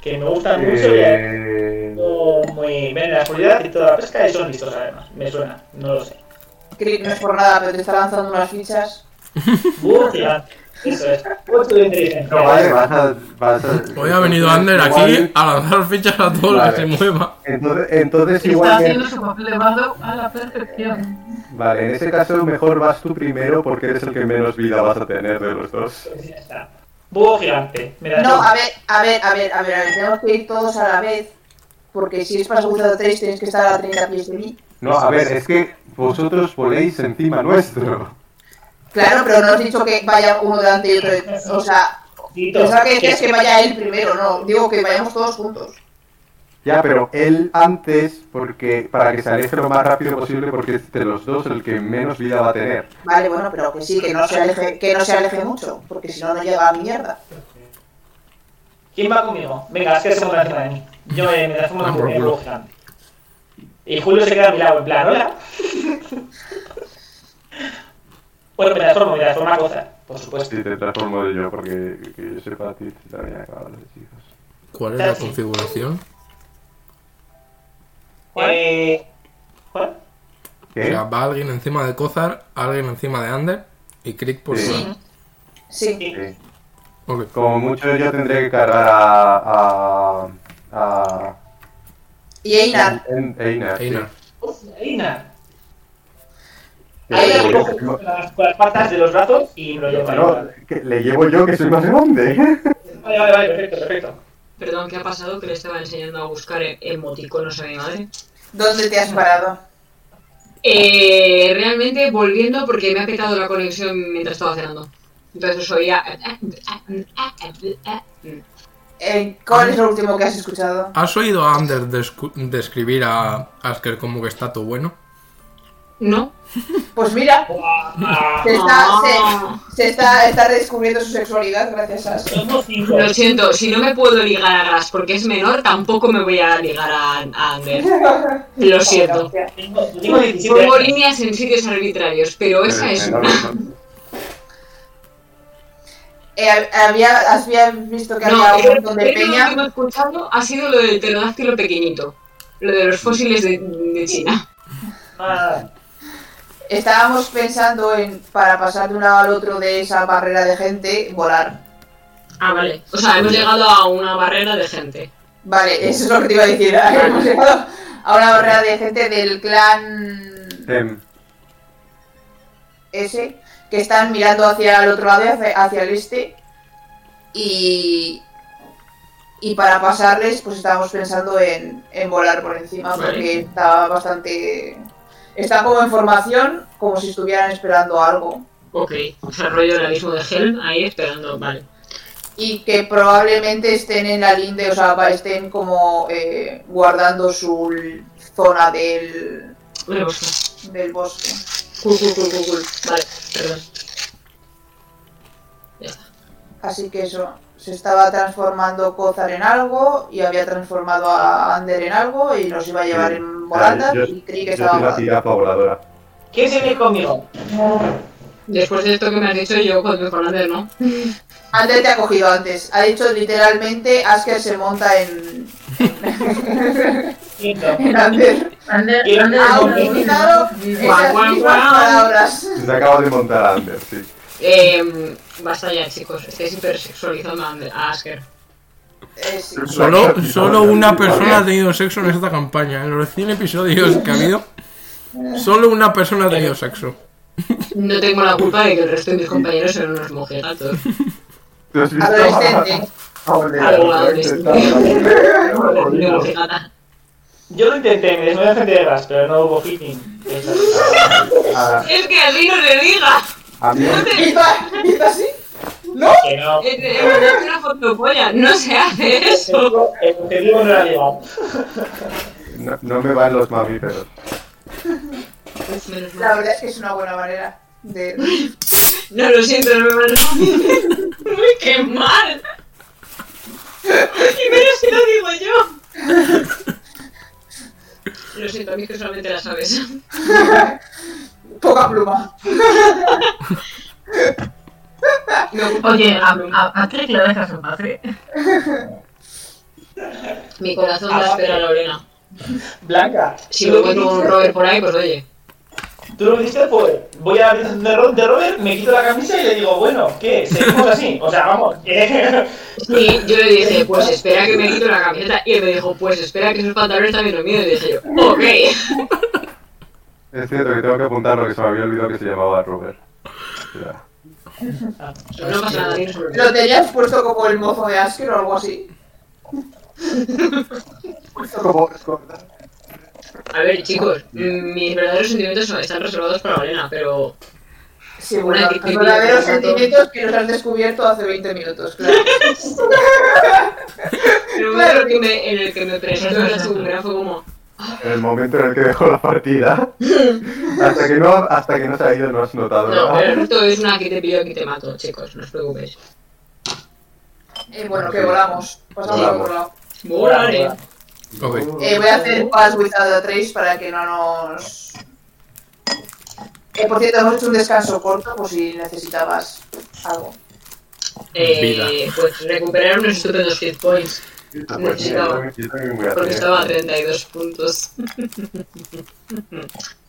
D: Que me gusta mucho. y
B: Eh...
D: No, muy bien, la oscuridad y toda la pesca y son listos además, me suena, no lo sé.
A: Crick, no es por nada, pero te está lanzando unas fichas.
D: Búho gigante, eso es. Ocho de inteligencia.
B: No, vale, vas a... Vas a...
E: Hoy ha venido Ander aquí
B: Igual-
E: a lanzar fichas a todo lo que
B: Vale.
E: se mueva.
B: Entonces, entonces
F: Está
B: igual...
F: haciendo su papel de bardo a la perfección.
B: Vale, en ese caso mejor vas tú primero porque eres el que menos vida vas a tener de los dos.
D: Pues ya está. Búho gigante, me la
A: No,
D: suda.
A: a ver, a ver, a ver, a ver, a ver, tenemos que ir todos a la vez. Porque si es para seguridad 3, tienes que estar a 30 pies de mí.
B: No, a ver, es que vosotros voléis encima nuestro.
A: Claro, pero no has dicho que vaya uno delante y otro detrás. O sea,
D: Tito,
A: pensaba que
D: que-
A: decías que vaya él primero, no. Digo que vayamos todos juntos.
B: Ya, pero él antes, porque para que se aleje lo más rápido posible, porque es de los dos el que menos vida va a tener.
A: Vale, bueno, pero que sí, que no se aleje, que no se aleje mucho. Porque si no, no llega a mi mierda.
D: ¿Quién va conmigo? Venga, las que se montan encima de mí. Yo eh, me, me transformo en
E: Ah, por
D: búho, en
E: culo.
D: búho gigante. Y Julio se queda a mi lado, en plan, hola. bueno, me transformo, me transformo a cosa, por supuesto.
B: Si te transformo de yo, porque que yo sepa a ti te también acabado los hechizos.
E: ¿Cuál es la configuración?
D: Eh, ¿Cuál?
E: O
B: ¿Qué?
E: sea, va alguien encima de Kozar, alguien encima de Ander y Crick por
B: Sí.
E: fuera.
A: Sí.
B: Sí.
E: Ok.
B: Como mucho yo tendré que cargar a... a... a...
A: Y Einar.
B: en- Einar, sí.
E: Einar.
D: Reina.
B: Que
D: Ahí la
B: le
D: recojo
B: llevo-
D: con las, con las patas de los brazos y me lo llevo.
B: no, que le llevo yo que soy más grande.
D: Vale, vale, vale, perfecto, perfecto.
C: Perdón, ¿qué ha pasado? Que le estaba enseñando a buscar e- emoticonos a mi madre.
A: ¿Dónde te has parado?
C: Eh, realmente volviendo porque me ha petado la conexión mientras estaba cenando. Entonces os oía. eh,
A: Eh, ¿Cuál es lo último que has escuchado?
E: ¿Has oído a Ander descu- describir a Asker como que está todo bueno?
H: No.
A: Pues mira, se está,
C: Ah.
A: se, se está, está redescubriendo su sexualidad gracias a eso.
I: Somos cinco.
C: Lo siento, si no me puedo ligar a Ras porque es menor, tampoco me voy a ligar a, a Ander. Lo siento.
I: Tengo- tengo
D: Tengo 17
C: Pongo
D: años.
C: líneas en sitios arbitrarios, pero
A: Pues
C: esa es
B: Menor,
C: una.
B: menor.
A: Eh, había, había visto que
C: No,
A: había
C: el
A: un montón de
C: primero
A: peña.
C: que he escuchado ha sido lo del pterodáctilo pequeñito. Lo de los fósiles de, de China.
D: Ah,
A: Estábamos pensando en, para pasar de un lado al otro de esa barrera de gente, volar.
C: Ah, vale. O sea, hemos llegado a una barrera de gente.
A: Vale, eso es lo que te iba a decir. Hemos llegado a una barrera de gente del clan
B: Em,
A: ese, que están mirando hacia el otro lado, hacia, hacia el este. Y, y para pasarles, pues estábamos pensando en, en volar por encima,
C: Vale.
A: porque está bastante... Está como en formación, como si estuvieran esperando algo.
C: Ok. O sea, rollo el abismo de Helm ahí esperando. Vale.
A: y que probablemente estén en la linde, o sea, va- estén como eh, guardando su l- zona del,
C: Voy a buscar.
A: del bosque.
C: Cool, cool, cool, cool, cool. Vale, perdón.
A: Así que eso, se estaba transformando Kozar en algo y había transformado a Ander en algo y nos iba a llevar en volandas
B: yo-
A: y creí que
B: Yo soy la
A: estaba...
B: tirafa voladora.
D: ¿Quién se viene conmigo?
C: Después de esto que me has dicho, yo con con Ander, ¿no?
A: Ander te ha cogido antes, ha dicho literalmente Asker se monta en...
D: Quieto.
A: en Ander.
F: Ander,
D: Y-
F: Ander,
A: Ha
D: Ah,
F: Ander,
A: utilizado
C: Guau,
A: esas
C: guau,
A: mismas
C: guau.
A: palabras.
B: Se acaba de montar a Ander, sí.
C: Eh, basta ya, chicos. Estáis hipersexualizando a, Ander- a Asker.
A: Eh, sí.
E: Solo, solo una persona ha tenido sexo en esta campaña. En los 100 episodios que ha habido, solo una persona ha tenido sexo.
C: No tengo la culpa de que el resto de mis compañeros sean unos mojigatos.
B: ¿Te has visto?
A: Adolescente.
B: Ah, vale,
C: Algo
B: adolescente.
C: De
B: Adolescente.
C: mojigata.
D: Yo lo intenté, me desnudé frente de Ras, pero no hubo fitting.
B: Ah,
C: Es que así no se diga.
B: A mí
A: ¿Y va- y va así?
D: Que no.
C: Es es una fotopolla. No se hace
D: El objetivo-
C: eso.
D: El objetivo no era llegar.
B: no, no me van los mamíferos.
C: Uf, menos
A: La
C: mal.
A: verdad es que es una buena manera de...
C: No lo siento, no me van a Uy, qué mal. Y menos si lo digo yo. Lo siento, a mí es que solamente la sabes.
A: Poca pluma.
C: Me ocupa
F: Oye,
C: mucho
F: a,
C: la broma.
F: a Patrick le dejas en paz, ¿eh?
C: mi corazón va a esperar a Lorena.
D: Blanca,
C: Si
D: ¿tú
C: me
D: lo dijiste?
C: encuentro un Robert por ahí, pues oye.
D: Tú lo dijiste fue, voy a la habitación de Ro- de Robert, me quito la camisa y le digo, bueno, ¿qué? ¿Seguimos así? O sea, vamos. eh.
C: Sí, yo le dije, pues espera que me quito la camiseta. Y él me dijo, pues espera que esos pantalones también los míos. Y dije yo, ok.
B: Es cierto que tengo que apuntarlo, que se me había olvidado que se llamaba Robert. Ya.
C: No pasa nada, tienes un
A: ¿Lo tenías puesto como el mozo de Asker o algo así?
C: A ver, chicos, mm, mis verdaderos sentimientos son- están reservados para Lorena, pero
A: Sí, bueno, pues
C: Ay, qué
A: los verdaderos
C: típico,
A: sentimientos que nos has descubierto hace 20 minutos, claro.
C: en el momento en el que me, en el que me presentó en la chungura fue como,
B: En el momento en el que dejó la partida, hasta que no, hasta que no se ha ido, no has notado
C: no, eh.
B: nada.
C: pero esto es una que te pillo aquí te mato, chicos, no os preocupéis.
A: Eh, bueno, que volamos. Pasamos al
B: Volamos.
A: otro lado.
C: Volaré.
E: Ok.
A: Eh, voy a hacer Pass Without a Trace para que no nos... Eh, por cierto, hemos hecho un descanso corto por si necesitabas algo.
C: Eh, pues recuperar unos estupendos hit points,
B: Yo también- yo también voy a
C: porque
B: hacer-
C: estaba a 32 puntos.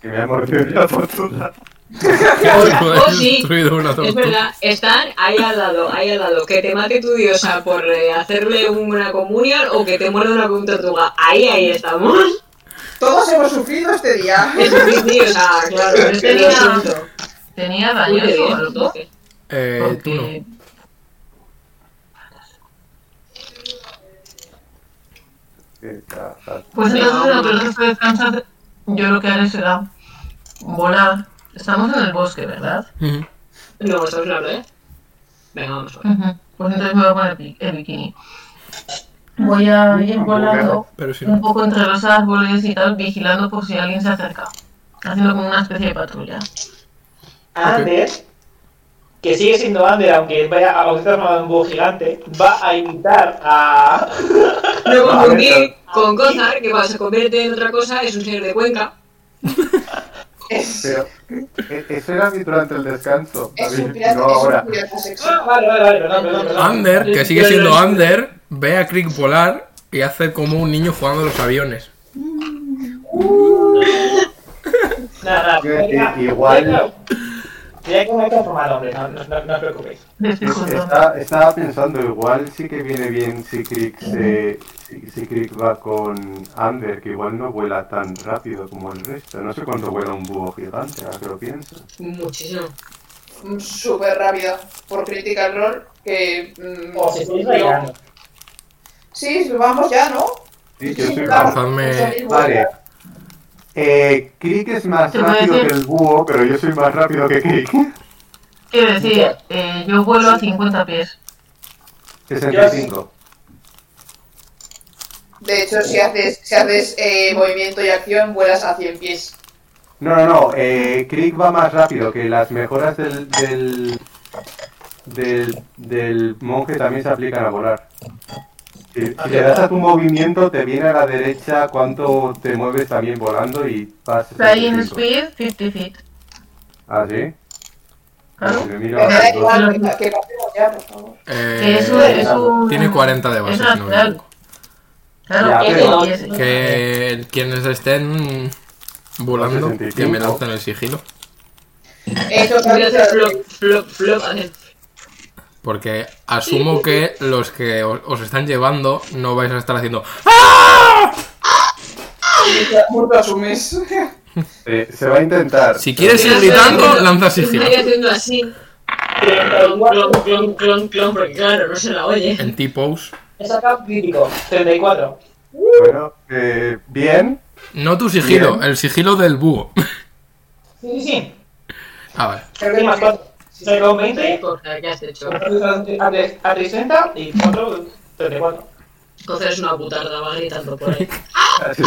B: Que me ha mordido la tortuga.
C: Oh,
E: Joder,
C: sí.
E: destruido una
C: Es
E: tortuga.
C: verdad, están ahí al lado, ahí al lado. Que te mate tu diosa por eh, hacerle una comunión o que te muerda una tortuga. Ahí, ahí estamos.
A: Todos hemos sufrido este día.
C: Es un diosa, claro. no es que lo siento.
F: ¿Tenía
C: Uy,
F: daños
C: qué
F: o
C: bien, los
F: algo?
C: 12.
E: Eh, tú no.
F: Porque-
B: Qué cajas.
F: Pues
C: Venga,
F: entonces
C: vamos.
F: durante el resto de descansar, yo lo que haré será volar. Estamos en el bosque, ¿verdad?
E: Ujú.
C: No, estamos claro, ¿eh? Venga, vamos. va.
F: Pues entonces me voy a poner bi- el bikini. Voy a ir volando
E: Pero si
F: un
E: no.
F: poco entre los árboles y tal, vigilando por si alguien se acerca. haciendo como una especie de patrulla.
E: Ok.
D: Ander, que sigue siendo Ander, aunque vaya a estar armado de un búho gigante, va a imitar a.
C: No
B: A ver,
C: confundir con Gozar, que cuando se convierte en otra cosa es un señor de Cuenca.
B: Pero e- eso era durante el descanso,
A: Es un
B: David,
A: pirata,
B: no
A: es un
B: ahora.
A: pirata sexual.
D: Ah, vale, vale, vale, perdón, perdón, perdón.
E: Under, que sigue
D: Yo- yo-
E: siendo
D: yo-
E: Under, ve a Crick volar y hace como un niño jugando a los aviones.
D: Nada,
B: Yo-
D: nada.
B: i- igual-
D: Ya que me he transformado, hombre, no, no, no, no os preocupéis.
F: Le estoy contando.
B: Está- estaba pensando, igual sí que viene bien si Crick, se, si, si Crick va con Amber, que igual no vuela tan rápido como el resto. No sé cuánto vuela un búho gigante, ahora que lo pienso.
C: Muchísimo.
A: Mm, Súper rápido. Por Critical Role, que. mm,
D: Os Pues estáis
A: no.
D: bailando.
A: Sí, vamos ya, ¿no? pues
B: Sí, yo estoy
A: claro.
E: Lanzadme-
A: Eso mismo.
B: Vale. Eh, Crick es más
F: ¿Te puedo
B: rápido
F: decir?
B: que el búho, pero yo soy más rápido que Crick.
F: Quiero decir, eh, yo vuelo a 50 pies.
B: 65.
A: De hecho, si haces, si haces eh, movimiento y acción, vuelas a 100 pies.
B: No, no, no. Eh, Crick va más rápido, que las mejoras del, del, del, del monje también se aplican a volar. Si, si le das a tu movimiento, te viene a la derecha cuánto te mueves también volando y vas a
F: Flying
B: 65.
F: speed, 50 feet.
B: ¿Ah, sí?
F: Claro.
A: Ah.
B: Si me miro
A: Me da
B: a-
A: igual, que- que pasemos ya, por favor.
E: Eh,
F: Que es un, es un-
E: tiene 40 de base,
F: es
E: si no me
F: natural.
E: equivoco.
F: Claro,
B: Ya,
D: pero-
F: y es-
C: Ah, eh.
E: Que quienes estén volando, que me lanzan el sigilo.
A: He hecho
C: Voy a hacer
A: captura
C: flop, flop, flop. a ver.
E: Porque asumo que los que o- os están llevando no vais a estar haciendo ¡Ah!
A: Mucho asumes.
B: Eh, se va a intentar.
E: Si quieres ir
C: Estoy
E: gritando,
C: haciendo-
E: lanza sigilo.
C: Estoy haciendo así. Clon, clon, clon, clon, clon, porque claro, no se la oye.
E: En T-pose.
D: He sacado crítico, 34.
B: Bueno, eh, bien.
E: No tu sigilo,
B: Bien.
E: el sigilo del búho.
D: Sí, sí, sí.
E: Ah, vale.
D: Creo que más 4. Si saco 20,
C: Gozar, ¿qué has hecho?
D: a 60 y 4, 34.
C: Gozar es una putarda, va gritando por ahí.
B: Así.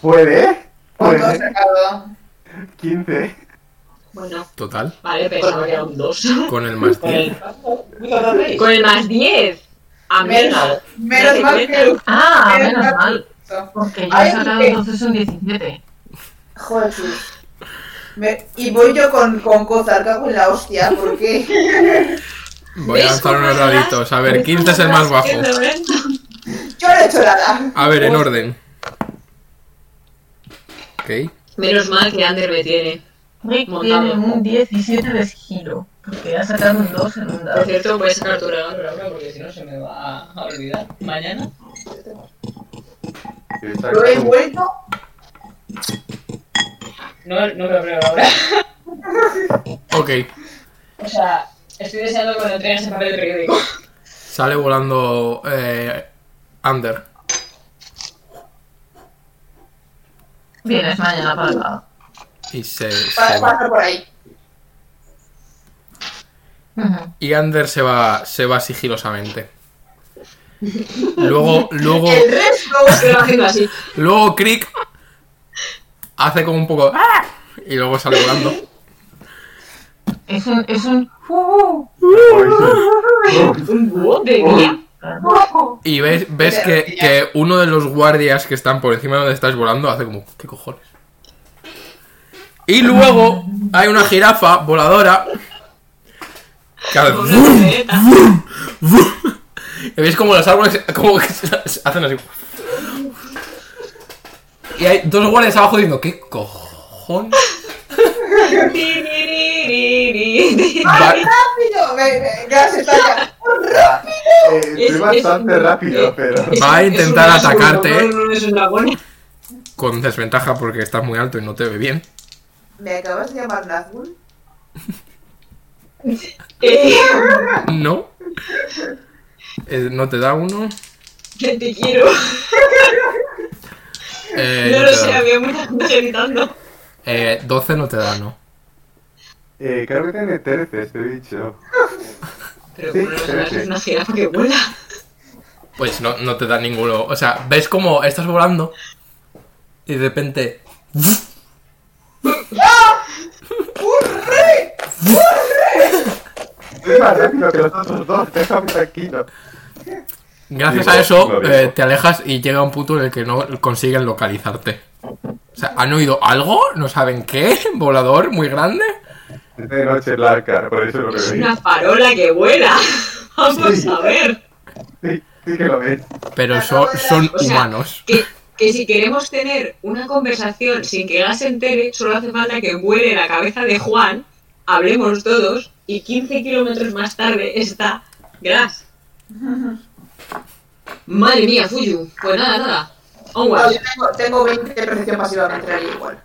B: ¿Puede?
A: ¿Cuánto has
B: ¿Puede?
A: sacado?
B: 15.
C: Bueno,
E: Total.
C: vale, pensaba que era un 2.
E: Con el más
D: Con
E: 10.
D: el. ¿Cuánto tenéis?
C: Con el más 10. Amiga.
A: Menos, menos
C: Date
A: mal que.
C: cuenta.
F: Ah, menos mal. Porque yo he
A: Ay,
F: sacado
A: ¿qué?
F: entonces un 17.
A: Joder, sí. Me- Y voy yo con, con Kozar, cago en la hostia, porque.
E: Voy a
C: ¿Veis
E: lanzar
C: cómo
E: unos
C: estás?
E: daditos. A ver,
C: ¿Veis
E: 15 es el
C: cómo
E: más
C: estás?
E: bajo.
C: ¿Qué violento?
A: Yo no he hecho nada.
E: A ver, en orden. Ok.
C: Menos mal que Ander me tiene.
F: Rick
C: Montado.
F: tiene un 17 de giro. Porque ha sacado un 2 en un
C: Por
F: dado.
C: cierto, voy a sacar tu regalo Laura, porque si no se me va a olvidar. Mañana.
A: Lo he envuelto.
C: No, no me lo creo ahora.
E: Ok.
C: O sea, estoy deseando que me lo traigas en papel de periódico.
E: Sale volando eh, Under.
F: Vienes mañana para acá.
E: Y se,
A: Para
E: se va.
A: pasar por ahí.
F: Ujú.
E: Y Ander se va, se va sigilosamente. Luego, luego,
A: El resto.
C: Estoy haciendo así.
E: luego Crick hace como un poco "Ah", y luego sale volando.
F: Es un. Es un.
C: ¿Un búho de día?
E: Y ves, ves que, que uno de los guardias que están por encima de donde estás volando hace como, ¿qué cojones? Y luego hay una jirafa voladora que hace
C: Una
E: "Vum,
C: avioneta.
E: vum". Y ves como los árboles como que se- se hacen así. Y hay dos guardias abajo diciendo, ¿qué cojones?
C: Tiriririririri.
E: Va-
A: Rápido. Me, me, ya se está ya.
B: estoy
C: Es-
B: Eh, bastante
C: es-
B: rápido,
C: eh,
B: pero.
E: Va a
C: Es un- es un
E: intentar
C: dragón,
E: atacarte.
C: No, no, es un dragón.
E: con desventaja porque estás muy alto y no te ve bien.
A: ¿Me acabas de llamar Nazgul?
C: Eh,
E: No. Eh, no te da uno.
C: que te quiero.
E: Eh,
C: No
E: no
C: lo
E: te
C: sé,
E: da.
C: había mucha gente gritando.
E: Eh, 12 no te da, no.
B: Eh, creo que tiene 13, te he dicho.
C: Pero
B: Sí,
C: bueno,
B: sí,
C: es
B: sí.
C: una jirafa que vuela.
E: Pues no, no te da ninguno. O sea, ves como estás volando y de repente
B: Soy más rápido que los otros dos, déjame tranquilo.
E: Gracias
B: Digo,
E: a eso
B: lo digo.
E: eh, te alejas y llega un punto en el que no consiguen localizarte. O sea, han oído algo, no saben qué, volador muy grande.
B: Es de noche larga, por eso lo que
C: Es
B: veis.
C: una farola que vuela. Vamos
B: Sí.
C: a ver.
B: Sí, sí que lo ves.
E: Pero son, son
C: O sea,
E: humanos.
C: Que, que si queremos tener una conversación sin que Gas se entere, solo hace falta que vuele la cabeza de Juan, hablemos todos, y 15 kilómetros más tarde está Gras. Madre mía, Fuyu. Pues nada, nada.
A: No,
C: Onward.
A: yo tengo, tengo 20 de percepción pasiva, me entraría igual.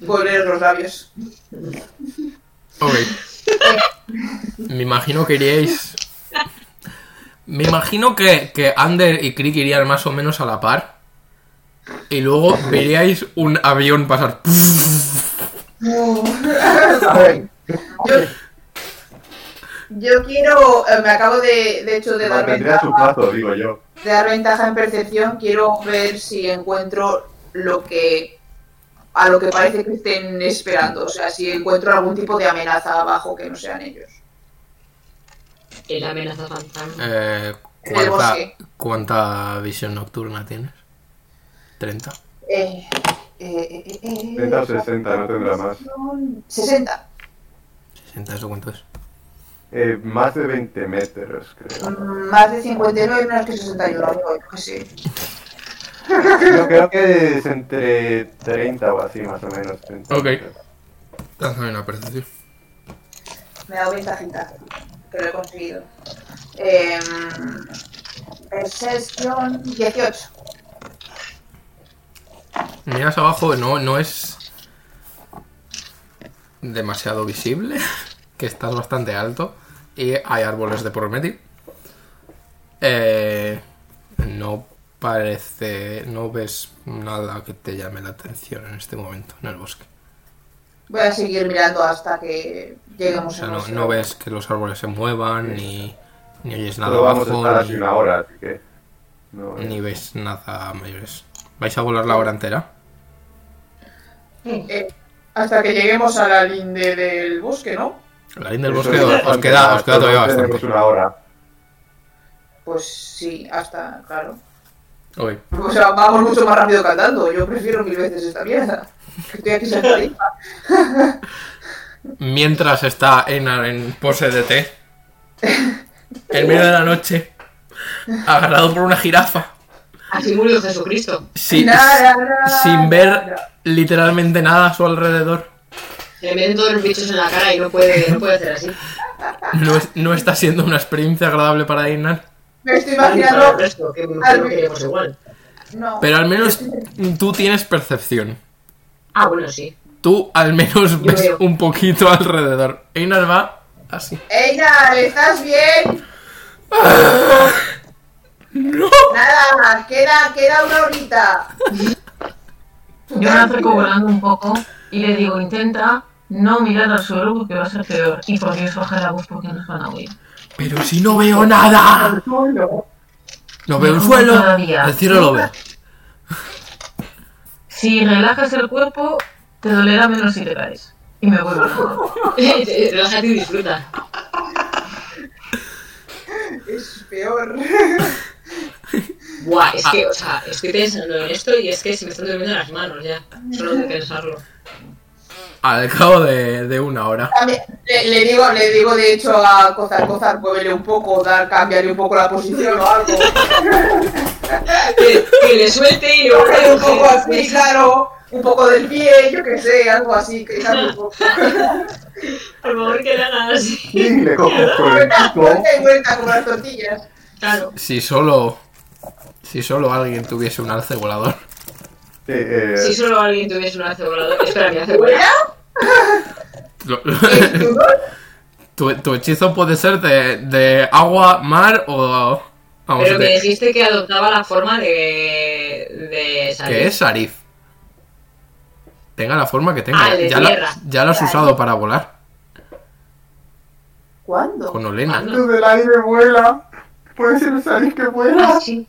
A: Volver los labios.
E: Ok. Me imagino que iríais. Me imagino que, que Ander y Crick irían más o menos a la par. Y luego veríais un avión pasar.
B: A ver,
A: Yo, yo quiero, eh, me acabo de, de hecho de dar,
B: mantendré a su
A: ventaja,
B: plazo, digo yo.
A: de dar ventaja en percepción, quiero ver si encuentro lo que a lo que parece que estén esperando, o sea, si encuentro algún tipo de amenaza abajo que no sean ellos.
C: El amenaza fantasma.
E: Eh,
A: En el
E: ¿cuánta,
A: bosque.
E: ¿Cuánta visión nocturna tienes? ¿30?
A: Eh, eh, eh, eh, eh,
B: 30 o 60, no tendrá más.
A: 60.
E: ¿60 eso cuánto es?
B: Eh, más de 20 metros, creo.
A: Mm, Más de 59 menos que 61, amigo, yo que sé.
B: Yo creo que es entre 30 o así, más o menos. 30.
E: Ok. Lánzame una percepción.
A: Me ha dado ventajita, que lo he conseguido. Eh, Percepción 18.
E: Miras abajo, no, no es demasiado visible, que estás bastante alto y hay árboles de por medio. Eh, no parece, no ves nada que te llame la atención en este momento en el bosque.
A: Voy a seguir mirando hasta que
E: O
A: lleguemos
E: sea,
A: a
E: no,
A: nuestro-
E: no ves que los árboles se muevan, ni, ni oyes nada
B: Solo vamos a
E: abajo,
B: estar así una
E: ni,
B: hora, así que. No,
E: ni ves nada mayores. ¿Vais a volar la hora entera?
A: Eh, hasta que lleguemos a la linde del bosque, ¿no?
E: La línea del
B: Eso
E: bosque
B: es
E: os, os
B: bastante,
E: queda, os queda
B: solo
E: todavía bastante.
B: tenemos una hora.
A: Pues sí, hasta, claro.
E: Ok.
A: O sea, vamos mucho más rápido cantando. Yo prefiero mil veces esta mierda. Que Estoy aquí sentadita.
E: mientras está Einar en pose de té, en medio de la noche, agarrado por una jirafa,
C: Así murió Jesucristo.
E: sin,
A: Nada, nada,
E: sin ver
A: nada.
E: literalmente nada a su alrededor.
C: Le meten todos los bichos en la cara y no puede, no puede hacer así.
E: No, es- no está siendo una experiencia agradable para Einar,
A: Me estoy
C: Vale, para el
A: imaginando.
C: resto, que, que no queremos igual.
A: No.
E: pero al menos tú tienes percepción.
C: Ah, bueno, sí.
E: Tú al menos ves
C: veo.
E: un poquito alrededor. Einar va así.
A: Einar, ¿estás bien?
E: ¡No!
A: Nada, queda, queda una horita.
F: Yo me acerco volando un poco y le digo, intenta no mirar al suelo porque va a ser peor. Y por Dios, baja la voz porque nos van a oír.
E: Pero si no veo nada. No veo el
F: No,
E: suelo.
F: todavía.
E: El cielo lo veo.
F: Si relajas el cuerpo, te dolerá menos si te caes. Y me vuelvo loco.
C: Relájate y disfruta.
A: Es peor.
C: Buah, es que, Ah, o sea, estoy pensando en esto y es que se me están durmiendo las manos ya. Solo de pensarlo.
E: Al cabo de, de una hora.
A: También, le, le digo, le digo de hecho a Cozar, Cozar, muévele un poco, dar, cambiarle un poco la posición o algo.
C: Que, que le suelte y luego
A: un poco así, claro. Un poco del pie, yo que sé, algo así. Que cambie un poco.
C: Por favor, que le hagan así.
B: Y le coges por el
A: Vuelta,
B: pico.
A: vuelta y vuelta como las tortillas.
C: Claro.
E: Si solo. Si solo alguien tuviese un alce volador.
B: eh, eh,
C: Si solo alguien tuviese un hace volador. Espera, mi hace volador.
E: Lo- tu, tu hechizo puede ser de, de agua, mar o. Vamos,
C: Pero
E: de-
C: que dijiste que adoptaba la forma de. de salir.
E: que es Arif. Tenga la forma que tenga.
C: Ah, el de
E: ya, la-
C: tierra.
E: ya lo has usado para volar
A: ¿Cuándo?
E: con Olena.
C: Anda.
B: Tú del aire vuela.
C: Ah,
B: Puede ser salir que vuela.
C: sí.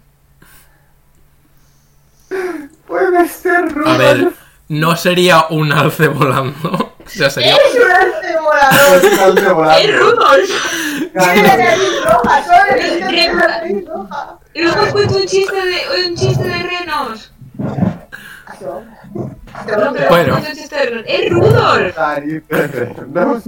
B: Puedes puede ser,
E: A
B: Ruben.
E: ver, no sería un alce volando. O sea, sería.
A: ¡Es un alce volador!
B: Estás volando.
C: ¡Es Rudolf!
A: ¡Tiene la
B: Cállate.
A: nariz roja! ¡Solo le tiene la nariz roja!
C: Rudolf cuenta un chiste de, un chiste de renos. No, pero
E: Bueno.
C: cuenta un chiste de renos. ¡Es Rudolf!
B: Nariz de renos.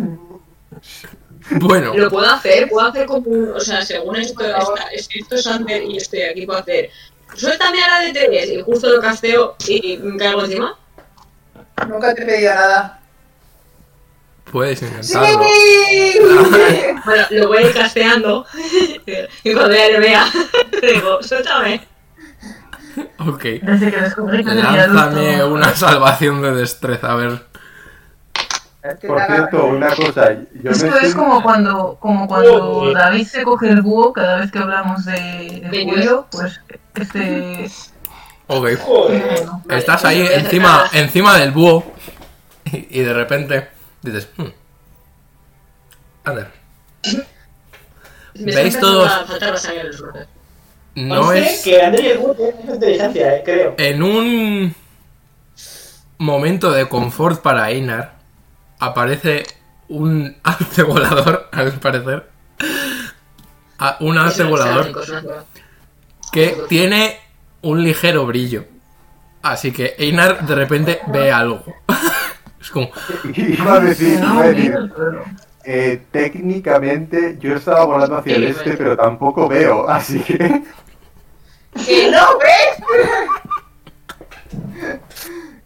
E: Bueno,
C: Lo puedo hacer, puedo hacer como un... O sea, según esto, está- es que esto es Ander y yo estoy aquí, puedo hacer... Suéltame a la de tres y justo lo casteo y me caigo encima.
A: Nunca te he pedido nada.
E: puedes
A: ¡Sí!
E: intentarlo.
C: Bueno, lo voy a ir casteando y cuando ya le vea, digo, suéltame.
E: Ok.
F: Desde que descubrí que tenía
E: Lánzame
F: luto.
E: una salvación de destreza, a ver.
A: Que
B: Por
A: la-
B: cierto, una cosa. Yo
F: Esto
B: no
F: es
B: estoy-
F: como cuando, como cuando
D: Uy.
F: David se coge el búho cada vez que hablamos de, de
C: Venus.
F: Julio, pues este...
E: Ok.
D: Joder.
C: Vale,
E: Estás
C: pues
E: ahí
C: me voy a
E: encima,
C: acercar
E: encima del búho y, y de repente dices, hmm. Ander,
C: a- me
E: ¿Veis
C: está
E: todos?
C: empezando a faltar la sangre en los ojos.
E: no
D: Conste
E: es...
D: Que André y el Wood tienen inteligencia, eh, creo.
E: En un momento de confort para Einar, aparece un alce volador, al parecer. A- Un alce
C: Eso no es
E: volador
C: sádico, no es nada.
E: que tiene un ligero brillo. Así que Einar de repente ve algo. es como,
B: Iba a decir,
F: no,
B: iba a decir,
F: pero-
B: eh, técnicamente yo estaba volando hacia el este, pero tampoco veo, así que...
A: ¡Que no ves!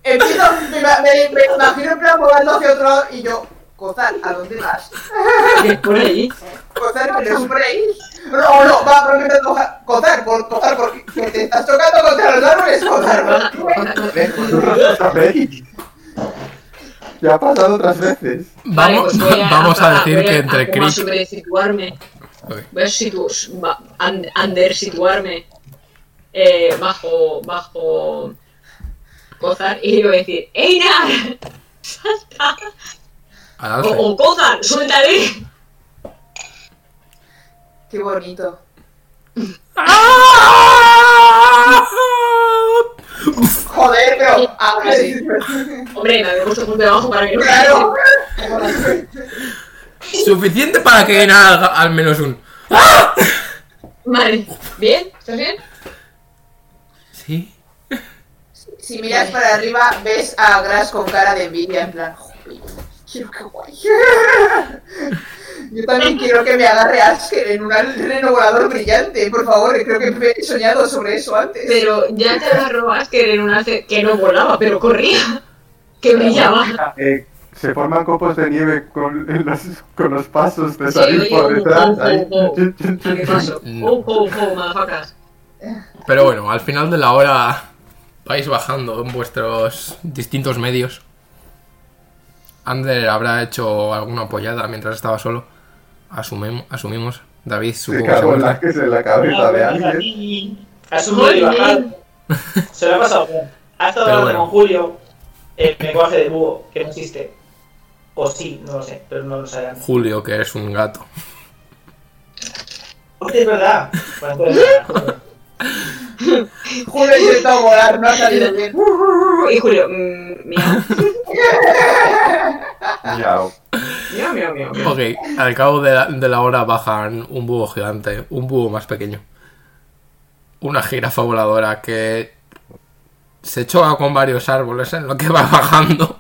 A: Empiezo, me, me- me imagino en plan volando hacia otro lado y yo, Cozar, ¿a dónde vas?
C: Por ahí.
A: Cozar, que te sprays. No, no, va, pero que te toca. Cozar, por, cozar, porque que te estás chocando contra los árboles, Cozar.
B: Ya ha pasado otras veces.
E: vamos,
C: Vale, pues voy
E: vamos a
C: ah,
E: decir
C: voy
E: que
C: a- a
E: entre
C: como a
E: Chris
C: sobressituarme.
E: Ok.
C: Voy a situ- va- an- under situarme eh, bajo bajo Cozar y le voy a decir ¡Einar! ¡Salta!
E: al
C: O,
E: alce.
C: o Cozar, suéltale.
A: Qué bonito. Joder, pero. Ah, sí.
C: Hombre, me había puesto por debajo para que no
A: Claro.
E: Suficiente para que Einar haga al menos un...
C: Vale. ¿Bien? ¿Estás bien?
E: Sí.
A: Si miras para arriba, ves a Gras con cara de envidia, en plan, "Joder, quiero que guay. Yo también quiero que me agarre Asker en un reno volador brillante, por favor, creo que me he soñado sobre eso antes.
C: Pero ya te agarró Asker en un alce que no volaba, pero corría. Que brillaba.
B: Eh, se forman copos de nieve con en los, con los pasos de
C: Sí,
B: salir
C: oye,
B: por
C: un
B: detrás.
C: poco,
B: ahí.
C: un poco.
B: Chun, chun,
C: ¿A
B: chun,
C: qué
B: chun.
C: paso? Oh, oh, oh, motherfuckers.
E: Pero bueno, al final de la hora vais bajando en vuestros distintos medios. Ander habrá hecho alguna apoyada mientras estaba solo. Asumem- asumimos. David,
B: Se
E: supongo que
B: cagó la
E: vuelta.
B: que se en la cabeza de alguien.
D: Ha subido y bajado. Se lo ha pasado bien. Ha estado
E: Pero
D: hablando
E: bueno.
D: con Julio el lenguaje de búho, que no existe. O sí, no lo sé, pero no lo sabrán.
E: Julio, que es un gato.
D: Porque es verdad. Bueno, entonces,
A: Julio ha intentado volar, no ha salido bien.
C: Y Julio, mm, miau,
B: Miau.
C: miau, miau, miau. miau.
E: Ok, al cabo de la, de la hora bajan un búho gigante, un búho más pequeño. Una jirafa voladora que se choca con varios árboles en lo que va bajando.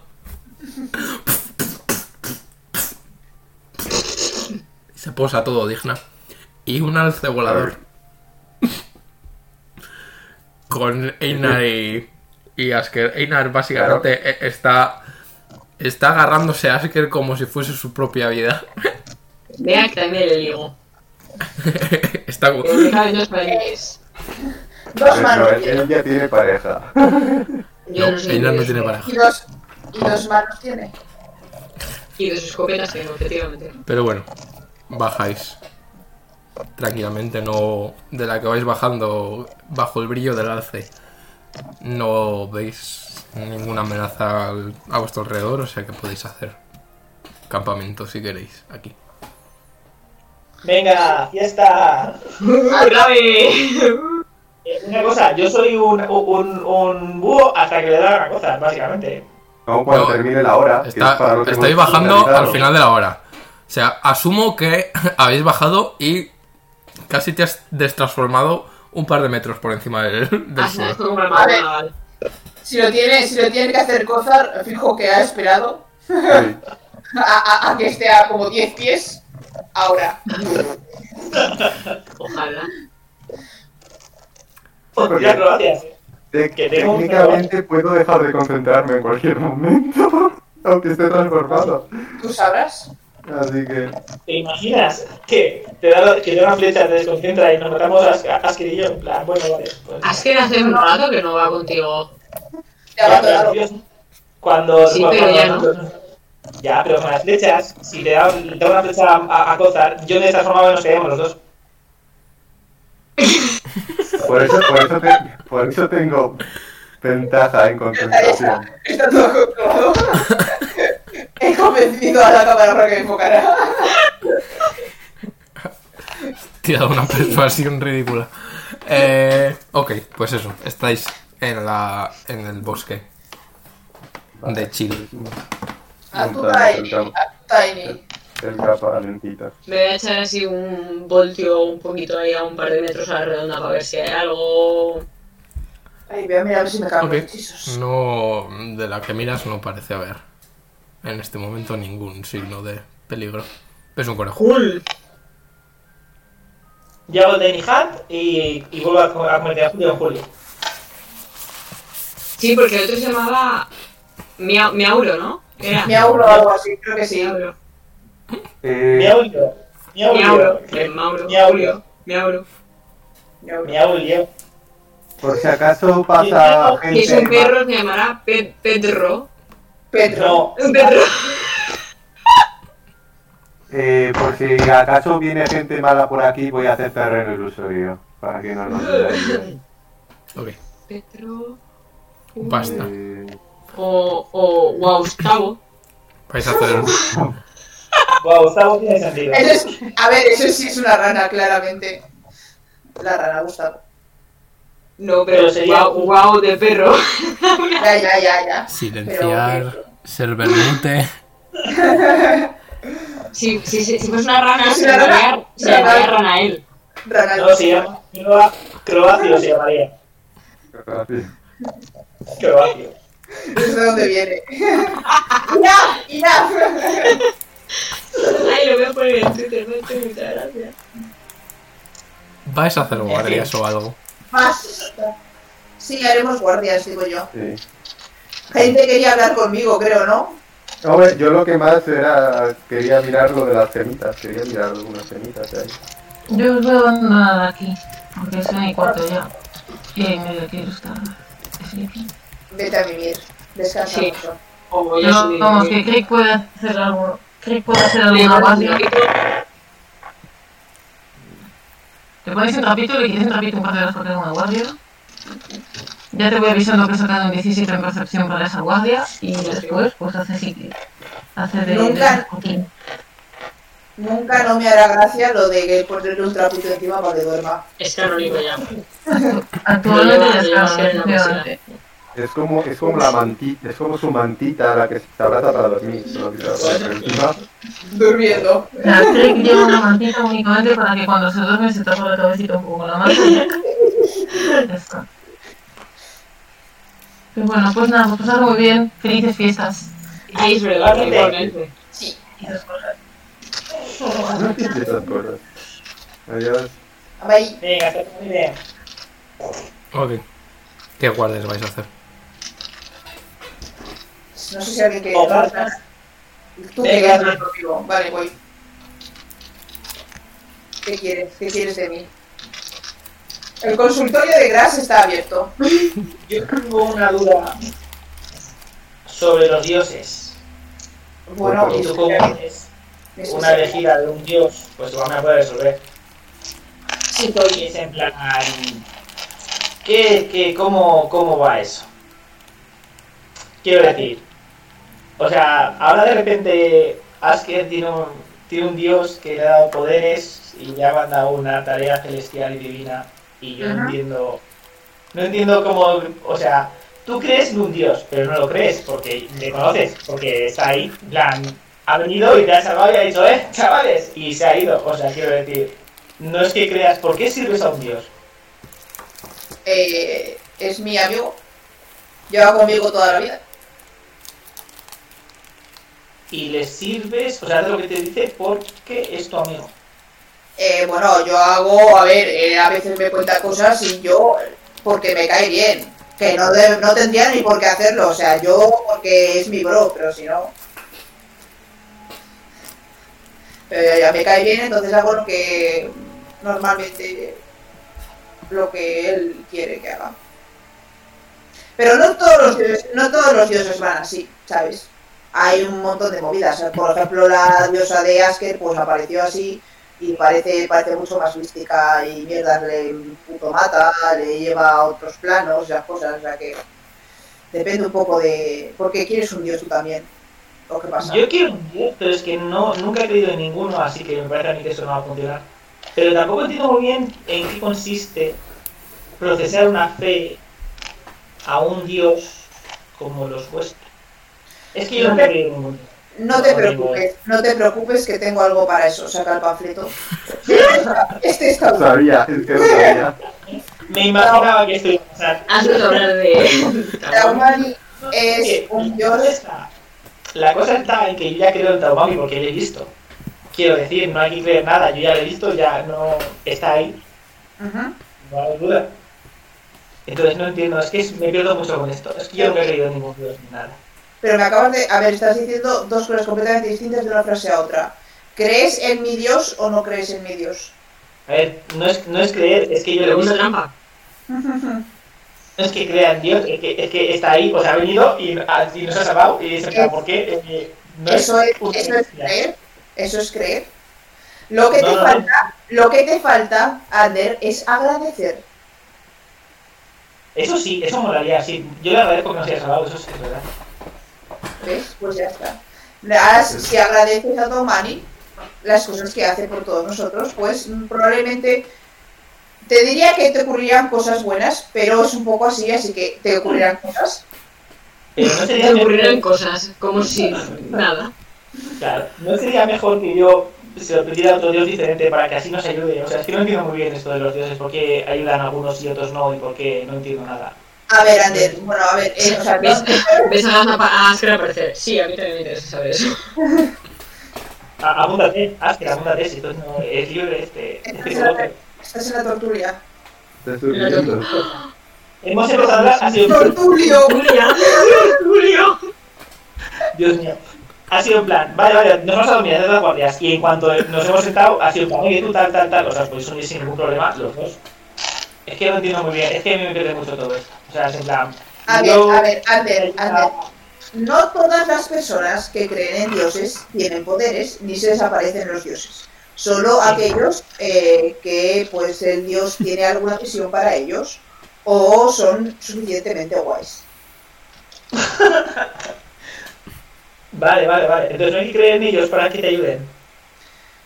E: Se posa todo digna. Y un alce volador. Con Einar y, y Asker. Einar básicamente e- está, está agarrándose a Asker como si fuese su propia vida.
C: Ve a que también le digo.
E: Está como...
C: Que me caben dos paredes.
A: Dos
B: Pero
A: manos
B: él, él ya tiene pareja.
C: Yo
E: No,
C: no sé
E: Einar no
C: inglés.
E: tiene pareja.
A: y dos, y dos manos tiene.
C: Y de sus escopetas tengo, efectivamente.
E: Pero bueno, bajáis tranquilamente, no de la que vais bajando bajo el brillo del alce. No veis ninguna amenaza al- a vuestro alrededor, o sea que podéis hacer campamento si queréis aquí.
D: venga, fiesta.
C: ¡Grave!
D: Eh, Una cosa, yo soy un, un, un búho hasta que le da una cosa, básicamente.
B: Aún cuando
E: No,
B: termine la hora. que
E: Está-
B: es para lo que
E: estáis
B: hemos
E: bajando
B: finalizado.
E: al final de la hora. O sea, asumo que habéis bajado y casi te has destransformado un par de metros por encima del, del
C: Ah, sí,
E: suelo.
C: es como una
A: A ver.
C: McDonald's.
A: Si lo tiene, si lo tiene que hacer Kozar, fijo que ha esperado
B: Sí.
A: a, a- a que esté a como 10 pies. Ahora.
C: Ojalá.
D: Muchas gracias.
B: Te-
D: Que tengo un
B: técnicamente puedo dejar de concentrarme en cualquier momento, aunque esté transformado.
A: Tú sabrás.
B: Así que
D: ¿Te imaginas que te da, que te da una flecha, te desconcentra y nos matamos a, a Asker y yo? En plan, bueno, vale. Pues,
C: Asker hace un rato que no va contigo.
A: Te abandonaron.
D: Dios, cuando.
C: Sí,
D: cuando-
C: pero ya no.
D: Ya, pero con las flechas, si te da, te da una flecha a, a, a Kozar, yo de esta forma nos quedamos los dos.
B: por eso, por eso, te- por eso tengo ventaja en concentración.
A: Está todo controlado. He convencido a la cámara para que me enfocara.
E: Te ha dado una persuasión ridícula. Eh, ok, pues eso. Estáis en, la, en el bosque de Chile.
A: A tu
B: Montada,
A: Tiny.
B: saltamos.
A: A tu Tiny.
B: El capa lentita.
C: Me voy a echar así un voltio un poquito ahí a un par de metros a la redonda para ver si hay algo.
A: Ay, voy a mirar a ver si me cago
E: Ok.
A: los hechizos.
E: No, de la que miras no parece haber en este momento ningún signo de peligro. Es un conejo.
C: ¡Cool!
D: Yo hago Tiny Hunt y, y vuelvo a, co- a convertir a Julio en Julio.
C: Sí, porque el otro se llamaba. Mia- Miauro, ¿no? Era.
A: Me auguro o algo así, creo que sí.
C: Miauro.
B: Eh,
D: Miau yo. Miau
C: Miauro. Eh,
D: yo.
C: Mauro.
D: Miauro.
C: Miauro.
D: Miau yo.
B: por si acaso pasa
C: Si es un
B: gente.
C: perro, se llamará Pe- Pedro.
A: Pedro.
D: No,
C: Pedro.
B: eh, por si acaso viene gente mala por aquí, voy a hacer terreno ilusorio. Para que no nos vean.
E: Ok,
C: Pedro.
E: basta.
B: Eh,
C: O. O. Guaustavo.
E: Vais a hacer
D: wow, Gustavo tiene sentido.
A: Eso es, a ver, eso sí es una rana, claramente. La rana, Gustavo.
C: No, pero
D: Pero sería-
C: sería guau de perro.
A: Ya, ya, ya, ya.
E: silenciar, ser vermute.
C: Si, si, si, si fuese una rana,
A: Si
C: se
A: la
C: la
A: rana-
C: haría- se la
A: la
C: haría
A: rana-
C: rana a él.
A: eh, Rana,
D: No, se llama Croa- Croacio, se llamaría.
B: gracias.
D: Croacio.
A: ¿Es de dónde viene? ¡Enough! ¡Enough!
C: Ay, lo voy a poner en Twitter, me ha hecho mucha gracia.
E: Vais a hacer guardias o algo.
A: Basta. Sí, haremos guardias, digo yo.
B: Sí.
A: Gente quería hablar conmigo, creo, ¿no?
B: Hombre, yo lo que más era. Quería mirar lo de las gemitas. Quería mirar algunas gemitas. ahí.
F: Yo os veo nada aquí, porque es mi cuarto ya. Y me quiero estar. así.
A: Vete a vivir. Descansa
C: Sí.
A: mucho.
C: O voy a
F: No,
C: subir.
F: vamos, que Crick puede hacer algo. Crick puede hacer
C: Le
F: alguna
C: pongo un
F: guardia.
C: trapito.
F: Te pones un trapito, le quieres un trapito un par de horas porque es una guardia. Ya te voy avisando que he sacado un 17 en percepción para esa guardia. Y después, pues hace así que. Hace de.
A: Nunca.
F: de-
A: Nunca no me hará gracia lo de que ponerle un trapito encima para que duerma.
C: Es canónico ya.
F: Actualmente
C: Lo lleva- lo lleva
F: ya está.
C: siempre en la
F: efectivamente.
B: Es como, es como la mantita, es como su mantita la que se abraza para dormir, solo que se abraza por encima.
A: Durmiendo.
F: O sea, Crick lleva una mantita únicamente para que cuando se duerme se tapa la cabecita un poco con la mano. Ya está. Pero bueno, pues nada, pues pasar muy bien. Felices fiestas.
C: Ahí es verdad,
D: Vale.
C: igualmente.
F: Y esas cosas.
B: No existen esas cosas. Adiós.
A: Bye.
D: Venga, está muy bien.
E: Ok. ¿Qué guardias vais a hacer?
A: No sé si alguien quiere
D: Ojalá.
A: hablar. Tú querías hablar conmigo. Vale, voy. ¿Qué quieres? ¿Qué quieres de mí? El consultorio de Gras está abierto.
D: Yo tengo una duda sobre los dioses.
A: Bueno,
D: Y Pues tú como eres una
A: necesito-
D: elegida de un dios, pues lo van a poder resolver.
A: Sí,
D: Y
A: estoy.
D: es en plan... ¿Qué, qué, cómo, ¿Cómo va eso? Quiero decir... O sea, ahora de repente Asker tiene un, tiene un dios que le ha dado poderes y le ha mandado una tarea celestial y divina y yo no
F: Ajá.
D: entiendo No entiendo cómo. O sea, tú crees en un dios, pero no lo crees porque le conoces, porque está ahí. en plan, ha venido y te ha salvado y ha dicho, ¡eh, chavales! Y se ha ido. O sea, quiero decir, no es que creas, ¿por qué sirves a un dios?
A: Eh, es mi amigo. Lleva conmigo toda la vida.
D: Y le sirves, o sea, haz lo que te dice porque es tu amigo.
A: Eh, bueno, yo hago, a ver, eh, a veces me cuenta cosas y yo, porque me cae bien, que no, de- no tendría ni por qué hacerlo, o sea, yo porque es mi bro, pero si no... Eh, ya me cae bien, entonces hago lo que normalmente lo que él quiere que haga. Pero no todos los dioses, no todos los dioses van así, ¿sabes? Hay un montón de movidas. Por ejemplo, la diosa de Asker pues apareció así y parece, parece mucho más mística y mierdas le puto mata, le lleva a otros planos, esas cosas, o sea que depende un poco de porque quieres un dios tú también, o qué pasa.
D: Yo quiero un dios, pero es que no, nunca he creído en ninguno, así que me parece a mí que eso no va a funcionar. Pero tampoco entiendo muy bien en qué consiste procesar una fe a un dios como los vuestros. Es que yo no creo en ninguno.
A: No te
D: No,
A: preocupes, no te preocupes que tengo algo para eso, saca el panfleto. este está bueno.
B: Sabía, es que lo sabía.
D: Me imaginaba que esto iba a pasar.
C: Has vuelto a hablar de.
A: Taumani
D: Oye,
A: es un
D: la cosa
A: dios,
D: está- La cosa está en que yo ya creo en Taumami porque lo he visto. Quiero decir, no hay que creer nada, yo ya lo he visto, ya no está ahí,
A: Ujú.
D: no hay duda. Entonces no entiendo, es que es- me pierdo mucho con esto. Es que yo nunca he creído en ningún dios ni nada.
A: pero me acabas de, a ver, estás diciendo dos cosas completamente distintas de una frase a otra. ¿Crees en mi dios o no crees en mi dios?
D: A ver, no es, no es creer, es que yo lo he
C: Pregunta
D: visto.
C: trampa.
D: No es que crea en Dios, es que, es que está ahí, pues ha venido y, a- y nos ha salvado y dice, ¿por qué? Eh, no
A: eso es,
D: justo.
A: eso es creer. Eso es creer. Lo que
D: No,
A: te
D: no, no.
A: falta, lo que te falta, Ander, es agradecer.
D: Eso sí, eso molaría, sí. Yo le agradezco que nos haya salvado, eso sí es verdad.
A: ¿Ves? Pues ya está. Las- si agradeces a Tomani las cosas que hace por todos nosotros, pues mm, probablemente te diría que te ocurrirán cosas buenas, pero es un poco así, así que te ocurrirán cosas.
D: Pero no sería
C: Te ocurrieron
D: mejor,
C: cosas, como si nada.
D: claro, no sería mejor que yo se lo pidiera a otro dios diferente para que así nos ayude. O sea, es que no entiendo muy bien esto de los dioses, por qué ayudan a algunos y otros no, y por qué no entiendo nada.
A: A ver, Ander, bueno, a ver, eh, o sea,
C: ¿Ves?
A: no-
C: ¿Ves a Asgard apa- a Asgard aparecer? Sí, a mí también me interesa saber eso.
D: A- Abúndate, Asker, abúndate, si tú no es libre este, este bloque.
A: estás en la tortulia.
B: Está surgiendo.
D: Hemos empezado a hablar, ha sido
A: ¡Tortulio!
C: ¡Julia! ¡Julio!
D: Dios mío. Ha sido en plan, vale, vale, nos vamos a dormir, haced las guardias. Y en cuanto nos hemos sentado, ha sido en plan, oye, tú tal, tal, tal. O sea, podéis unir sin ningún problema, los dos. Es que no entiendo muy bien, es que me pierde mucho todo esto. O sea, es en plan.
A: A ver,
D: yo-
A: a ver, Ander, Ander. No todas las personas que creen en dioses tienen poderes ni se desaparecen los dioses. Solo aquellos eh, que pues el dios tiene alguna visión para ellos o son suficientemente guays.
D: Vale, vale, vale. Entonces no hay que creer en ellos para que te ayuden.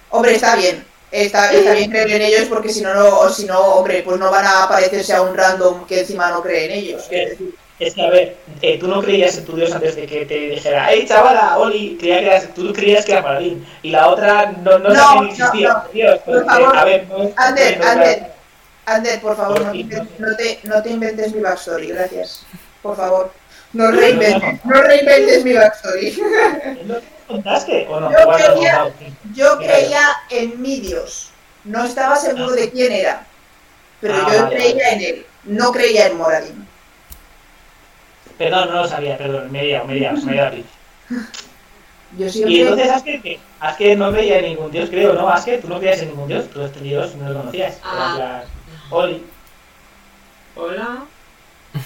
A: Hombre, está bien. Está, está bien creer en ellos porque si no, no, si no, hombre, pues no van a parecerse a un random que encima no cree en ellos. Quiero decir,
D: Es que, a ver, eh, tú no creías en tu Dios antes de que te dijera, ¡Ey, chavala, Oli! Creía que eras- tú creías que era Paladín. Y la otra no, no,
A: No,
D: sabía que
A: no,
D: existía.
A: no.
D: Dios,
A: Por
D: porque,
A: favor.
D: a ver, no es-
A: Ander,
D: no es-
A: Ander. Ander, por favor, no
D: Por
A: te,
D: fin,
A: inventes-
D: ¿no?
A: no te- no te inventes mi backstory, gracias. Por favor. No reinventes, no reinventes mi backstory.
D: ¿No te contaste o no?
A: Yo
D: Igual no lo he
A: creía-
D: contado.
A: Yo creía en mi Dios. No estaba seguro de quién era. Pero
D: Ah,
A: yo
D: vale,
A: creía en él. No creía en Moradin.
D: Perdón, no lo sabía, perdón, me he liado, me he liado, se me he liado aquí.
A: Yo
D: Y
A: siempre.
D: entonces Asker, ¿qué? Asker no veía ningún dios, creo, ¿no? Asker, tú no creías en ningún dios, tú este dios no lo conocías. Era
C: Ah.
D: en plan, Oli,
C: Hola.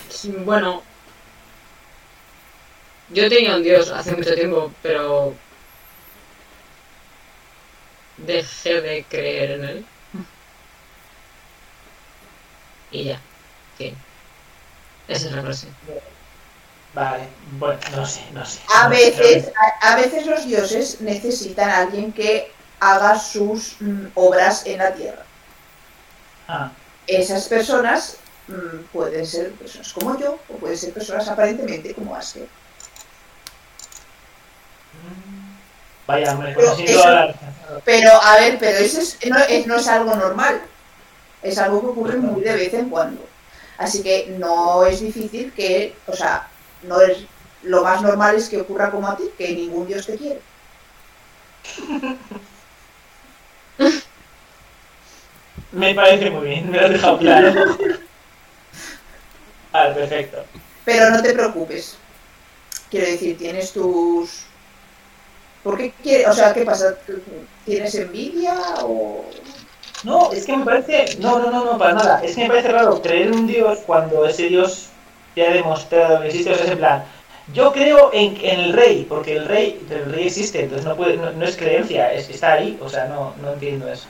C: Sí, Bueno. Yo tenía un dios hace mucho tiempo, pero. Dejé de creer en él. Y ya. Sí. Esa es la frase.
D: vale, bueno, no sé, no sé.
A: A
D: No,
A: veces, a, a veces los dioses necesitan a alguien que haga sus mm, obras en la tierra.
D: creo que- Ah,
A: Esas personas mm, pueden ser personas como yo o pueden ser personas aparentemente como Asker.
D: Vaya, hombre,
A: Pero
D: conociendo
A: eso-
D: a la...
A: Pero, a ver, pero eso es- no, es, no es algo normal. Es algo que ocurre muy de vez en cuando. Así que no es difícil que, o sea, no es lo más normal es que ocurra como a ti, que ningún dios te quiere.
D: Me parece muy bien, me lo has dejado claro. Vale, perfecto.
A: Pero no te preocupes. Quiero decir, tienes tus... ¿Por qué quieres? O sea, ¿qué pasa? ¿Tienes envidia o...?
D: No, es que me parece. No, no, no, no, para nada. Es que me parece raro creer en un dios cuando ese dios ya ha demostrado que existe. O sea, es en plan. Yo creo en, en el rey, porque el rey, el rey existe, entonces no, puede, no, no es creencia, es- está ahí, o sea, no, no entiendo eso.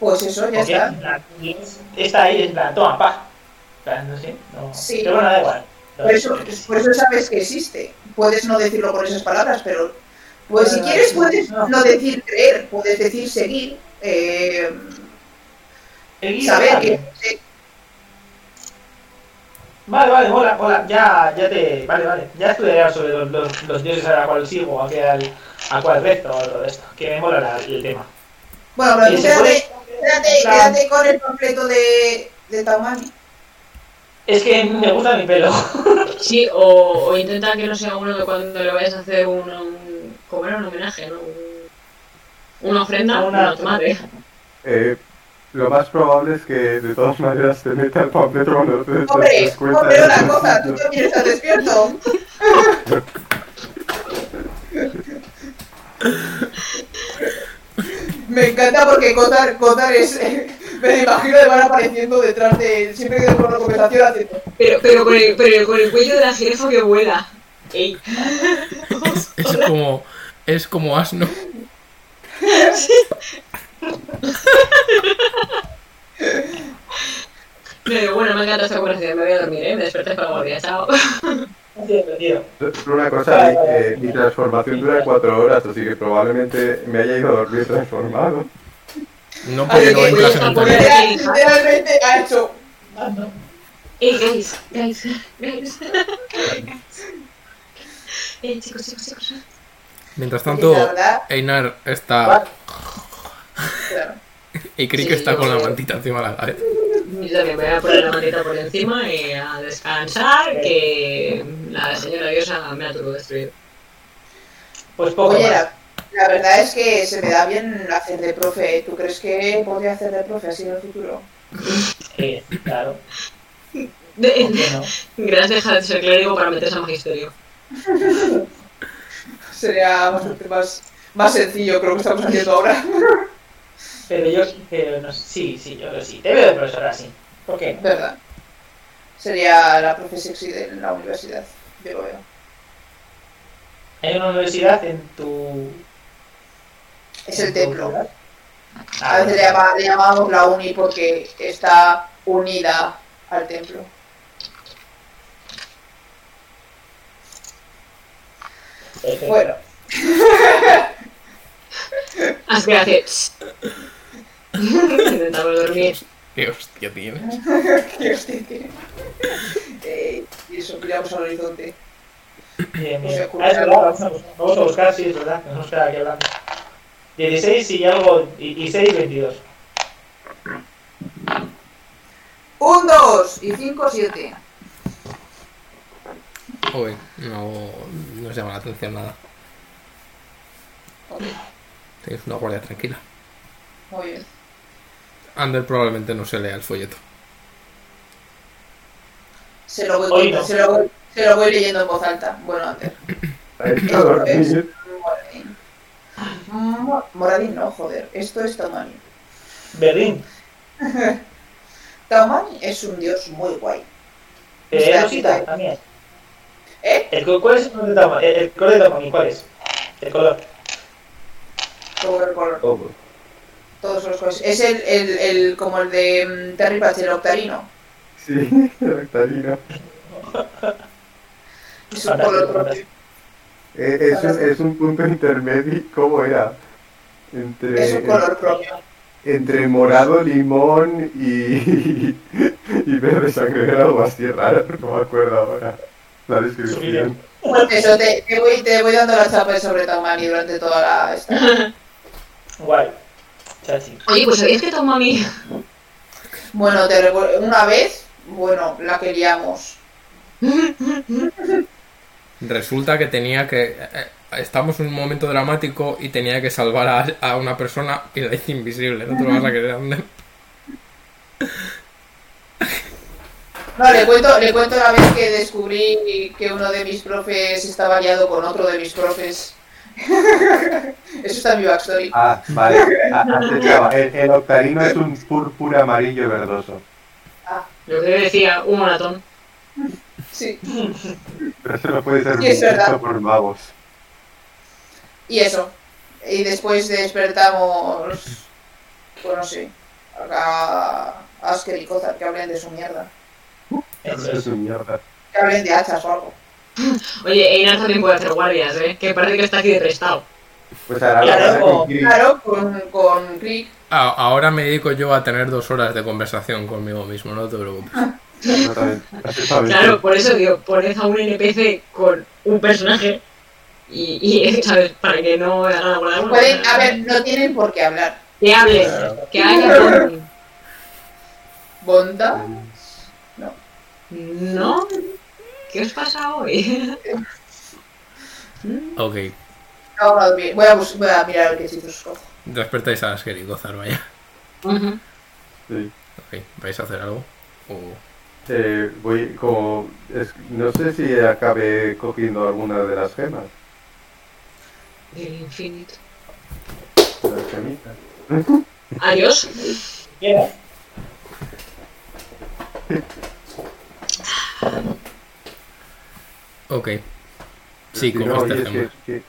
A: Pues eso ya
D: Porque,
A: está.
D: en plan, Dios está ahí, en plan, toma, pa. En plan, no sé, no.
A: Sí.
D: Pero bueno, da igual.
A: Por eso, por eso sabes que existe. Puedes no decirlo con esas palabras, pero pues si
D: Bueno,
A: quieres
D: sí,
A: puedes
D: no.
A: no decir creer, puedes decir seguir, eh,
D: El guía,
A: saber
D: vale.
A: que
D: Vale, vale, hola, hola, ya, ya te. Vale, vale, ya estudiaré sobre los, los, los dioses a cual sigo, a cual, a cual resto, o todo esto, que me mola la- el tema.
A: bueno, pero
D: Y
A: tú
D: se puede-
A: quédate, quédate,
D: en plan,
A: quédate con el completo de, de
B: Pues,
A: Taumani.
D: Es que me gusta mi pelo.
C: Sí, o, o intenta que no sea uno que cuando le vayas a hacer un, un como era un homenaje, ¿no? Un- una ofrenda,
D: Una-
C: una tomate.
B: Eh, lo más probable es que de todas maneras te meta el panfleto cuando te des te
A: Hombre,
B: des pues, cuenta.
A: hombre,
B: de
A: una
B: que-
A: cosa, tú también estás despierto. Me encanta porque Kotar, Kotar es. Me imagino que van apareciendo detrás de. Siempre que por la conversación haciendo.
C: Pero, pero, con el, pero con el cuello de la jirafa que vuela. Ey.
E: Es como. Es como asno.
C: Pero bueno, me encanta esta conversación, me voy a dormir, ¿eh? Me desperté para la guardia, chao.
D: Tío,
B: Una cosa, mi, eh, mi transformación dura cuatro horas, así que probablemente me haya ido a dormir transformado.
E: No porque no
A: Oye,
E: entras
C: oye,
E: en el
C: por
E: taller.
C: ahí.
A: Literal- Literalmente ha hecho.
C: Ey, Eh, guys, guys, guys. Eh, chicos, chicos, chicos.
E: Mientras
A: Tanto...
E: tanto,
A: La verdad,
E: Einar está.
A: claro.
E: Y Crick
C: Sí,
E: está
C: yo-
E: con la mantita encima de la cabeza.
C: Yo también me voy a poner la manita por encima y a descansar, que la señora diosa me ha turbo destruido.
D: Pues poco
A: Oye,
D: más.
A: la, la verdad es que se me da bien hacer de profe. ¿Tú crees que podría hacer de profe así en el futuro?
D: Sí, claro. ¿Por
C: De-
D: qué no?
C: Gracias, deja de ser clérigo para meterse a magisterio.
A: Sería bastante más, más sencillo, creo que estamos haciendo ahora.
D: Pero yo, pero no, sí, sí, yo creo que sí. Te veo de profesora, sí. ¿Por qué? no?
A: ¿Verdad? Sería la profe sexy de la universidad. Yo lo veo.
D: Hay una universidad en tu.
A: Es
D: en
A: el
D: tu
A: templo.
D: ciudad? Ah,
A: A veces le,
D: bueno.
A: llama- le llamamos la uni porque está unida al templo.
D: Perfecto.
A: Bueno,
C: Así que hace... Intentamos dormir.
E: ¿Qué hostia tienes?
A: que hostia, que- Eh, y eso, miramos al horizonte.
D: Bien,
A: No se
D: bien.
A: ocurre
D: Ah, es verdad,
A: nada.
D: vamos a, buscar, vamos a buscar, sí, es verdad, nos hemos quedado aquí hablando. 16 y algo, y, y 6 y 22.
A: Un, dos y cinco, siete.
E: Joder, no. No os llama la atención nada.
A: Ok,
E: Tenéis una guardia tranquila.
A: muy bien.
E: Ander probablemente no se lea el folleto.
A: Se lo voy,
D: Hoy
A: contando,
D: no.
A: se lo voy- se lo voy leyendo en voz alta. Bueno, antes.
B: Ha ido a dormir.
A: Moradín. Mo- Moradín, no, joder. Esto es Taumani.
D: Berlín,
A: Taumani es un dios muy guay.
D: eh,
A: Espera,
D: Rosita,
A: sí,
D: también.
A: ¿Eh?
D: El, co- ¿Cuál es el color de Tama- El, el color de Tamami, ¿cuál es? El color.
A: Todo el color-
B: Todo.
A: todos los colores. Es el, el, el- como el de mm, Terry Patch, el octarino.
B: Sí, Octarina.
A: Es un color propio.
B: Eh, es, un, es un punto intermedio, ¿cómo era? Entre,
A: Es un color propio.
B: entre morado, limón y, y verde sangre era algo así raro, no me acuerdo ahora la descripción.
A: Eso, te, te voy, te voy dando la chapa de sobre Taumani durante toda la... esta.
D: Guay. Chachi.
C: Oye, pues es que toma mi.
A: Bueno, te recuerdo, una vez, bueno, la queríamos.
E: Resulta que tenía que. eh, eh, Estamos en un momento dramático y tenía que salvar a, a una persona y la hice invisible. No te lo vas a creer, Ander.
A: No, le cuento, le cuento la vez que descubrí que uno de mis profes estaba liado con otro de mis profes. Eso está en mi backstory.
B: Ah, vale. Ah, antes estaba. El, el octarino es un púrpura amarillo verdoso.
C: Lo que decía, un maratón.
A: Sí.
B: Pero eso no puede ser
A: Sí, es verdad.
B: visto por magos.
A: Y eso. Y después despertamos. Pues no sé. A a Asker y Kozar, que hablen de su mierda.
B: Eso es un mierda.
A: Que hablen de hachas o algo.
C: Oye, Einar también puede hacer guardias, ¿eh? Que parece que está aquí de prestado.
B: Pues ahora lo
D: Claro,
B: haré con Kiri.
A: Claro, con, con Rick.
E: A- ahora me dedico yo a tener dos horas de conversación conmigo mismo, no te preocupes.
B: Exactamente. Así sabes.
C: Claro, por eso, digo, poned a un NPC con un personaje y, y ¿sabes? Para que no haga la guardia.
A: Pueden, a ver, no tienen por qué hablar.
C: Que hables, que haga con...
A: Bonda.
C: ¿No? ¿Qué os pasa hoy?
E: Ok,
A: No, no, bien. voy, a bus- voy a mirar el que hechizos cojo.
E: despertáis a Asker y Gozar, vaya.
C: Ujú.
B: Sí.
E: Ok, ¿vais a hacer algo? O-
B: Eh, voy como. es- no sé si acabe cogiendo alguna de las gemas.
C: El infinito.
B: de Las gemitas.
C: Adiós.
D: Queda.
E: Ok. Sí,
B: Si no,
E: coges
B: oye,
E: tres
B: es
E: gemas.
B: que- que-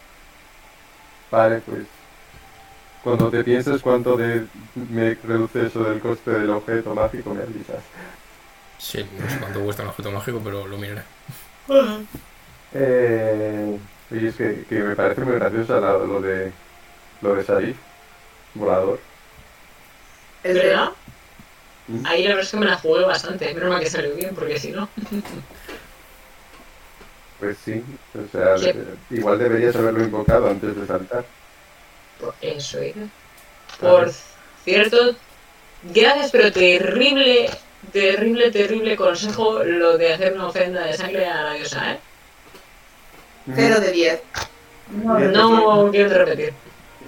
B: Vale, pues. Cuando te pienses cuánto de, me reduce eso del coste del objeto mágico, me avisas.
E: Sí, no sé cuánto cuesta un objeto mágico, pero lo miraré.
B: Eh, oye, es que, que me parece muy gracioso lo, lo de lo de Sharif, volador.
A: El de-
C: ¿Verdad? Ahí la verdad es que me la jugué bastante. Menos mal que salió bien, porque si no.
B: Pues sí, o sea,
C: Sí.
B: de- igual deberías haberlo invocado antes de saltar.
C: Por eso, ¿eh? Por cierto, gracias, pero terrible, terrible, terrible consejo lo de hacer una ofrenda de sangre a la diosa, ¿eh?
A: Cero de 10.
B: Mm.
A: no.
C: No quiero repetir.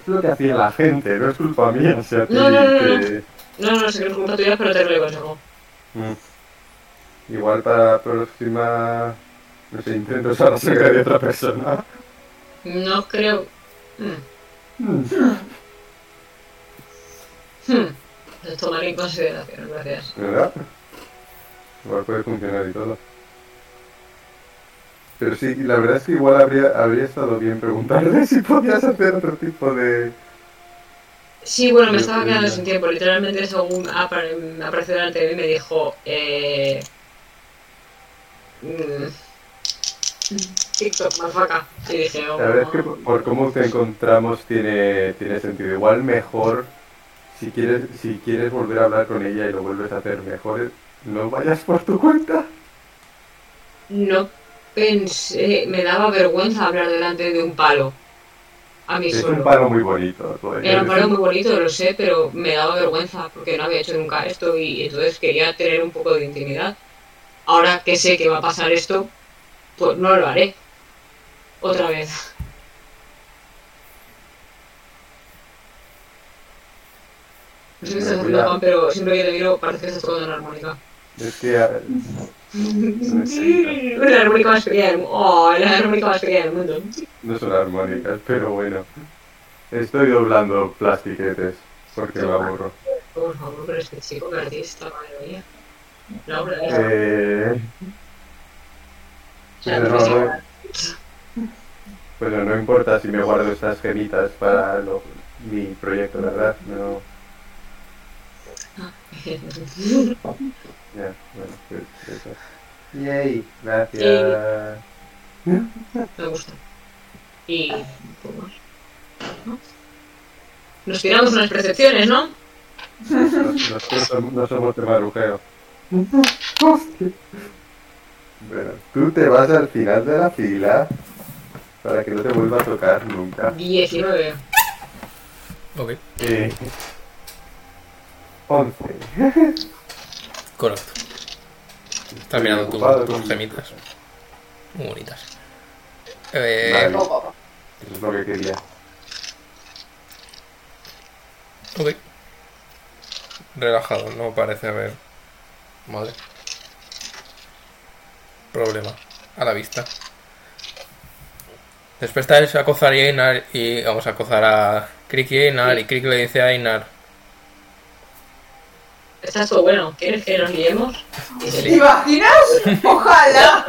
B: Es lo que hacía la gente, no es culpa mía. O sea,
C: No, no, no, no, no.
B: te-
C: No, no, sé que es culpa tuya, pero terrible consejo.
B: Mm. Igual para la próxima, no sé, intento usar la sangre de otra persona.
C: No creo. Mm.
B: Mm.
C: Hmm. Lo tomaré en consideración, gracias.
B: ¿Verdad? Igual puede funcionar y todo. Pero sí, la verdad es que igual habría, habría estado bien preguntarle si podías hacer otro tipo de...
C: Sí, bueno, me
B: Yo
C: estaba
B: creo
C: quedando
B: ya.
C: sin tiempo. Literalmente, según apare- apareció delante de mí, me dijo: eh, mm, TikTok, más vaca. Y dije: oh,
B: La verdad es que por, por cómo te encontramos tiene, tiene sentido. Igual mejor, si quieres, si quieres volver a hablar con ella y lo vuelves a hacer mejor, no vayas por tu cuenta.
C: no pensé, me daba vergüenza hablar delante de un palo. A mí
B: Es
C: solo.
B: un palo muy bonito. podría
C: Era un palo
B: decir.
C: muy bonito, lo sé, pero me daba vergüenza porque no había hecho nunca esto y entonces quería tener un poco de intimidad. Ahora que sé que va a pasar esto, pues no lo haré. Otra vez. No sé qué estás haciendo, Juan, pero siempre que te miro parece que estás tocando una armónica.
B: Es que ah, Sí.
C: la armónica más fría del mundo. Oh, la armónica más fría del mundo.
B: no son armónicas, pero bueno. Estoy doblando plastiquetes porque me aburro.
C: Por favor, pero este chico, que artista, madre mía. La obra de arte.
B: Eh, pero, no, pero no importa si me guardo estas gemitas para lo- mi proyecto, la verdad. No, ya, bueno, pues eso. Yay, gracias.
C: Me gusta. Y poco más. ¿No? Nos tiramos unas percepciones, ¿no?
B: Nosotros som- no somos de marujeo. Bueno, tú te vas al final de la fila para que no te vuelva a tocar nunca.
C: 19.
E: Ok,
B: Eh, 11.
E: correcto. Estás mirando tu-
B: ocupado
E: tus
B: con-
E: gemitas. Muy bonitas. Eh,
B: Vale.
A: Ojo,
B: Eso es lo que quería.
E: Ok. Relajado, no parece haber. Vale. Problema. A la vista. Después está eso a cozar y a Einar. Y vamos a cozar a Crick y Einar. Y Crick le dice a Einar.
C: Está todo bueno. ¿Quieres que nos liemos?
A: ¿Te imaginas? Ojalá.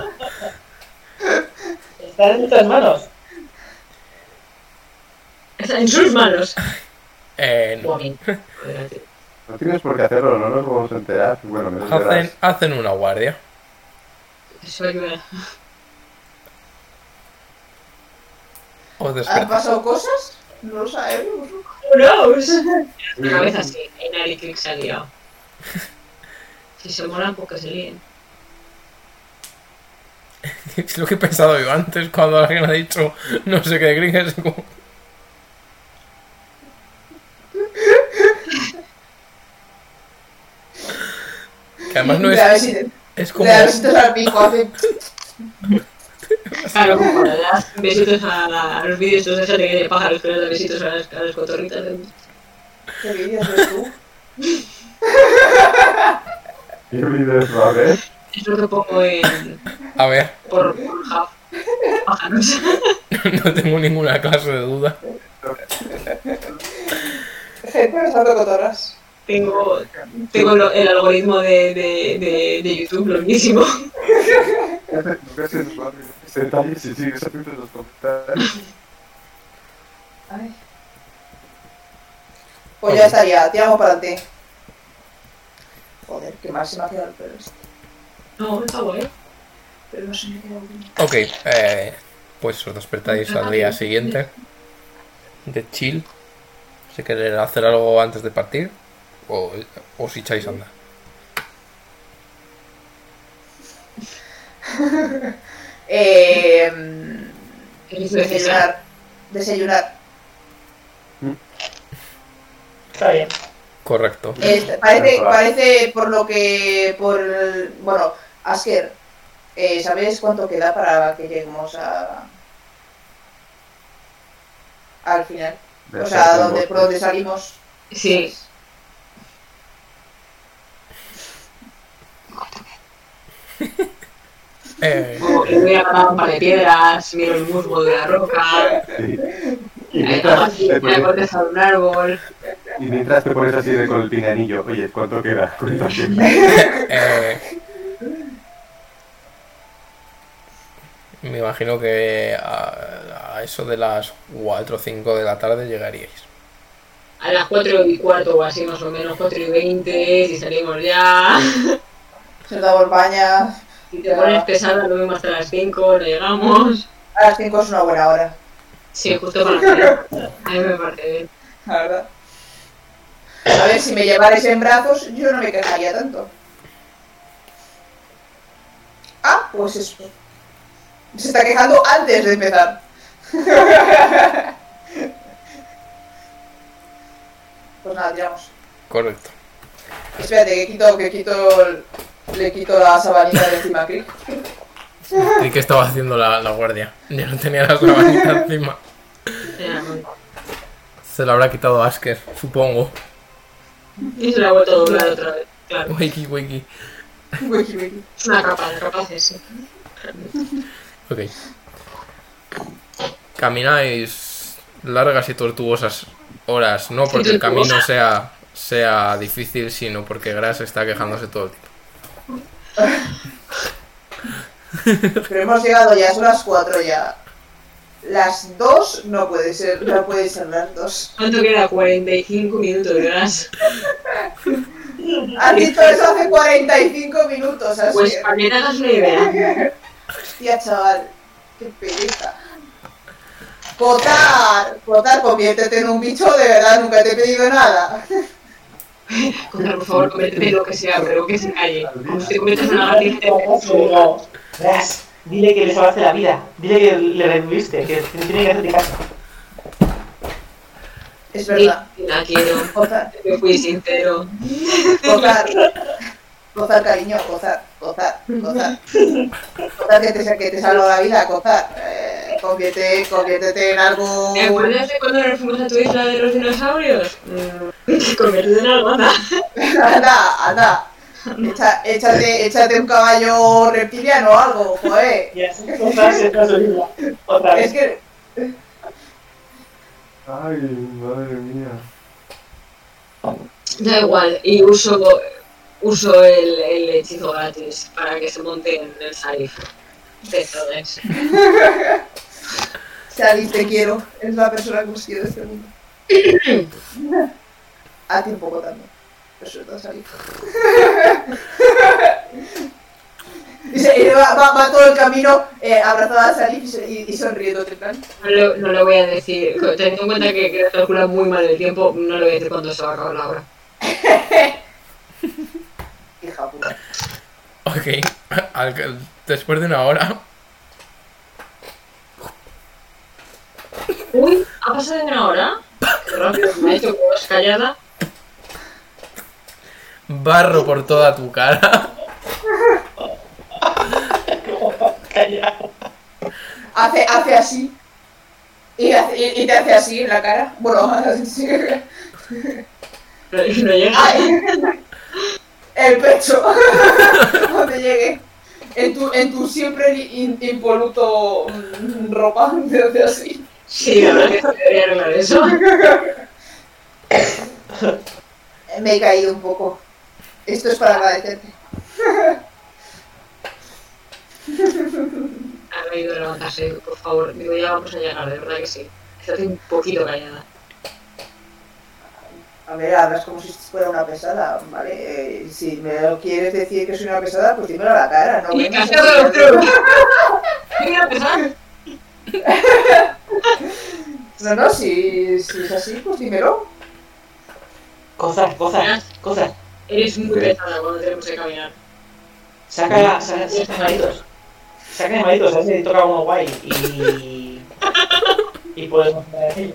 D: Está en nuestras manos.
C: Está en sus manos.
E: eh, no.
C: O a mí. Joder,
B: No tienes por qué hacerlo, no nos vamos a enterar. Bueno, me
E: Hacen, hacen una guardia.
C: Soy una...
E: Os
A: ¿Han
E: despertáis.
A: pasado cosas? No lo sabemos.
C: Who knows? Mi cabeza sí. En Ali Click se ha liado. Si se molan, porque se líen.
E: Es lo que he pensado yo antes cuando alguien ha dicho no sé qué de Crick. Es como. Que además no
A: Le
E: es.
A: das y-
E: Es
A: le
E: como.
A: das besitos al pico, hace...
C: Claro, como le das besitos a, la- a los vídeos de gente que tiene pájaros, pero le das besitos a las, a las cotorritas.
A: ¿Qué vídeos ves tú?
B: ¿Qué vídeos va a ver?
C: Es lo que pongo en...
E: A ver,
C: por Pornhub. Pájaros.
E: no tengo ninguna clase de duda.
A: Gente besando cotorras.
C: Tengo, tengo lo- el algoritmo de, de, de, de YouTube, lo mismo.
B: Nunca se nos va a abrir los detalles y sigues haciendo los comentarios.
A: Ay. Pues ya estaría, te hago para ti. Joder, qué mal se me ha quedado el pelo este.
C: No, está guay.
A: Pero no se me ha quedado bien.
E: Ok, eh, pues os despertáis al día siguiente de chill. Si queréis hacer algo antes de partir, o os echáis a andar.
A: Eh, mm,
C: ¿Queréis desayunar?
A: desayunar. Desayunar.
D: Está bien.
E: Correcto.
A: Este, parece, parece por lo que. por el- Bueno, Asker, eh, ¿sabes cuánto queda para que lleguemos a. al final? O sea, donde, por donde salimos. Pues,
C: Sí.
E: Eh,
C: Como que voy a ganar un par de piedras, miro el musgo de la roca,
B: Sí. Y
C: eh,
B: mientras, te
C: me
B: pones,
C: acortes a un árbol.
B: y mientras te pones así de con el pinganillo, oye, ¿cuánto queda?
E: eh, me imagino que a, a eso de las 4 o 5 de la tarde llegaríais.
C: A las 4 y cuarto o así más o menos, 4 y 20, si salimos ya.
A: Se da por baña.
C: Si te pones pesada, lo mismo hasta las 5, no llegamos.
A: A las 5 es una buena hora,
C: Sí, justo con la cara. A mí me parece bien.
A: la verdad. A ver, si me llevarais en brazos, yo no me quejaría tanto. Ah, pues eso. Se está quejando antes de empezar. Pues nada, tiramos.
E: Correcto.
A: Espérate, que quito, que quito, el- le quito la sabanita de encima a Crick.
E: Y que estaba haciendo la, la guardia. Ya no tenía la sabanita encima.
C: Sinceramente.
E: Se la habrá quitado Asker, supongo.
C: Y se la ha vuelto a doblar otra vez. Claro.
E: Wakey, wakey.
A: Wiki, wiki.
C: Es una capa de capaces, sí.
E: Ok. Camináis largas y tortuosas horas, no porque el camino sea, sea difícil, sino porque Gras está quejándose todo el tiempo.
A: Pero hemos llegado ya, son las 4 ya. Las 2 no puede ser, no puede ser las 2.
C: ¿Cuánto queda? 45 minutos, ¿verdad?
A: Has dicho eso hace 45 minutos, así.
C: Pues para que te hagas una idea.
A: Hostia, chaval. Qué pereza. Cotar, Cotar, conviértete en un bicho de verdad, nunca te he pedido nada.
C: Contra, por favor, conviértete en lo que sea, pero que se calle. Como si te conviertes en una
A: Ah,
C: lagartija.
D: Digo, "Ras, Dile que le salvaste la vida. Dile que le reviviste. Que tiene que hacerte caso.
A: Es verdad.
C: La quiero.
A: Gozar,
C: Yo fui sincero.
A: gozar. Gozar, cariño, gozar, gozar, gozar. Gozar que te, que te salva la vida, gozar. Eh, convierte, conviértete en algo.
C: ¿Te acuerdas de cuando nos fuimos a tu isla de los dinosaurios? Mm, Convertido en algo.
A: Anda, anda. Echa- échate, échate un caballo reptiliano o algo, joder.
D: Y así cosas se gasolina. Otra
A: Es
D: vez.
A: que
B: Ay, madre mía.
C: Da igual, y uso, uso el, el hechizo gratis para que se monte en el Sarif. De todos.
A: Sally, te quiero. Es la persona que os quiero de este mundo. A ti un poco también. Pero sobre todo a Sally. Y se- y va, va- va todo el camino eh, abrazada a Sally y, se- y- y sonriendo. en plan.
C: No le, no le voy a decir, teniendo en cuenta que, que calcula muy mal el tiempo, no le voy a decir cuándo se va a acabar la hora.
A: Hija puta.
E: Ok, al- después de una hora.
C: Uy, ¿ha pasado una hora? Qué rápido, me ha hecho que vas callada.
E: Barro por toda tu cara.
D: Calla.
A: Hace, hace así. Y, hace- y- y te hace así en la cara. Bueno, así.
C: No, no llega.
A: Ay. El pecho. Donde llegue. En tu, en tu siempre in- impoluto mm, ropa, te hace así.
C: Sí, la verdad que debería arreglar eso.
A: Me he caído un poco. Esto es para agradecerte.
C: Ha venido a levantarse, por favor. Digo, ya vamos a llegar, de verdad que sí. Estate un poquito callada.
A: A ver, hablas como si fuera una pesada, ¿vale? Eh, si me lo quieres decir que soy una pesada, pues dímelo a la cara, ¿no?
C: Y
A: vengas
C: callado
A: a
C: los
A: engañarme.
C: trucos. Mira, pesar.
A: No, no, si, si es así, pues dímelo.
D: Cosas, cosas, cosas.
C: Eres muy pesada cuando tenemos que caminar.
D: Saca, saca, saca animalitos. Saca animalitos, a ver si toca uno guay. Y. Y podemos hacer aquello.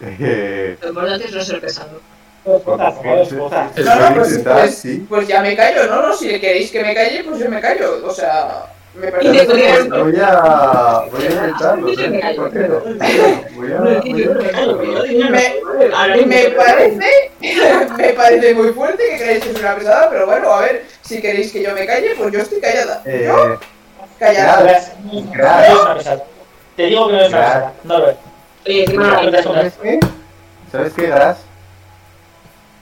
B: Eh,
C: Lo importante es no ser pesado.
D: Pues cosas, joder, cosas.
E: Es
A: No, no,
E: bueno.
A: pues,
B: intentar,
A: pues-
B: sí.
A: pues ya me callo, ¿no? no Si queréis que me calle, pues yo me callo. O sea, me parece
C: te
A: muy
C: podrías-
A: bien.
B: Voy a, voy a intentarlo, ¿eh? ¿por qué no? Voy a, voy a intentarlo.
A: Me- Me parece, me parece muy fuerte que creáis que soy una pesada, pero bueno, a ver, si queréis que yo me calle, pues yo estoy callada. Yo,
B: Eh,
A: callada.
D: Gras,
B: Gras.
D: No es una pesada. Te digo que no es una
B: Gras.
D: pesada. No lo es.
C: Oye, encima no la
D: Gras.
C: quitas.
B: ¿eh? ¿Sabes qué, Gras?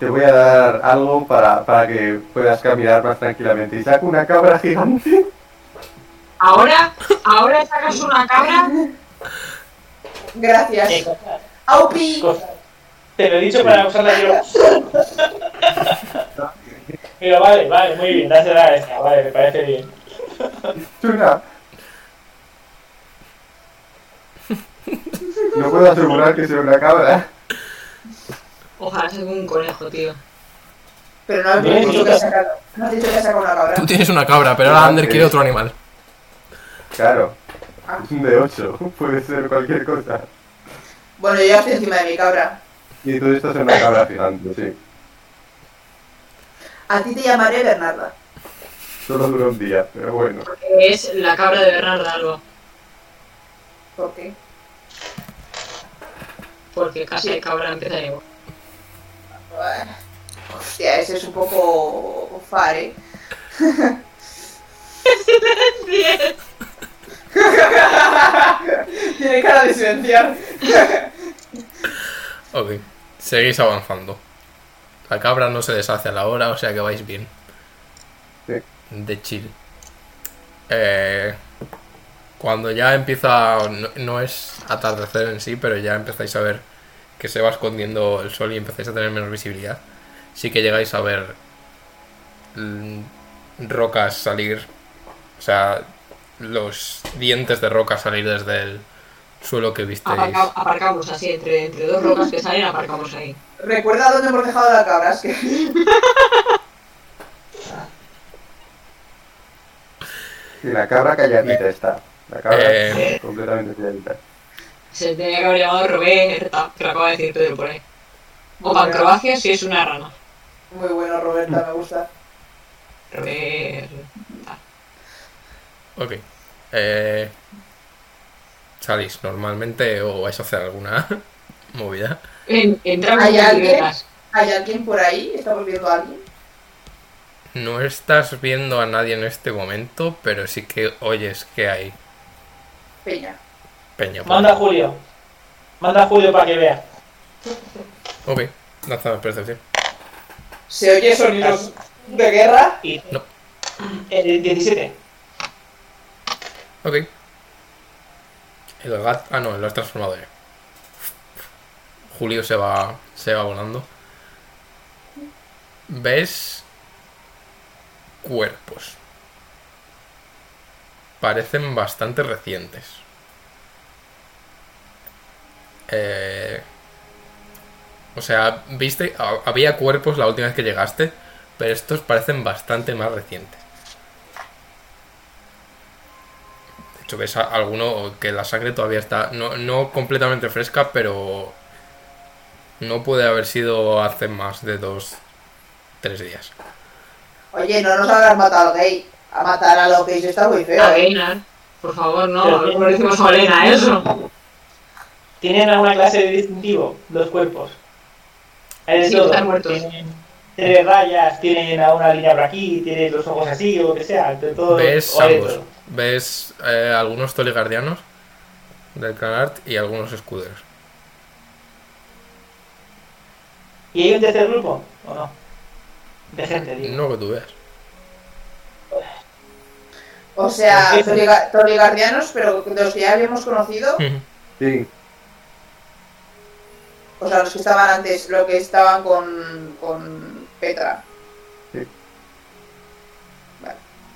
B: Te voy a dar algo para, para que puedas caminar más tranquilamente. Y saco una cabra gigante.
C: Ahora, ahora sacas una cabra.
D: Eh,
A: Gracias.
D: cosas,
A: ¡Aupi!
D: cosas. Te lo he dicho para usarla yo. Pero vale, vale, muy bien, dásela a esta, vale, me parece bien.
B: Chuna. No puedo asegurar que sea una cabra.
C: Ojalá sea un conejo, tío.
A: Pero no has
D: Bien,
A: dicho que has sacado, no has dicho que has sacado una cabra.
E: Tú tienes una cabra, pero ahora Ander quiere otro animal.
B: Claro. Es un de 8. Puede ser cualquier cosa.
A: Bueno, yo ya estoy encima de mi cabra.
B: Y tú estás en una cabra gigante, sí.
A: A ti te llamaré Bernarda.
B: Solo duró un día, pero bueno.
C: Porque es la cabra de Bernardo Alba.
A: ¿Por qué?
C: Porque casi de cabra empieza igual.
A: Buah. Hostia, ese es un poco far, ¿eh? Tiene cara de silenciar.
E: Ok, seguís avanzando. La cabra no se deshace a la hora, o sea que vais bien.
B: Sí.
E: De chill. Eh, cuando ya empieza, no, no es atardecer en sí, pero ya empezáis a ver que se va escondiendo el sol y empezáis a tener menos visibilidad. Sí que llegáis a ver mm, rocas salir, o sea, los dientes de roca salir desde el suelo que visteis.
C: Aparca- aparcamos así, entre, entre dos rocas que salen, aparcamos ahí.
A: Recuerda dónde hemos dejado las cabras. Que...
B: Y la cabra calladita está. La cabra
E: Eh.
B: completamente calladita.
C: Se tenía que haber llamado Roberta, que lo acaba de decir Pedro por ahí. O pancroacia si es una rana.
A: Muy bueno, Roberta, me gusta.
C: Roberta.
E: Ok. Eh, ¿Salís normalmente o vais a hacer alguna movida?
C: En, entramos
A: ¿Hay
C: en las
A: alguien?
C: libretas.
A: ¿Hay alguien por ahí? ¿Estamos viendo a alguien?
E: No estás viendo a nadie en este momento, pero sí que oyes que hay
A: Peña.
E: peña. por
D: Manda a
E: ahí.
D: Julio. Manda a Julio para que vea.
E: Ok, lanzame percepción.
A: ¿Se oye sonidos de guerra?
D: Y...
E: No.
D: El 17.
E: Ok. El gato. Ah, no, lo has transformado ya. Julio se va. se va volando. ¿Ves? Cuerpos. Parecen bastante recientes. Eh, o sea, viste, ha- había cuerpos la última vez que llegaste, pero estos parecen bastante más recientes. De hecho, ves a- alguno que la sangre todavía está, no, no completamente fresca, pero no puede haber sido hace más de dos, tres días.
A: Oye, no nos habrás matado al gay. A matar a los gays está muy feo,
C: A
A: ¿eh?
C: Einar. Por favor, no,
D: Pero-
C: no le decimos a Elena eso.
D: Tienen alguna clase de distintivo los cuerpos. Hay de
C: Sí,
D: todo.
C: están muertos.
D: Tienen tres rayas, tienen alguna línea por aquí, tienen los ojos así o lo que sea. De todo.
E: Ves
D: o hay de
E: ambos.
D: todo.
E: Ves eh, algunos toligardianos del Canart y algunos escuderos.
D: ¿Y hay un tercer grupo? ¿O no? De gente, digo.
E: No que tú veas.
A: O sea,
D: Sí, sí.
A: toliga- toligardianos, pero de los que ya habíamos conocido,
B: Sí,
A: o sea, los que estaban antes, los que estaban con, con Petra.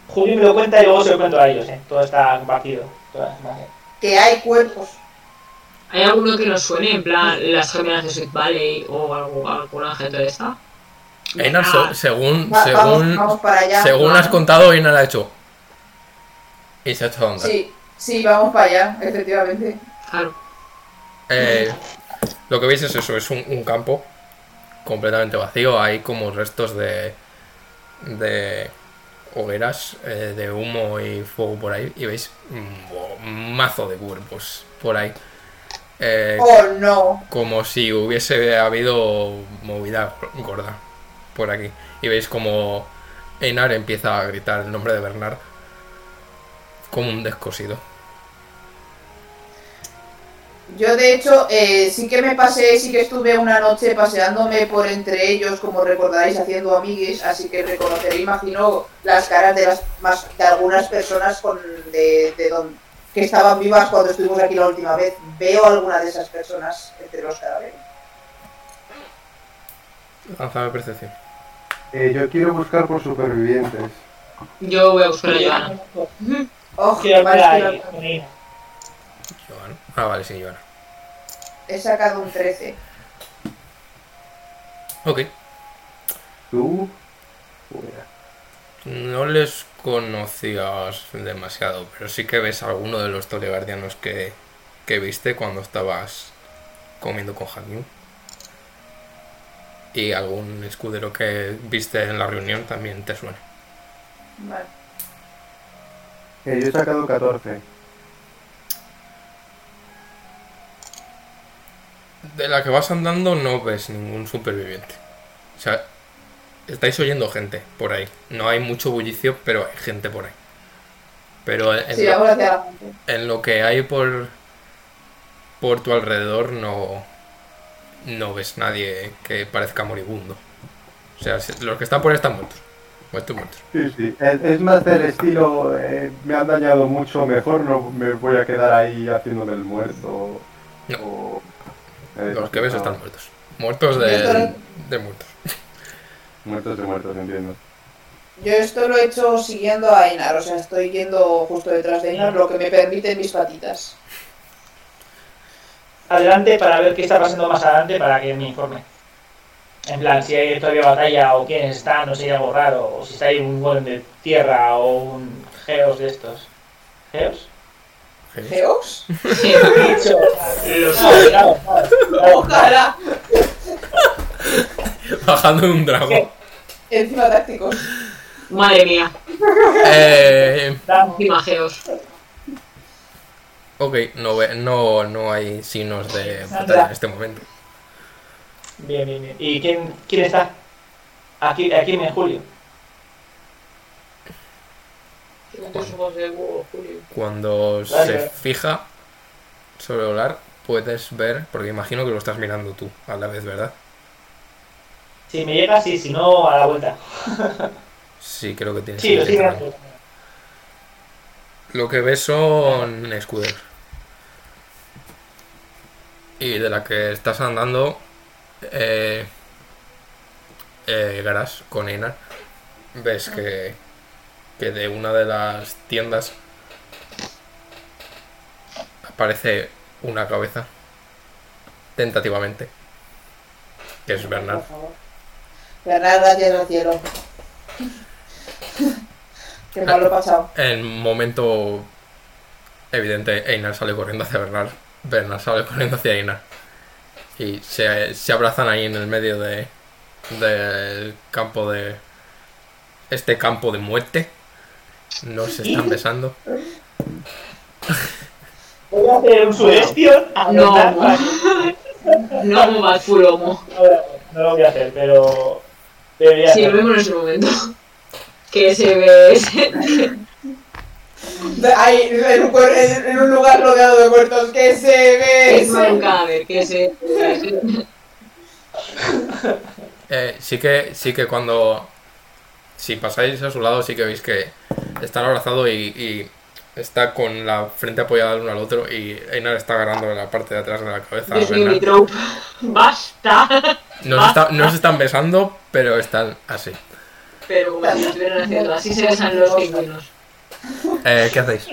D: Julio me lo cuenta y luego se lo cuento a ellos, ¿eh? Todo está compartido. Todas las imágenes.
A: Que hay cuerpos.
C: ¿Hay alguno que nos suene? En plan, las gemelas de Sweet Valley o algo, alguna gente de esta.
E: Einar,
C: Ah,
E: se- según,
A: Va-
E: según,
A: vamos, vamos para allá.
E: según has contado, Einar ha hecho. Y se ha hecho a andar.
A: Sí, sí, vamos para allá, efectivamente.
C: Claro.
E: Eh, lo que veis es eso, es un, un campo completamente vacío. Hay como restos de, de hogueras, eh, de humo y fuego por ahí. Y veis un mazo de cuerpos por ahí. Eh,
A: Oh, no.
E: como si hubiese habido movida gorda por aquí. Y veis como Einar empieza a gritar el nombre de Bernard como un descosido.
A: Yo, de hecho, eh, sí que me pasé, sí que estuve una noche paseándome por entre ellos, como recordaréis, haciendo amigues, así que reconoceré, imagino, las caras de las más de algunas personas con de, de don- que estaban vivas cuando estuvimos aquí la última vez. Veo alguna de esas personas entre los cadáveres.
E: Lanzame percepción.
B: Eh, yo quiero buscar por supervivientes.
C: Yo voy a buscar a Joana.
A: Oh,
D: Quiero
A: vale,
D: hablar
A: es que
D: ahí con ella.
E: Joan. Ah, vale, sí, Joan.
A: he sacado un 13.
E: Ok.
B: Tú. Fuera.
E: No les conocías demasiado, pero sí que ves alguno de los tolegardianos que, que viste cuando estabas comiendo con Hakim. Y algún escudero que viste en la reunión también te suena.
A: Vale.
B: Eh, yo he sacado 14.
E: De la que vas andando no ves ningún superviviente. O sea, estáis oyendo gente por ahí. No hay mucho bullicio, pero hay gente por ahí. Pero en- en
A: Sí,
E: la-
A: vamos hacia la gente.
E: en lo que hay por por tu alrededor no no ves nadie que parezca moribundo. O sea, si- los que están por ahí están muertos. Muertos, muertos.
B: Sí, sí. Es, es más del estilo, eh, me han dañado mucho, mejor no me voy a quedar ahí haciéndome el muerto.
E: No.
B: o- eh,
E: Los que ves
B: no,
E: están muertos. Muertos de,
A: Mientras-
E: de muertos.
B: Muertos de muertos, entiendo.
A: Yo esto lo he hecho siguiendo a Einar, o sea, estoy yendo justo detrás de Einar, lo que me permiten mis patitas.
D: adelante para ver qué está pasando más adelante para que me informe. En plan, si hay todavía batalla o quiénes están, no sé, algo raro, o si está ahí un golem de tierra o un geos de estos. ¿Geos?
A: ¿Geos?
D: ¿Qué he dicho? Ah, Claro, claro, claro.
A: Ojalá.
E: Bajando un dragón.
A: Encima tácticos.
C: Madre mía,
E: Eh,
D: Damos-
C: imageos.
E: ok, no, ve- no, no hay signos de batalla en este momento.
D: Bien, bien, bien. ¿Y quién, quién está? Aquí, aquí en Julio.
C: ¿Cuántos ojos de huevo, Julio?
E: Cuando se
D: Vale.
E: fija sobre Olar, puedes ver, porque imagino que lo estás mirando tú a la vez, ¿verdad?
D: Si me llega, sí, si no, a la vuelta.
E: Sí, creo que tienes
D: Sí, lo
E: que
D: sigue
E: mirarlo. Lo que ves son escuderos. Y de la que estás andando, eh, eh, Gras con Einar, ves que, que de una de las tiendas aparece una cabeza, tentativamente, que es Bernard.
A: Bernard, gracias al cielo. Qué mal lo he pasado.
E: En momento evidente, Einar sale corriendo hacia Bernard. Bernard sale corriendo hacia Einar. Y se, se abrazan ahí en el medio de del campo de este campo de muerte. No se están besando.
D: Voy a hacer un sugestión. a
C: No.
D: Bernard para-
C: No me va tu lomo.
D: Ahora, no lo voy a hacer, pero debería
C: Sí, lo
D: hacerlo.
C: vemos en ese momento. Que se ve. se-
A: Ahí, en un, cuer- en- en un lugar rodeado de muertos. ¡Que se
C: que se ve un
A: ve!
C: cadáver, que se.
E: Eh, sí que sí que cuando si pasáis a su lado sí que veis que están abrazados y, y está con la frente apoyada el uno al otro y Einar está agarrando la parte de atrás de la cabeza. a
C: Dios mío,
E: Bernard.
C: mi trope. Basta.
E: No se, está- no se están besando, pero están así.
C: Pero como si lo estuvieran haciendo, así se besan los pingüinos.
E: Eh, ¿Qué hacéis?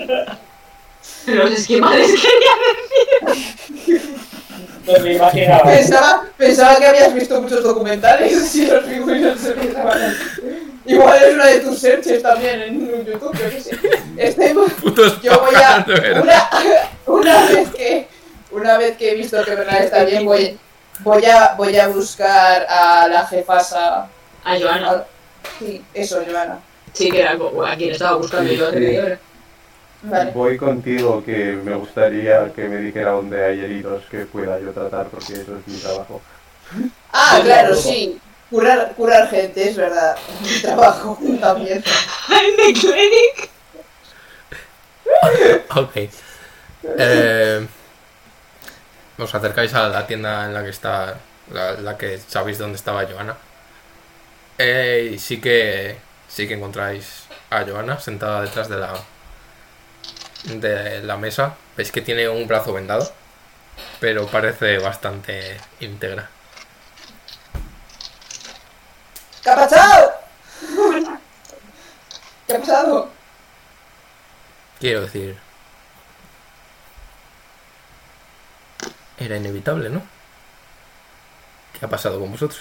C: Los esquimales querían
D: No me imaginaba.
A: Pensaba, pensaba que habías visto muchos documentales y los pues, pingüinos se pensaban así. Igual es una de tus searches también en YouTube, yo qué sé. Este-
E: Putos
A: yo voy a.
E: pájaros, de verdad.
A: Una, una vez que. Una vez que he visto que Bernard está bien, voy, voy, a, voy a buscar a la jefasa.
C: A Ah, Joana.
A: Sí, eso, Joana.
C: Sí, que era como a quien estaba buscando yo.
A: Vale.
B: Voy contigo, que me gustaría que me dijera dónde hay heridos que pueda yo tratar, porque eso es mi trabajo.
A: Ah, claro, sí. Curar, curar gente, es verdad. Mi trabajo también.
C: I'm the clinic.
E: Ok. Eh, os acercáis a la tienda en la que está. La, la que sabéis dónde estaba Joana. Eh, y sí que. Sí que encontráis a Joana sentada detrás de la. de la mesa. Veis que tiene un brazo vendado. Pero parece bastante íntegra.
A: ¿Qué ha pasado? ¿Qué ha pasado?
E: Quiero decir. Era inevitable, ¿no? ¿Qué ha pasado con vosotros?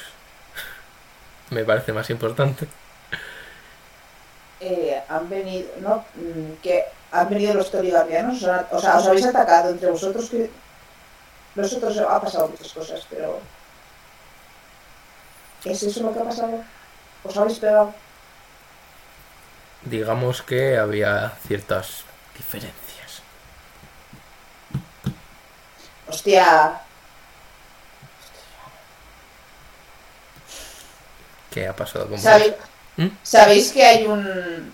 E: Me parece más importante.
A: Eh, han venido, ¿no? Mm, Que han venido los toligardianos, os han- o sea, os habéis atacado entre vosotros que... Nosotros ha pasado muchas cosas, pero... ¿Es eso lo que ha pasado? ¿Os habéis pegado?
E: Digamos que había ciertas diferencias.
A: Hostia,
E: ¿Qué ha pasado con vosotros?
A: ¿Sabéis,
E: ¿Mm?
A: sabéis que hay un...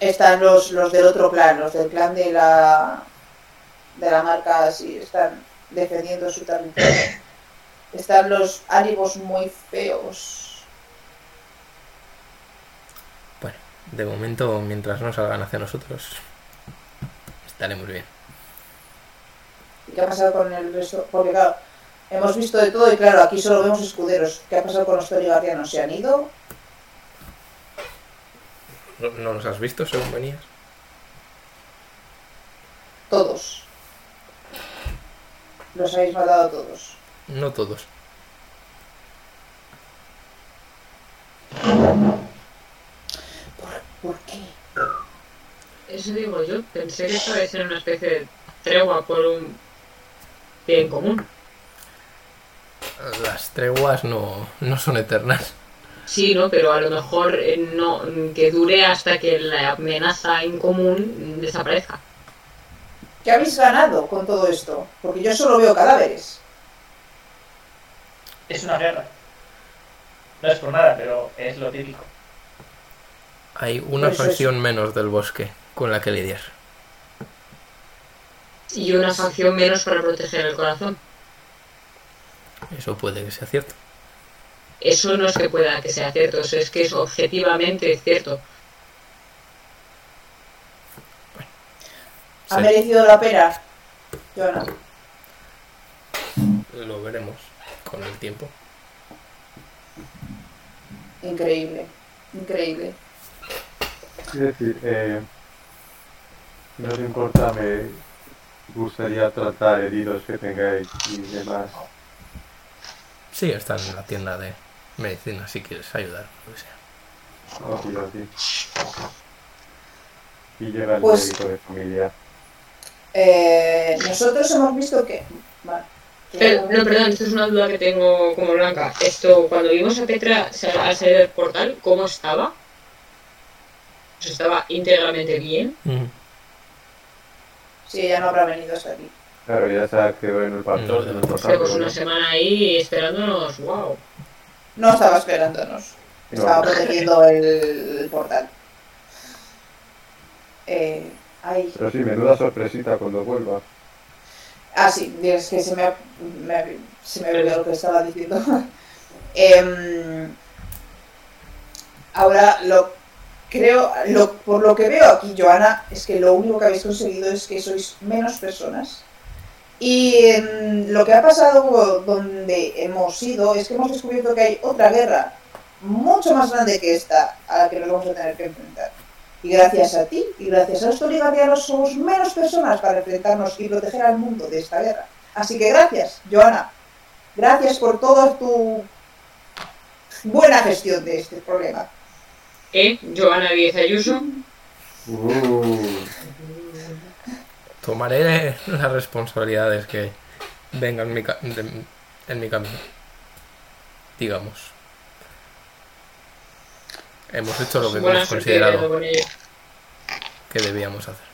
A: Están los, los del otro clan, los del clan de la... De la marca, sí, están defendiendo su territorio. Están los ánimos muy feos.
E: De momento, mientras no salgan hacia nosotros, estaremos bien.
A: ¿Y qué ha pasado con el resto? Porque claro, hemos visto de todo y claro, aquí solo vemos escuderos. ¿Qué ha pasado con los guardianos? ¿Se han ido?
E: ¿No, no nos has visto según venías?
A: Todos. Los habéis matado todos.
E: No todos.
A: ¿Por qué?
C: Eso digo yo. Pensé que esto iba a ser una especie de tregua por un bien común.
E: Las treguas no, no son eternas.
C: Sí, ¿no? Pero a lo mejor eh, no que dure hasta que la amenaza en común desaparezca.
A: ¿Qué habéis ganado con todo esto? Porque yo solo veo cadáveres.
D: Es una guerra. No es por nada, pero es lo típico.
E: Hay una
A: Pues eso es-
E: facción menos del bosque con la que lidiar.
C: Y una facción menos para proteger el corazón.
E: Eso puede que sea cierto.
C: Eso no es que pueda que sea cierto, eso es que es objetivamente cierto.
A: ¿Ha
E: Sí.
A: merecido la pena? Yo no.
E: Lo veremos con el tiempo.
A: Increíble. Increíble.
B: Es decir, eh, no os importa, me gustaría tratar heridos que tengáis y demás.
E: Sí, está en la tienda de medicina si quieres ayudar. lo que sea.
B: No, cuidado, sí. Y llega el
A: Pues-
B: médico de familia.
A: Eh, nosotros hemos visto que... Vale.
C: Pero, no, perdón, esto es una duda que tengo como blanca. Esto, cuando vimos a Petra sal- al salir del portal, ¿cómo estaba? Pues estaba íntegramente bien.
E: Mm.
A: Sí, ella no habrá venido hasta aquí.
B: Claro, ya se activó en el
E: No,
B: factor de
E: no,
B: los
E: no.
C: Estuvimos
B: portales,
C: una semana ahí esperándonos, wow.
A: No estaba esperándonos.
B: ¿no?
A: Estaba protegiendo el portal. Eh, ay.
B: Pero sí, menuda sorpresita cuando vuelva.
A: Ah, sí, es que se me, ha- me- se me olvidó lo que estaba diciendo. Em, ahora, lo creo, lo, por lo que veo aquí, Joana, es que lo único que habéis conseguido es que sois menos personas. Y em, lo que ha pasado o donde hemos ido es que hemos descubierto que hay otra guerra mucho más grande que esta a la que nos vamos a tener que enfrentar. Y gracias a ti y gracias a estos ligadianos somos menos personas para enfrentarnos y proteger al mundo de esta guerra. Así que gracias, Joana. Gracias por toda tu buena gestión de este problema.
C: ¿Eh? Joana Díez Ayuso.
B: Uh,
E: Tomaré las responsabilidades que vengan en mi, ca- de- en mi camino. Digamos. Hemos hecho lo que
C: Buena
E: hemos
C: suerte
E: considerado
C: con ello.
E: que debíamos hacer.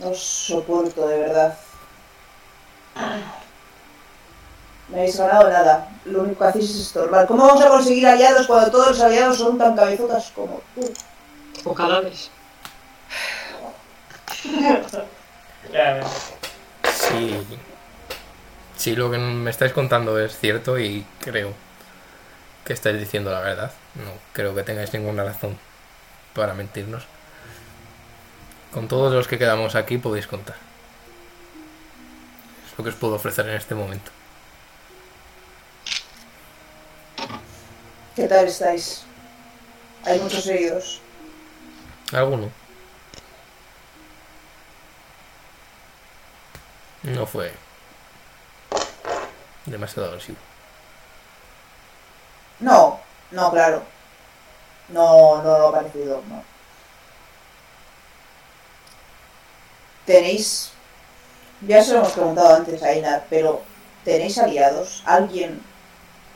A: No os soporto, de verdad. Ah, No habéis ganado nada. Lo único que hacéis es estorbar. ¿Cómo vamos a conseguir aliados cuando todos los aliados son tan cabezotas como tú?
C: O cadáveres.
D: Ya,
E: Sí. Sí, lo que me estáis contando es cierto y creo que estáis diciendo la verdad. No creo que tengáis ninguna razón para mentirnos. Con todos los que quedamos aquí podéis contar. Es lo que os puedo ofrecer en este momento.
A: ¿Qué tal estáis? Hay muchos heridos.
E: ¿Alguno? No fue demasiado agresivo.
A: No, no, claro. No, no lo ha parecido, no. Tenéis. Ya se lo hemos preguntado antes a Ina, pero ¿tenéis aliados? ¿Alguien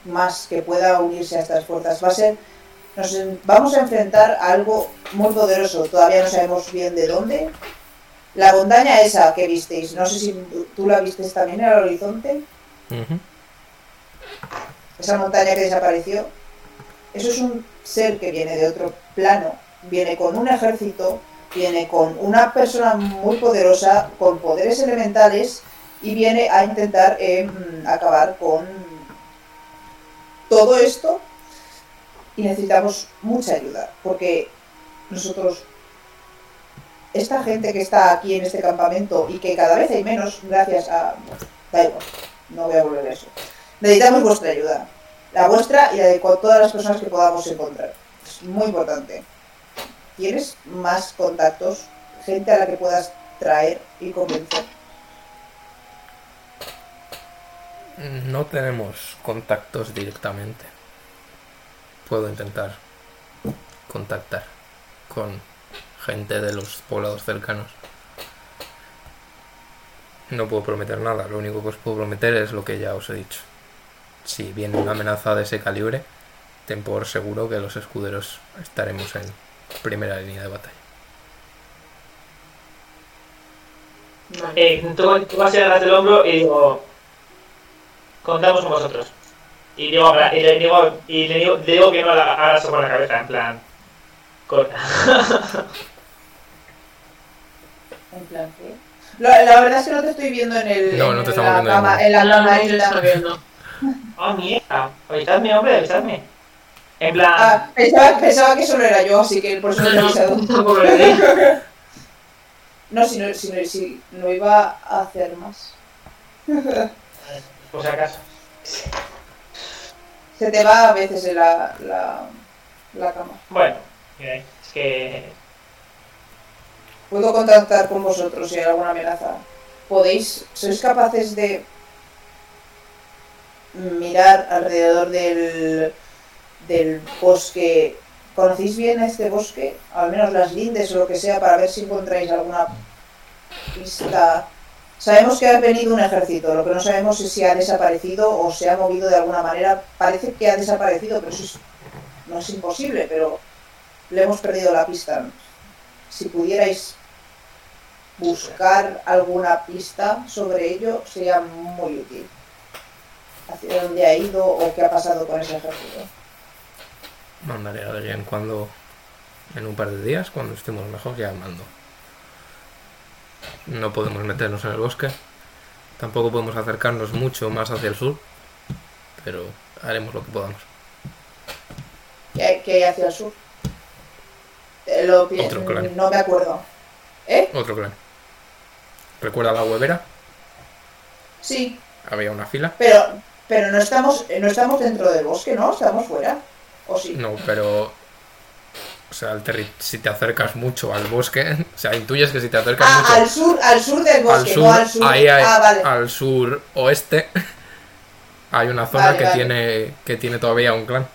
A: más que pueda unirse a estas fuerzas? Va a ser. Nos en- vamos a enfrentar a algo muy poderoso. Todavía no sabemos bien de dónde. La montaña esa que visteis, no sé si tú- tú la visteis también en el horizonte
E: Ujú.
A: esa montaña que desapareció, eso es un ser que viene de otro plano, viene con un ejército, viene con una persona muy poderosa, con poderes elementales, y viene a intentar eh, mm, acabar con todo esto. Y necesitamos mucha ayuda, porque nosotros, esta gente que está aquí en este campamento y que cada vez hay menos, gracias a... Da igual, no voy a volver a eso. Necesitamos vuestra ayuda. La vuestra y la de co- todas las personas que podamos encontrar. Es muy importante. ¿Tienes más contactos? Gente a la que puedas traer y convencer.
E: No tenemos contactos directamente. Puedo intentar contactar con gente de los poblados cercanos. No puedo prometer nada, lo único que os puedo prometer es lo que ya os he dicho. Si viene una amenaza de ese calibre, ten por seguro que los escuderos estaremos en primera línea de batalla.
C: Vale.
D: Eh, toco, toco así atrás del hombro y digo, contamos con vosotros. Y, digo, y le digo, y le digo, le digo que no la hagas por la cabeza, en plan, corta.
A: En plan, ¿qué? La, la verdad es que no te estoy viendo en el.
E: No,
A: en
E: no te
A: la
E: estamos viendo
A: cama-
E: de
A: en la
C: No, no,
A: cama
C: no
A: y
C: lo
A: la-
C: está viendo.
D: Oh, mierda, avisadme, hombre, avisadme. En plan,
A: Ah, pensaba, pensaba que solo era yo, así que por eso
C: No,
A: te he
C: no,
A: avisado.
C: tampoco lo leí.
A: No, si no, si no, si no iba a hacer más.
D: por si acaso.
A: Se te va a veces en la, la, la cama.
D: Bueno, eh, es que
A: Puedo contactar con vosotros si hay alguna amenaza. ¿Podéis, sois capaces de mirar alrededor del, del bosque? ¿Conocéis bien este bosque? Al menos las lindes o lo que sea, para ver si encontráis alguna pista. Sabemos que ha venido un ejército, lo que no sabemos es si ha desaparecido o se ha movido de alguna manera. Parece que ha desaparecido, pero eso es- no es imposible, pero le hemos perdido la pista si pudierais buscar alguna pista sobre ello, sería muy útil. Hacia dónde ha ido o qué ha pasado con ese ejército.
E: Mandaré a alguien cuando, en un par de días, cuando estemos mejor, ya mando. No podemos meternos en el bosque. Tampoco podemos acercarnos mucho más hacia el sur. Pero haremos lo que podamos.
A: ¿Qué hay, qué hay hacia el sur? Eh, lo pi-
E: Otro clan.
A: no me acuerdo. ¿Eh?
E: Otro clan. ¿Recuerda la huevera?
A: Sí,
E: Había una fila.
A: pero, pero no, estamos, eh, no estamos dentro del bosque, ¿no? Estamos fuera. ¿O sí?
E: No, pero. O sea, el terri- si te acercas mucho al bosque, o sea, intuyes que si te acercas
A: Ah,
E: mucho
A: al sur, al sur del
E: al
A: bosque,
E: sur,
A: no al sur.
E: ahí hay-
A: ah, vale.
E: al sur oeste, hay una zona
A: Vale,
E: que
A: vale.
E: tiene que tiene todavía un clan.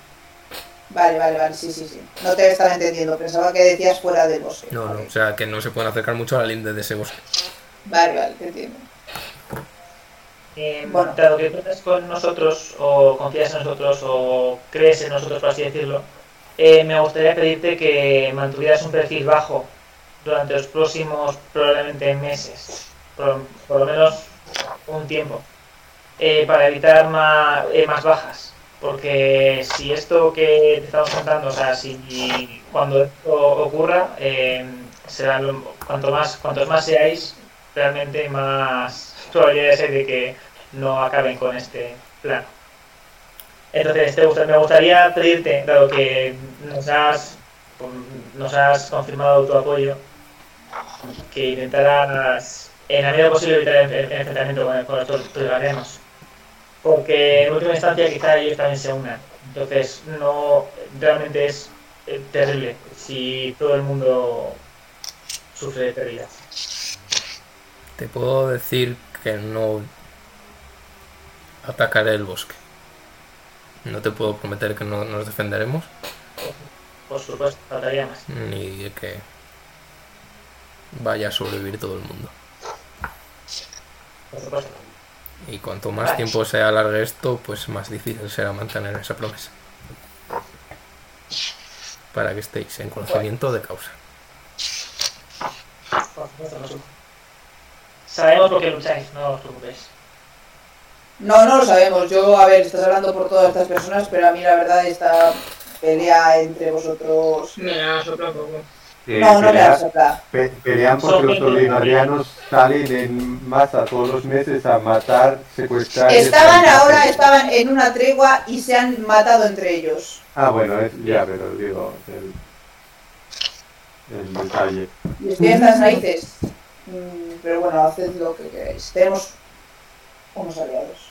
A: Vale, vale, vale, sí, sí, sí. No te estaba entendiendo, pensaba que decías fuera del bosque.
E: No, no,
A: Ok.
E: o sea, que no se pueden acercar mucho a la linde de ese bosque.
A: Vale, vale, te entiendo.
D: Eh,
A: Bueno.
D: Dado que cuentas con nosotros, o confías en nosotros, o crees en nosotros, por así decirlo, eh, me gustaría pedirte que mantuvieras un perfil bajo durante los próximos, probablemente meses, por, por lo menos un tiempo, eh, para evitar más, más bajas. Porque si esto que te estamos contando, o sea, si cuando esto ocurra, eh, será lo- cuanto más, cuantos más seáis, realmente más probabilidades hay de que no acaben con este plano. Entonces, te gusta- me gustaría pedirte, dado que nos has, nos has confirmado tu apoyo, que intentarás, en la medida posible, evitar el, el enfrentamiento con, con los tor- toleranos. Porque en última instancia, quizá ellos también se unan. Entonces, no realmente es eh, terrible si todo el mundo sufre de pérdidas.
E: Te puedo decir que no atacaré el bosque. No te puedo prometer que no nos defenderemos,
D: Por supuesto, faltaría más.
E: ni de que vaya a sobrevivir todo el mundo.
D: Por supuesto.
E: Y cuanto más tiempo se alargue esto, pues más difícil será mantener esa promesa. Para que estéis en conocimiento de causa.
D: Por supuesto, por supuesto. Sabemos por qué lucháis, no os preocupéis.
A: No, no lo sabemos. Yo, a ver, estás hablando por todas estas personas, pero a mí la verdad esta pelea entre vosotros...
C: Me la sopla un poco.
B: Que
A: No, no me
B: pelea-
A: la sopla.
B: Pe- Pelean porque los oligarianos salen en masa todos los meses a matar, secuestrar. y
A: Estaban
B: esclavizar.
A: ahora, estaban en una tregua y se han matado entre ellos.
B: Ah, bueno, es- ya, pero digo, el, el detalle.
A: Y estoy hasta las narices. Mm, Pero bueno, haced lo que queráis. Tenemos unos aliados.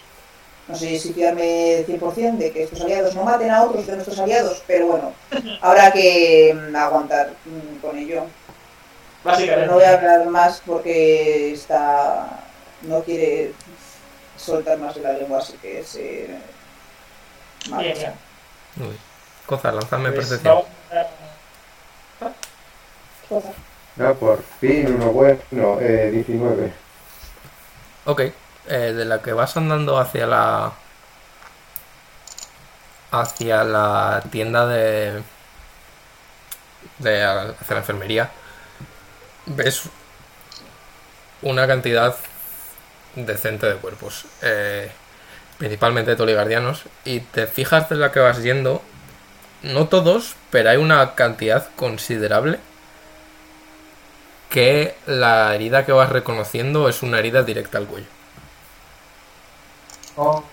A: No sé si fiarme 100% de que estos aliados no maten a otros de nuestros aliados, pero bueno, habrá que mm, aguantar mm, con ello. Pero
D: Básicamente.
A: no voy a hablar más porque está. no quiere soltar más de la lengua, así que se.
D: Bien,
A: marcha.
D: bien.
E: Uy. Cosa, lanzadme
D: Pues
E: percepción.
D: vamos a-
B: Ah, por fin, uno bueno. Eh, 19.
E: Ok. eh, de la que vas andando hacia la. hacia la tienda de. de hacia la enfermería. Ves una cantidad decente de cuerpos. eh, principalmente toligardianos. Y te fijas de la que vas yendo. No todos, pero hay una cantidad considerable que la herida que vas reconociendo es una herida directa al cuello.
B: Oh.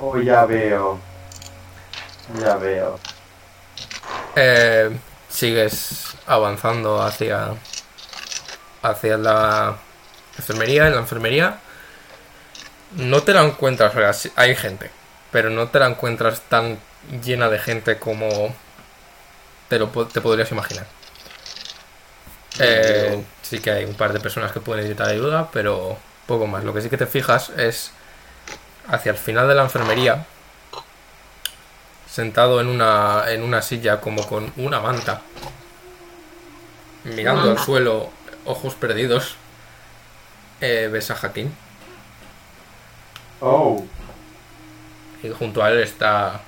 B: Oh, ya veo. Ya veo.
E: Eh, sigues avanzando hacia hacia la enfermería. En la enfermería no te la encuentras, o sea, sí- hay gente, pero no te la encuentras tan llena de gente como te, lo, po- te podrías imaginar. Eh, sí que hay un par de personas que pueden necesitar ayuda, pero poco más. Lo que sí que te fijas es hacia el final de la enfermería, sentado en una, en una silla como con una manta, mirando al suelo, ojos perdidos, eh, ves a Jaquín.
B: Oh.
E: Y junto a él está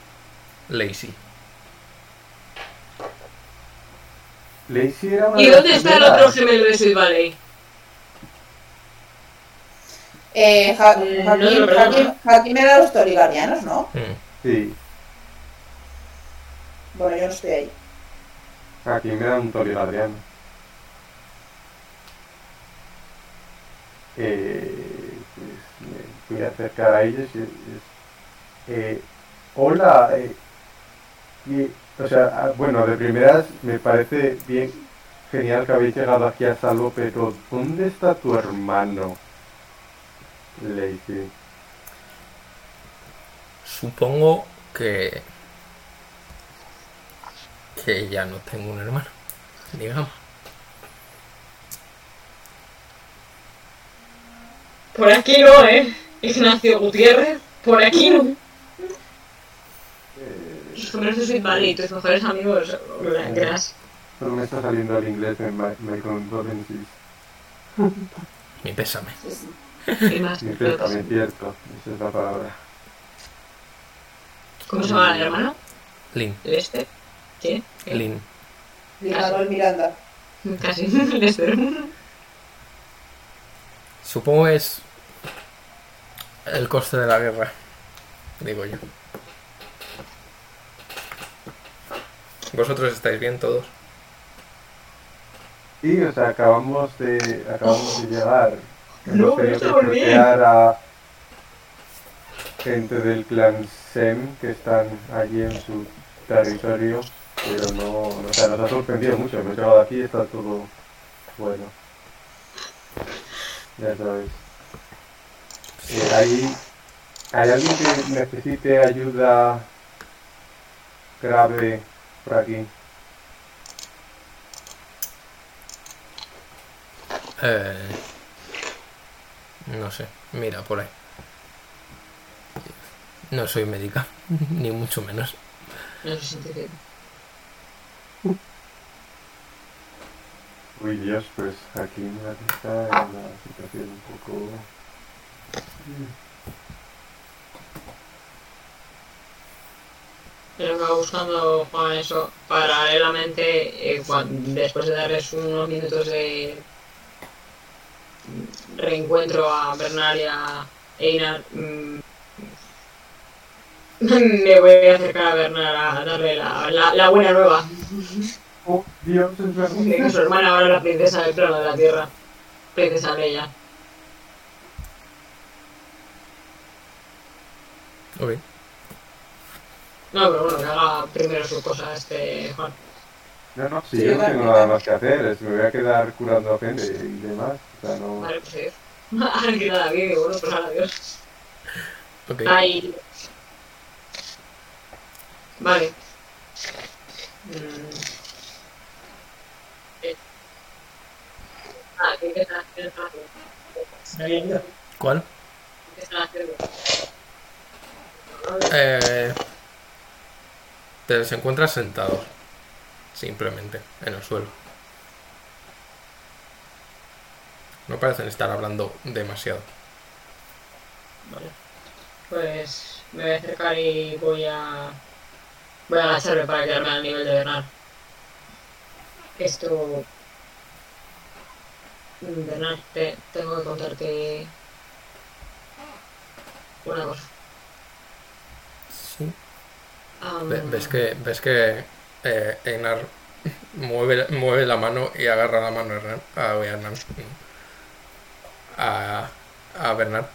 E: Lacey.
B: Le hicieron.
C: ¿Y dónde está el otro gemelo de Sweet Valley?
A: Eh, Ja- Joaquín-
C: Mm, no, no, no.
A: Joaquín- Joaquín era los toligardianos, ¿no?
E: Mm.
B: Sí.
A: Bueno, yo no estoy ahí.
B: Aquí me da un toliladriano. Eh, pues, me voy a acercar a ellos y. y- eh, hola. eh, y- o sea, ah, bueno, de primeras me parece bien genial que habéis llegado aquí a salvo, pero ¿dónde está tu hermano? Lacey.
E: Supongo que. que ya no tengo un hermano, digamos.
C: Por aquí no, ¿eh? Ignacio Gutiérrez, por aquí no.
B: Eh,
C: Tus gemelos de Sweet Valley, tus mejores amigos. bla, Gras.
B: solo "Pues, me está saliendo el inglés en My, my condolences.
E: Mi pésame.
C: Y más.
B: Mi pésame, cierto. Esa es la palabra.
C: ¿Cómo se llama el hermano?
E: Lin,
C: ¿El este? ¿Qué? ¿Qué?
E: Lin.
A: Luis Manuel Miranda.
C: Casi. este. Lester.
E: Supongo que es. el coste de la guerra, digo yo. ¿Vosotros estáis bien todos?
B: Sí, o sea, acabamos de, acabamos de llegar. Hemos
C: No,
B: tenido
C: está muy
B: que
C: bien.
B: sortear a gente del clan Sem que están allí en su territorio, pero no, o sea, nos ha sorprendido mucho. Hemos llegado aquí y está todo bueno. Ya sabes. Eh, ¿hay, ¿Hay alguien que necesite ayuda grave por aquí?
E: Eh, no sé, mira por ahí. No soy médica, ni mucho menos.
C: No sé si te creo.
B: Uy, Dios, pues aquí me la está en una situación un poco.
C: Pero va buscando Juan eso paralelamente eh, cuan- después de darles unos minutos de reencuentro a Bernal y a Einar mm, me voy a acercar a Bernal a darle la, la- la buena nueva
B: Oh, Dios, es
C: de que su hermana ahora es la princesa del plano de la tierra princesa Leia
E: Ok.
C: no pero bueno que haga primero su cosa este Juan
B: No, no, si
A: Sí,
B: yo no
A: vale,
B: tengo
A: vale.
B: nada más que hacer, es, me voy a quedar curando a gente y demás. O sea, no.
C: vale pues adiós ahora que nada bien bueno pues ahora adiós
E: ok.
C: Ay. Vale. Mm. ¿Qué están haciendo?
D: Me había ido.
E: ¿Cuál?
C: ¿Qué están haciendo?
E: Eh, te los encuentras sentados, simplemente, en el suelo. No parecen estar hablando demasiado.
C: Vale. Pues me voy a acercar y voy a. Voy a agacharme para quedarme al nivel de Bernard. Esto. Mm, Bernard, te, tengo que contarte. Una cosa.
E: Sí.
C: Am,
E: Ve- ves que, ves que eh, Einar mueve, mueve la mano y agarra la mano a Hernán- a, uy, a Hernán, a, a Bernard.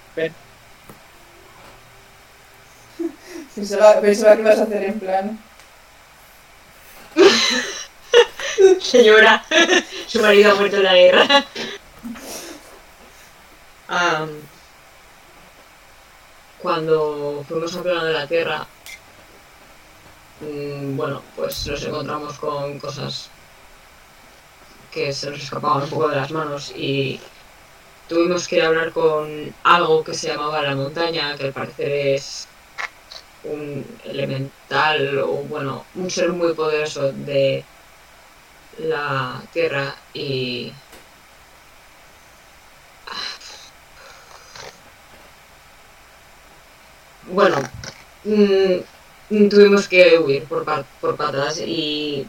A: Pensaba, pensaba que ibas a hacer en plan.
C: Señora, su marido ha muerto en la guerra. Am, cuando fuimos a plano de la Tierra, mm, bueno, pues nos encontramos con cosas que se nos escapaban un poco de las manos y tuvimos que hablar con algo que se llamaba la montaña, que al parecer es un elemental o bueno, un ser muy poderoso de la tierra y bueno mm, tuvimos que huir por, pa- por patas y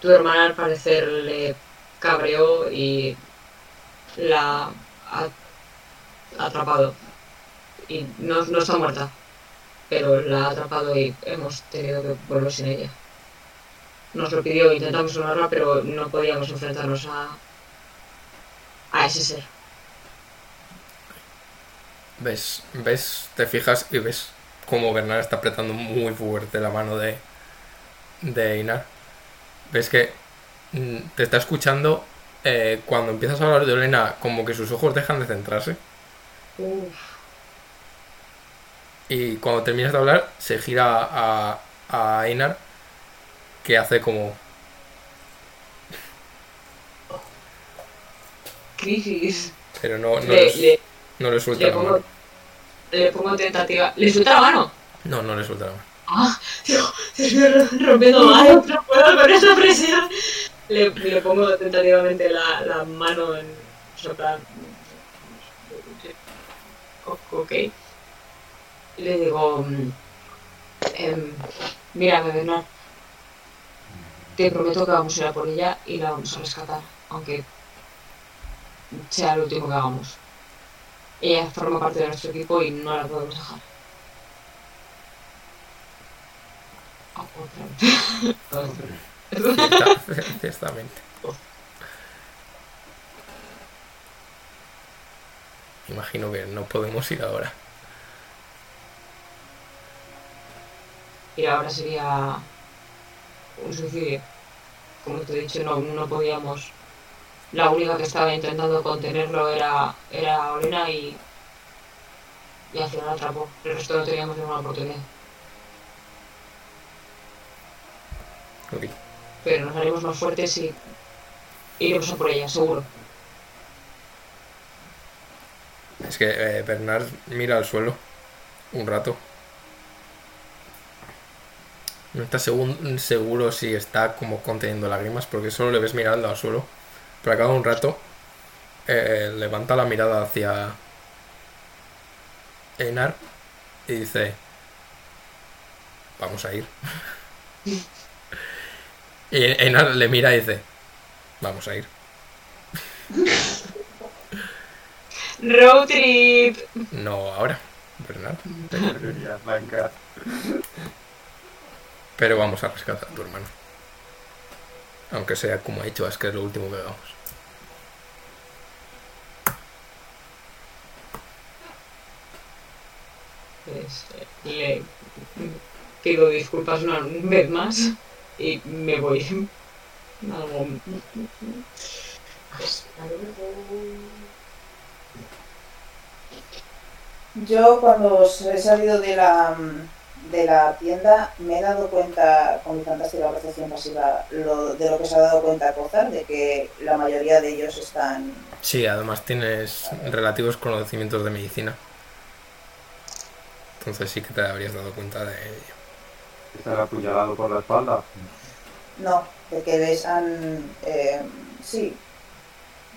C: tu hermana al parecer le cabreó y la ha atrapado y no, no está muerta pero la ha atrapado y hemos tenido que volver sin ella. Nos lo pidió, intentamos honrarla, pero no podíamos enfrentarnos a, a ese ser.
E: Ves, ves, te fijas y ves cómo Bernard está apretando muy fuerte la mano de, de Einar. Ves que mm, te está escuchando eh, cuando empiezas a hablar de Olena, como que sus ojos dejan de centrarse. Y cuando terminas de hablar, se gira a, a Einar, que hace como...
C: Crisis.
E: Pero no, no,
C: Le,
E: le,
C: le,
E: no le suelta
C: le
E: la
C: pongo,
E: mano.
C: le pongo tentativa. ¿Le suelta la mano?
E: No, no le suelta la mano.
C: ¡Ah! Digo, se estoy ro- rompiendo más, no puedo con esa presión. Le, le pongo tentativamente la, la mano en. o sea, plan- o- Ok. Y Le digo. mm, em, mira, bebé, no. Te prometo que vamos a ir a por ella y la vamos a rescatar, aunque sea lo último que hagamos. Ella forma parte de nuestro equipo y no la podemos dejar. Ah, otra vez. Otra vez.
E: Cierta- Ciertamente. Imagino que no podemos ir ahora.
C: Y ahora sería un suicidio. Como te he dicho, no, no podíamos. La única que estaba intentando contenerlo era, era Olena y, y al final atrapó. El resto no teníamos ninguna oportunidad.
E: Ok.
C: Pero nos haremos más fuertes y iremos a por ella, seguro.
E: Es que eh, Bernard mira al suelo un rato. No está segun- seguro si está como conteniendo lágrimas porque solo le ves mirando al suelo. Pero a cada un rato eh, levanta la mirada hacia Einar y dice, vamos a ir. y Einar le mira y dice, vamos a ir.
C: Road trip.
E: No ahora, Bernard.
B: Mira, Blanca.
E: Pero vamos a rescatar a tu hermano. Aunque sea como ha dicho, es que es lo último que hagamos.
C: Pues, eh, le pido disculpas una vez más y me voy. Algo... Pues,
A: Yo cuando os he salido de la mm, de la tienda me he dado cuenta con mi fantástica percepción pasiva lo, de lo que se ha dado cuenta Cozar, de que la mayoría de ellos están...
E: Sí, además tienes relativos conocimientos de medicina. Entonces sí que te habrías dado cuenta de ello.
B: Estar apuñalado por la espalda.
A: No, de que les han... eh, sí,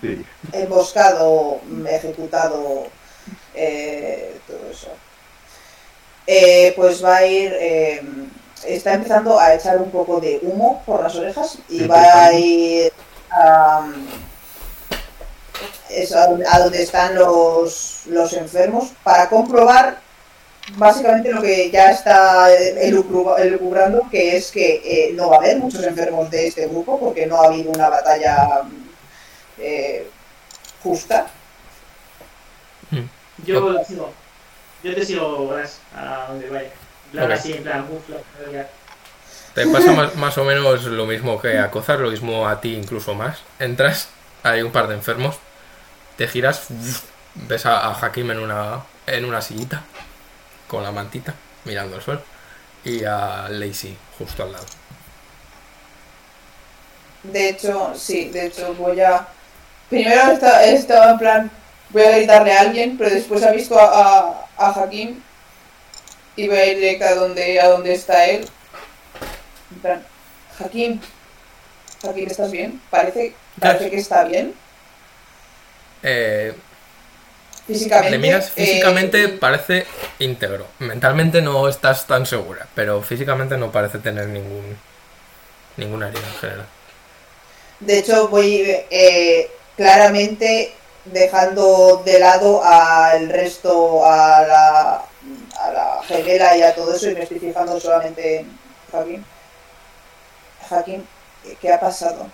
B: Sí.
A: emboscado, ejecutado, eh, todo eso. Eh, pues va a ir, eh, está empezando a echar un poco de humo por las orejas y va a ir a, es a, a donde están los, los enfermos para comprobar básicamente lo que ya está elucru- elucubrando, que es que eh, no va a haber muchos enfermos de este grupo porque no ha habido una batalla eh, justa.
D: Yo la sigo. Yo te sigo, Blas, a donde vaya. Blas,
E: Ok.
D: así, en plan, uf, la- la-
E: Te pasa más, más o menos lo mismo que a Cozar, lo mismo a ti, incluso más. Entras, hay un par de enfermos, te giras, ves a, a Hakim en una, en una sillita, con la mantita, mirando al suelo, y a Lacey justo al lado.
A: De hecho, sí, de hecho voy a... Primero esta- estaba en plan, voy a gritarle a alguien, pero después ha visto a, a, a Hakim y voy a ir directa a donde, a donde está él. En plan, Hakim, Hakim, ¿estás bien? Parece, parece que está bien
E: Eh,
A: físicamente.
E: le miras
A: eh,
E: físicamente, parece íntegro. Mentalmente no estás tan segura, pero físicamente no parece tener ningún ninguna herida en general.
A: De hecho, voy eh, claramente dejando de lado al resto, a la, a la gemela y a todo eso, y me estoy fijando solamente en Joaquín. Joaquín, ¿qué ha pasado?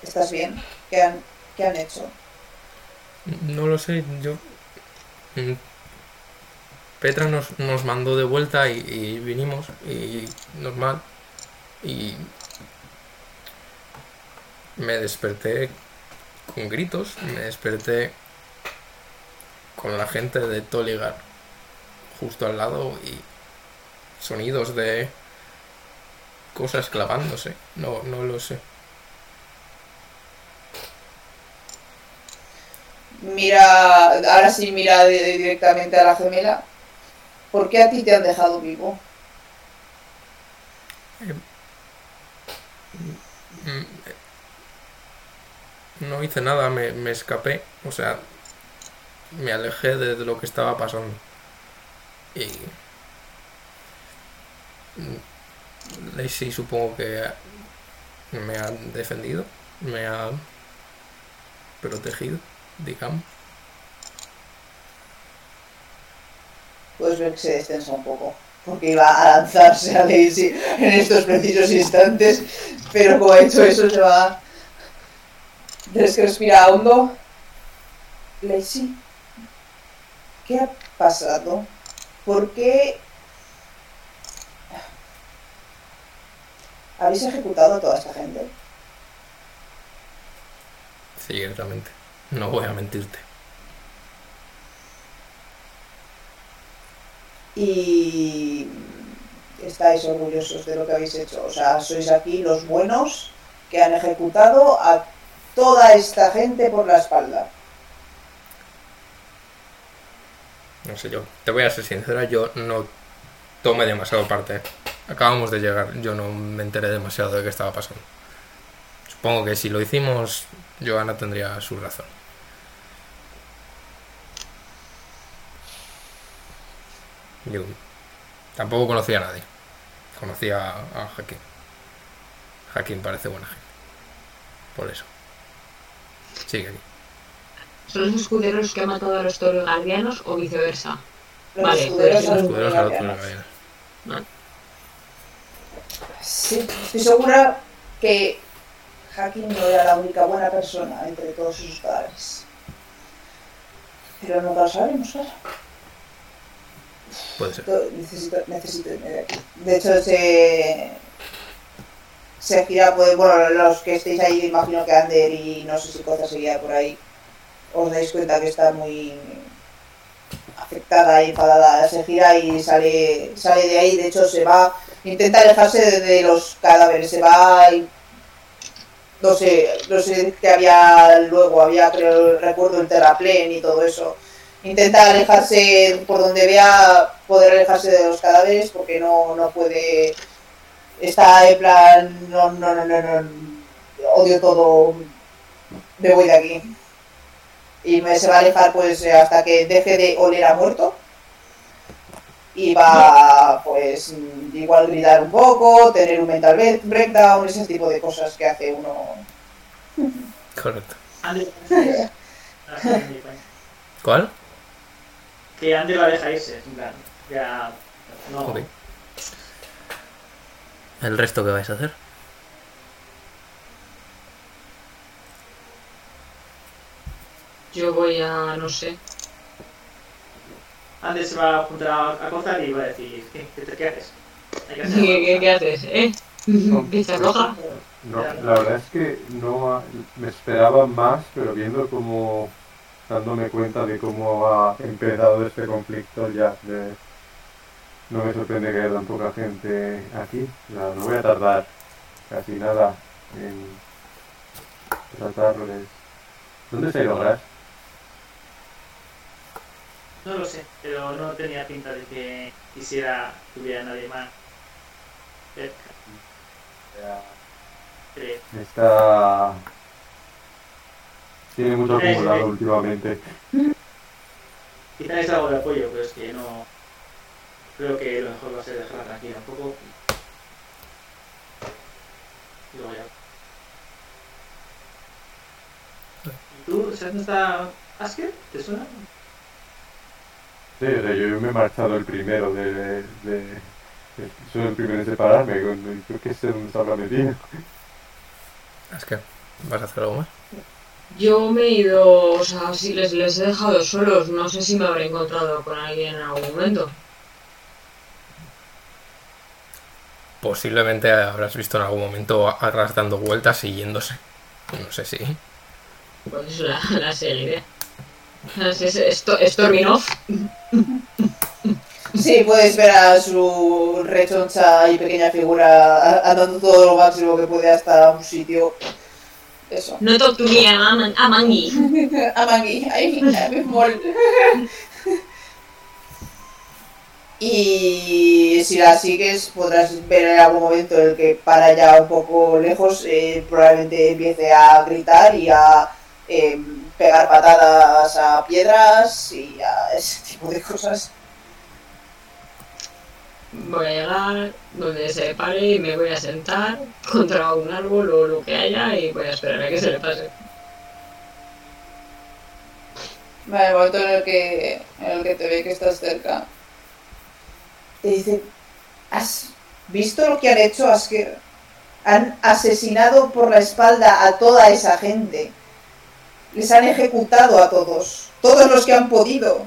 A: ¿Estás bien? ¿Qué han, qué han hecho?
E: No lo sé, yo... Mm. Petra nos, nos mandó de vuelta y, y vinimos, y normal. Y... Me desperté con gritos, me desperté con la gente de Toligar justo al lado y sonidos de cosas clavándose. No, no lo sé.
A: Mira, ahora sí mira de- de- directamente a la gemela. ¿Por qué a ti te han dejado vivo?
E: Mm, No hice nada, me, me escapé, o sea, me alejé de, de lo que estaba pasando. Y... Mm, Lacey supongo que me ha defendido, me ha protegido, digamos.
A: Puedes ver Pues que se destensa un poco, porque iba a lanzarse a Daisy en estos precisos instantes, pero como ha hecho eso se va... Tienes que respira hondo. Lacey, ¿qué ha pasado? ¿Por qué habéis ejecutado a toda esta gente?
E: Ciertamente, no voy a mentirte.
A: y estáis orgullosos de lo que habéis hecho. O sea, sois aquí los buenos que han ejecutado a toda esta gente por la espalda.
E: No sé yo, te voy a ser sincera, yo no tomé demasiado parte. Acabamos de llegar, yo no me enteré demasiado de qué estaba pasando. Supongo que si lo hicimos, Joana tendría su razón. Yo tampoco conocía a nadie. Conocía a Jaquín. Jaquín parece buena gente. Por eso. Sigue aquí.
C: ¿Son los escuderos los que han matado a los torogardianos o viceversa?
A: Los
C: Vale,
A: escuderos
C: pues,
A: son los
E: Escuderos a la
A: guardianes.
E: altura.
A: Sí, estoy segura que Hacking no era la única buena persona entre todos sus padres. Pero no lo sabemos, ¿eh?
E: Puede ser.
A: Necesito- necesito, necesito irme de aquí. De hecho, se, se gira, pues, bueno, los que estéis ahí, imagino que Ander y no sé si Coza seguía por ahí, os dais cuenta que está muy afectada y enfadada. Se gira y sale, sale de ahí. De hecho, se va. Intenta alejarse de, de los cadáveres. Se va. y- no sé, no sé qué había luego. Había, creo, recuerdo el terraplén y todo eso. Intenta alejarse por donde vea poder alejarse de los cadáveres porque no, no puede. Está en plan. No, no, no, no, no. Odio todo. Me voy de aquí y me se va a alejar pues eh, hasta que deje de oler a muerto y va pues mm, igual gritar un poco, tener un mental be- breakdown, ese tipo de cosas que hace uno.
E: Correcto.
D: Ander la deja irse.
E: ¿Cuál?
D: Que Ander la deja irse, en plan, Ya. No.
E: Ok. ¿El resto qué vais a hacer?
C: Yo voy a, no sé,
D: Ander se va a apuntar a, a Gonzalo y va a decir: ¿Qué, qué, te- qué haces? Hay que hacer
C: ¿Qué, qué,
D: algo.
C: qué haces, eh? ¿Viste roja?
B: No, la verdad es que no ha- me esperaba más, pero viendo cómo, dándome cuenta de cómo ha empezado este conflicto ya, de- no me sorprende que haya tan poca gente aquí. No, no voy a tardar casi nada en tratarles. ¿Dónde se logras?
D: No lo sé, pero no tenía pinta de que quisiera que hubiera nadie más cerca. creo.
B: Está... Tiene mucho
D: Sí, sí,
B: acumulado
D: sí.
B: últimamente.
D: Quizá es algo de apoyo, pero es que no. Creo que lo mejor va a ser dejarla tranquila un poco. Y luego ya. ¿Y tú, sabes dónde está Asker? ¿Te suena?
B: Sí, o sea, yo me he marchado el primero de, de, de- soy el primero en separarme, con- yo este qué sé dónde se habrá metido.
E: Es que, ¿vas a hacer algo más?
C: Yo me he ido, o sea, si les, les he dejado solos, no sé si me habré encontrado con alguien en algún momento.
E: Posiblemente habrás visto en algún momento a- atrás dando vueltas y yéndose. No sé si.
C: Pues la, la seguiré. Así es, esto, Storminov.
A: Sí, puedes ver a su rechoncha y pequeña figura a- andando todo lo máximo que puede hasta un sitio. Eso.
C: No talk to me, I'm, I'm, I'm angry.
A: a Maggie, ahí, a mi mol. Y si la sigues, podrás ver en algún momento en el que para ya un poco lejos, eh, probablemente empiece a gritar y a eh, pegar patadas a piedras y a ese tipo de cosas.
C: Voy a llegar donde se pare y me voy a sentar contra un árbol o lo que haya y voy a esperar a que se le pase.
A: Vale, el momento en el que, en el que te ve que estás cerca. Te dice, ¿has visto lo que han hecho? Has que- Han asesinado por la espalda a toda esa gente. Les han ejecutado a todos. Todos los que han podido.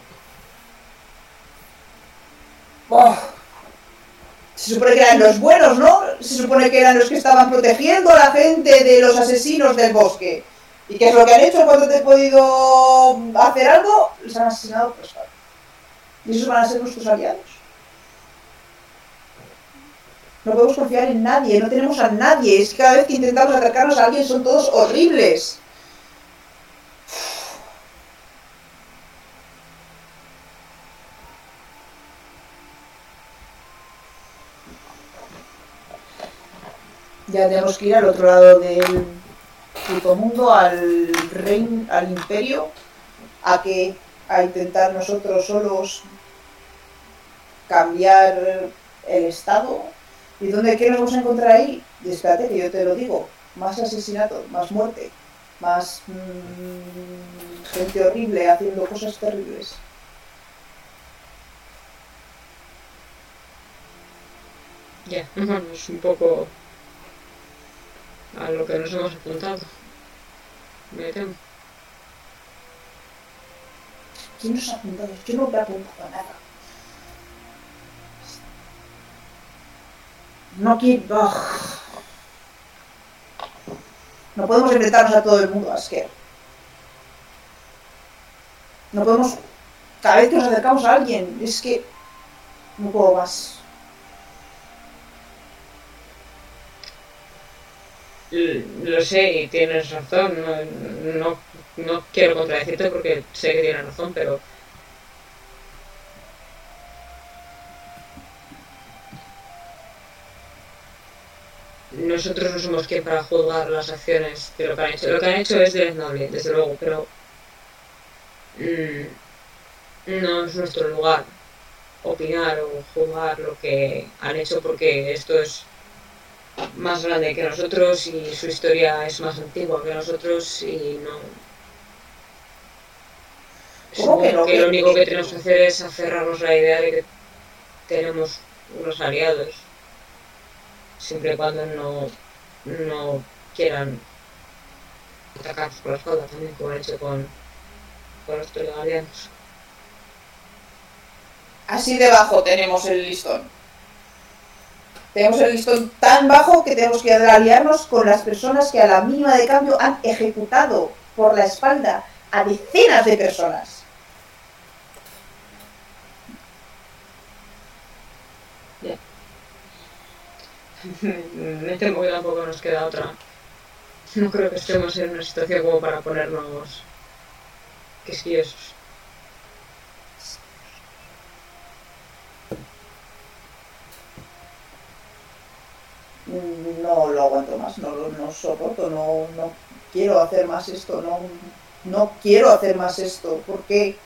A: Oh. Se supone que eran los buenos, ¿no? Se supone que eran los que estaban protegiendo a la gente de los asesinos del bosque. ¿Y qué es lo que han hecho cuando te he podido mm, hacer algo? Les han asesinado por espalda. ¿Y esos van a ser nuestros aliados? No podemos confiar en nadie, no tenemos a nadie. Es que cada vez que intentamos atacarnos a alguien son todos horribles. Ya tenemos que ir al otro lado del puto mundo, al reino, al imperio, a que a intentar nosotros solos cambiar el estado. ¿Y dónde qué nos vamos a encontrar ahí? Y espérate que yo te lo digo, más asesinato, más muerte, más mm, gente horrible haciendo cosas terribles.
C: Ya, es un poco a lo que nos hemos apuntado. Me temo.
A: ¿Quién nos ha apuntado? Yo no me he apuntado a nada. No quiero. ugh. No podemos enfrentarnos a todo el mundo, Asker. No podemos Cada vez que nos acercamos a alguien, es que no puedo más.
C: L- Lo sé y tienes razón. No, no, no quiero contradecirte porque sé que tienes razón, pero. Nosotros no somos quien para juzgar las acciones de lo que han hecho. Lo que han hecho es deleznable, desde luego, pero. mm, no es nuestro lugar opinar o juzgar lo que han hecho porque esto es más grande que nosotros y su historia es más antigua que nosotros y no.
A: ¿Cómo que
C: Supongo
A: no?
C: que lo único que tenemos que hacer es aferrarnos a la idea de que tenemos unos aliados, siempre y cuando no, no quieran atacarnos por la espalda también, como han hecho con, con nuestros aliados.
A: Así de bajo tenemos el listón. Tenemos el listón tan bajo que tenemos que aliarnos con las personas que a la mínima de cambio han ejecutado por la espalda a decenas de personas.
C: Me temo que este tampoco nos queda otra. No creo que estemos en una situación como para ponernos quisquillosos.
A: no lo aguanto más, no lo no soporto, no, no quiero hacer más esto, no, no quiero hacer más esto, porque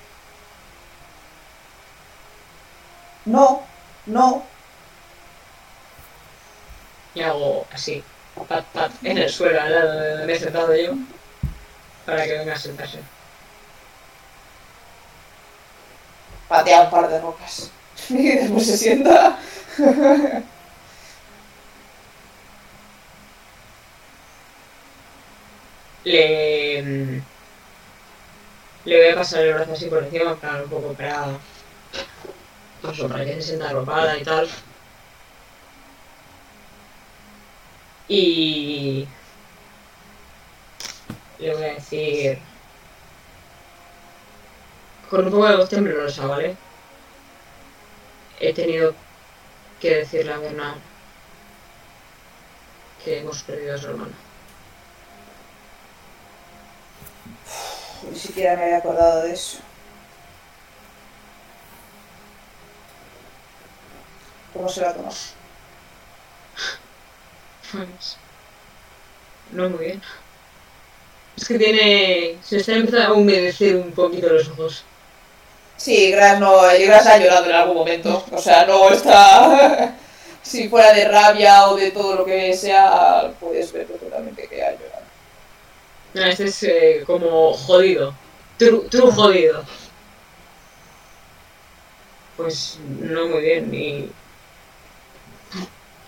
A: no, no,
C: Y hago así, pat pat, en el suelo al lado de donde me he sentado yo, para que venga a sentarse.
A: patea un par de rocas. Y después se sienta.
C: Le. mm, Le voy a pasar el brazo así por encima, para un poco para. pues, para que se sienta arropada y tal. Y. Le voy a decir. Con un poco de voz temblorosa, ¿vale? He tenido que decirle a Bernard que hemos perdido a su hermana.
A: Ni siquiera me había acordado de eso. ¿Cómo se la toma?
C: Pues, No muy bien. Es que tiene. Se está empezando a humedecer un poquito los ojos.
A: Sí, Gras, no, el Gras ha llorado en algún momento. O sea, no está. si fuera de rabia o de todo lo que sea, puedes ver perfectamente que ha llorado.
C: No, este es eh, como jodido. True, true jodido. Pues no muy bien y.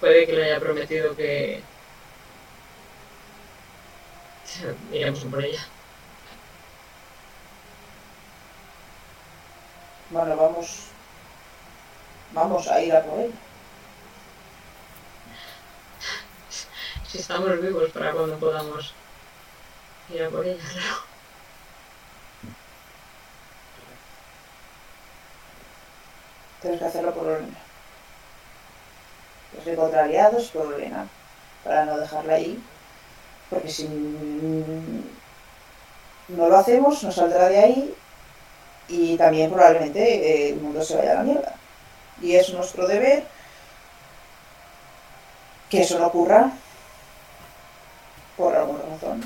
C: Puede que le haya prometido que. Iremos por ella.
A: Bueno, vamos. Vamos a ir a por él.
C: Si estamos vivos para cuando podamos ir a por ella, claro.
A: Tienes que hacerlo por Olena. Los encontrar aliados por Olena. Para no dejarla ahí. Porque si no lo hacemos, nos saldrá de ahí. Y también probablemente eh, el mundo se vaya a la mierda. Y es nuestro deber que eso no ocurra por alguna razón.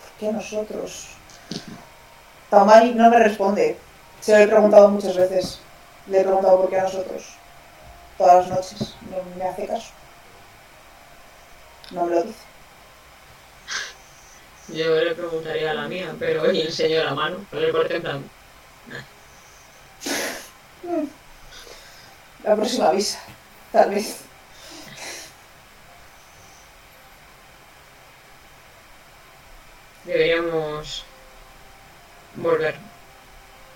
A: ¿Por qué nosotros? Tamari no me responde. Se lo he preguntado muchas veces. Le he preguntado por qué a nosotros. Todas las noches. No me hace caso. No me lo dice.
C: Yo le preguntaría a la mía, pero hoy enseño la mano, con el corte en plan.
A: La próxima visa. Tal vez.
C: Deberíamos volver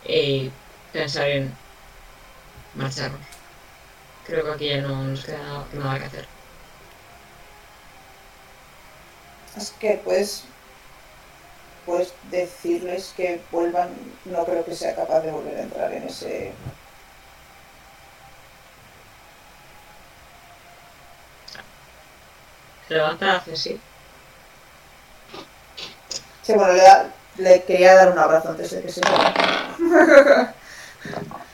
C: y pensar en marcharnos. Creo que aquí ya no nos queda nada- nada que hacer.
A: Es que, pues. puedes decirles que vuelvan, no creo que sea capaz de volver a entrar en ese...
C: Se levanta hace sí.
A: Sí, bueno, le, da- le quería dar un abrazo antes de que se fuera.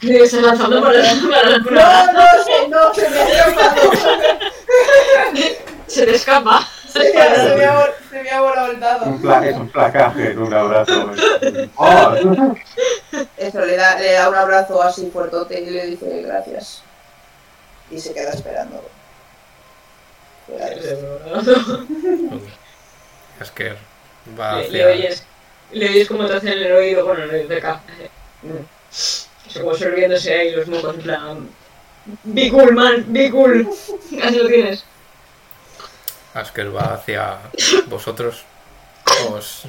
C: Se lanzando por el por el-
A: No, no, se, no, se me ha escapado.
C: Se te escapa.
A: Se me ha, se me ha vol- se me ha volado el dado.
B: Un pla- es un placaje, un abrazo. Oh,
A: Eso, le da, le da un abrazo así fuertote y le dice gracias. Y se queda esperando. Fuera de
C: Eh,
A: esto.
E: Asker va
C: Le, le
E: hacia.
C: oyes, le oyes como te hacen en el oído, bueno, en el de acá. Es Como sorbiéndose ahí los mocos, en plan. Be cool, man, be cool. Así lo tienes.
E: Asker va hacia vosotros. Os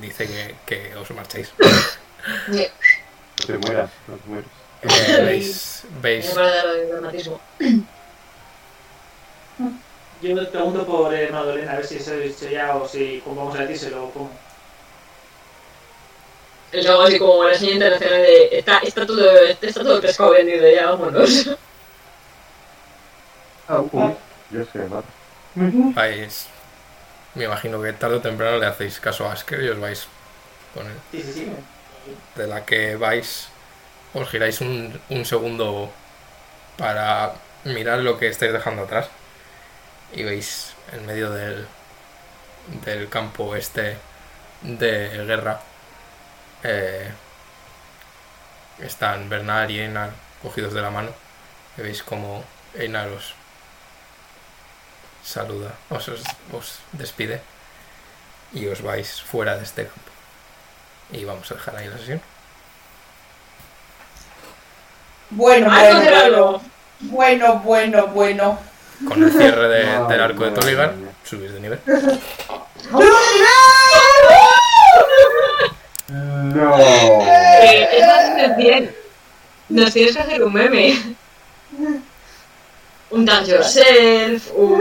E: dice que, que os marchéis.
B: no te mueras, no te mueras.
E: Eh, veis,
C: Me
E: veis
C: guarda lo del dramatismo.
D: Yo le pregunto por eh, Madolena, a ver si se dicho ya o si como vamos a decírselo o cómo.
C: Es algo así como la señal internacional de. Está, está, todo, está todo el pescado vendido, ya vámonos.
B: Un- Yo es que me mato.
E: vais. Me imagino que tarde o temprano le hacéis caso a Asker y os vais con él.
D: Sí, sí, sí.
E: De la que vais, os giráis un, un segundo para mirar lo que estáis dejando atrás. Y veis en medio del, del campo este de guerra. eh, están Bernard y Einar cogidos de la mano. Y veis como Einar os saluda, os, os, os despide y os vais fuera de este campo. Y vamos a dejar ahí la sesión.
A: Bueno,
C: ¡Alto de
A: bueno, bueno, bueno, bueno.
E: Con el cierre de-
B: Madre
E: del arco de
B: mía.
E: Toligar, subís de nivel.
B: No.
C: Eh, es la sentencia. Nos tienes que hacer un meme. Un dance yourself, un,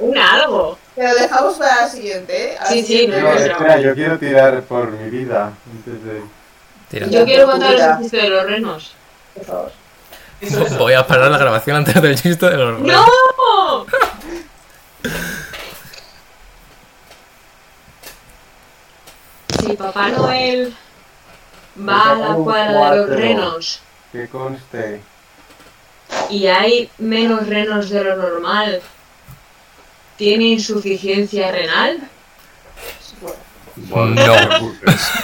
C: un algo.
A: Pero dejamos para la siguiente, ¿eh?
C: Sí,
A: Así
C: sí,
A: que-
B: No, espera, yo quiero tirar por mi vida antes de.
E: Tira.
C: Yo quiero contaros el chiste de los renos.
A: Por favor.
E: Voy a parar la grabación antes del chiste de los
C: ¡No! Si Papá Noel va a la cuadra de los renos
B: Que conste.
C: y hay menos renos de lo normal, ¿tiene insuficiencia renal?
B: Bueno,
E: No.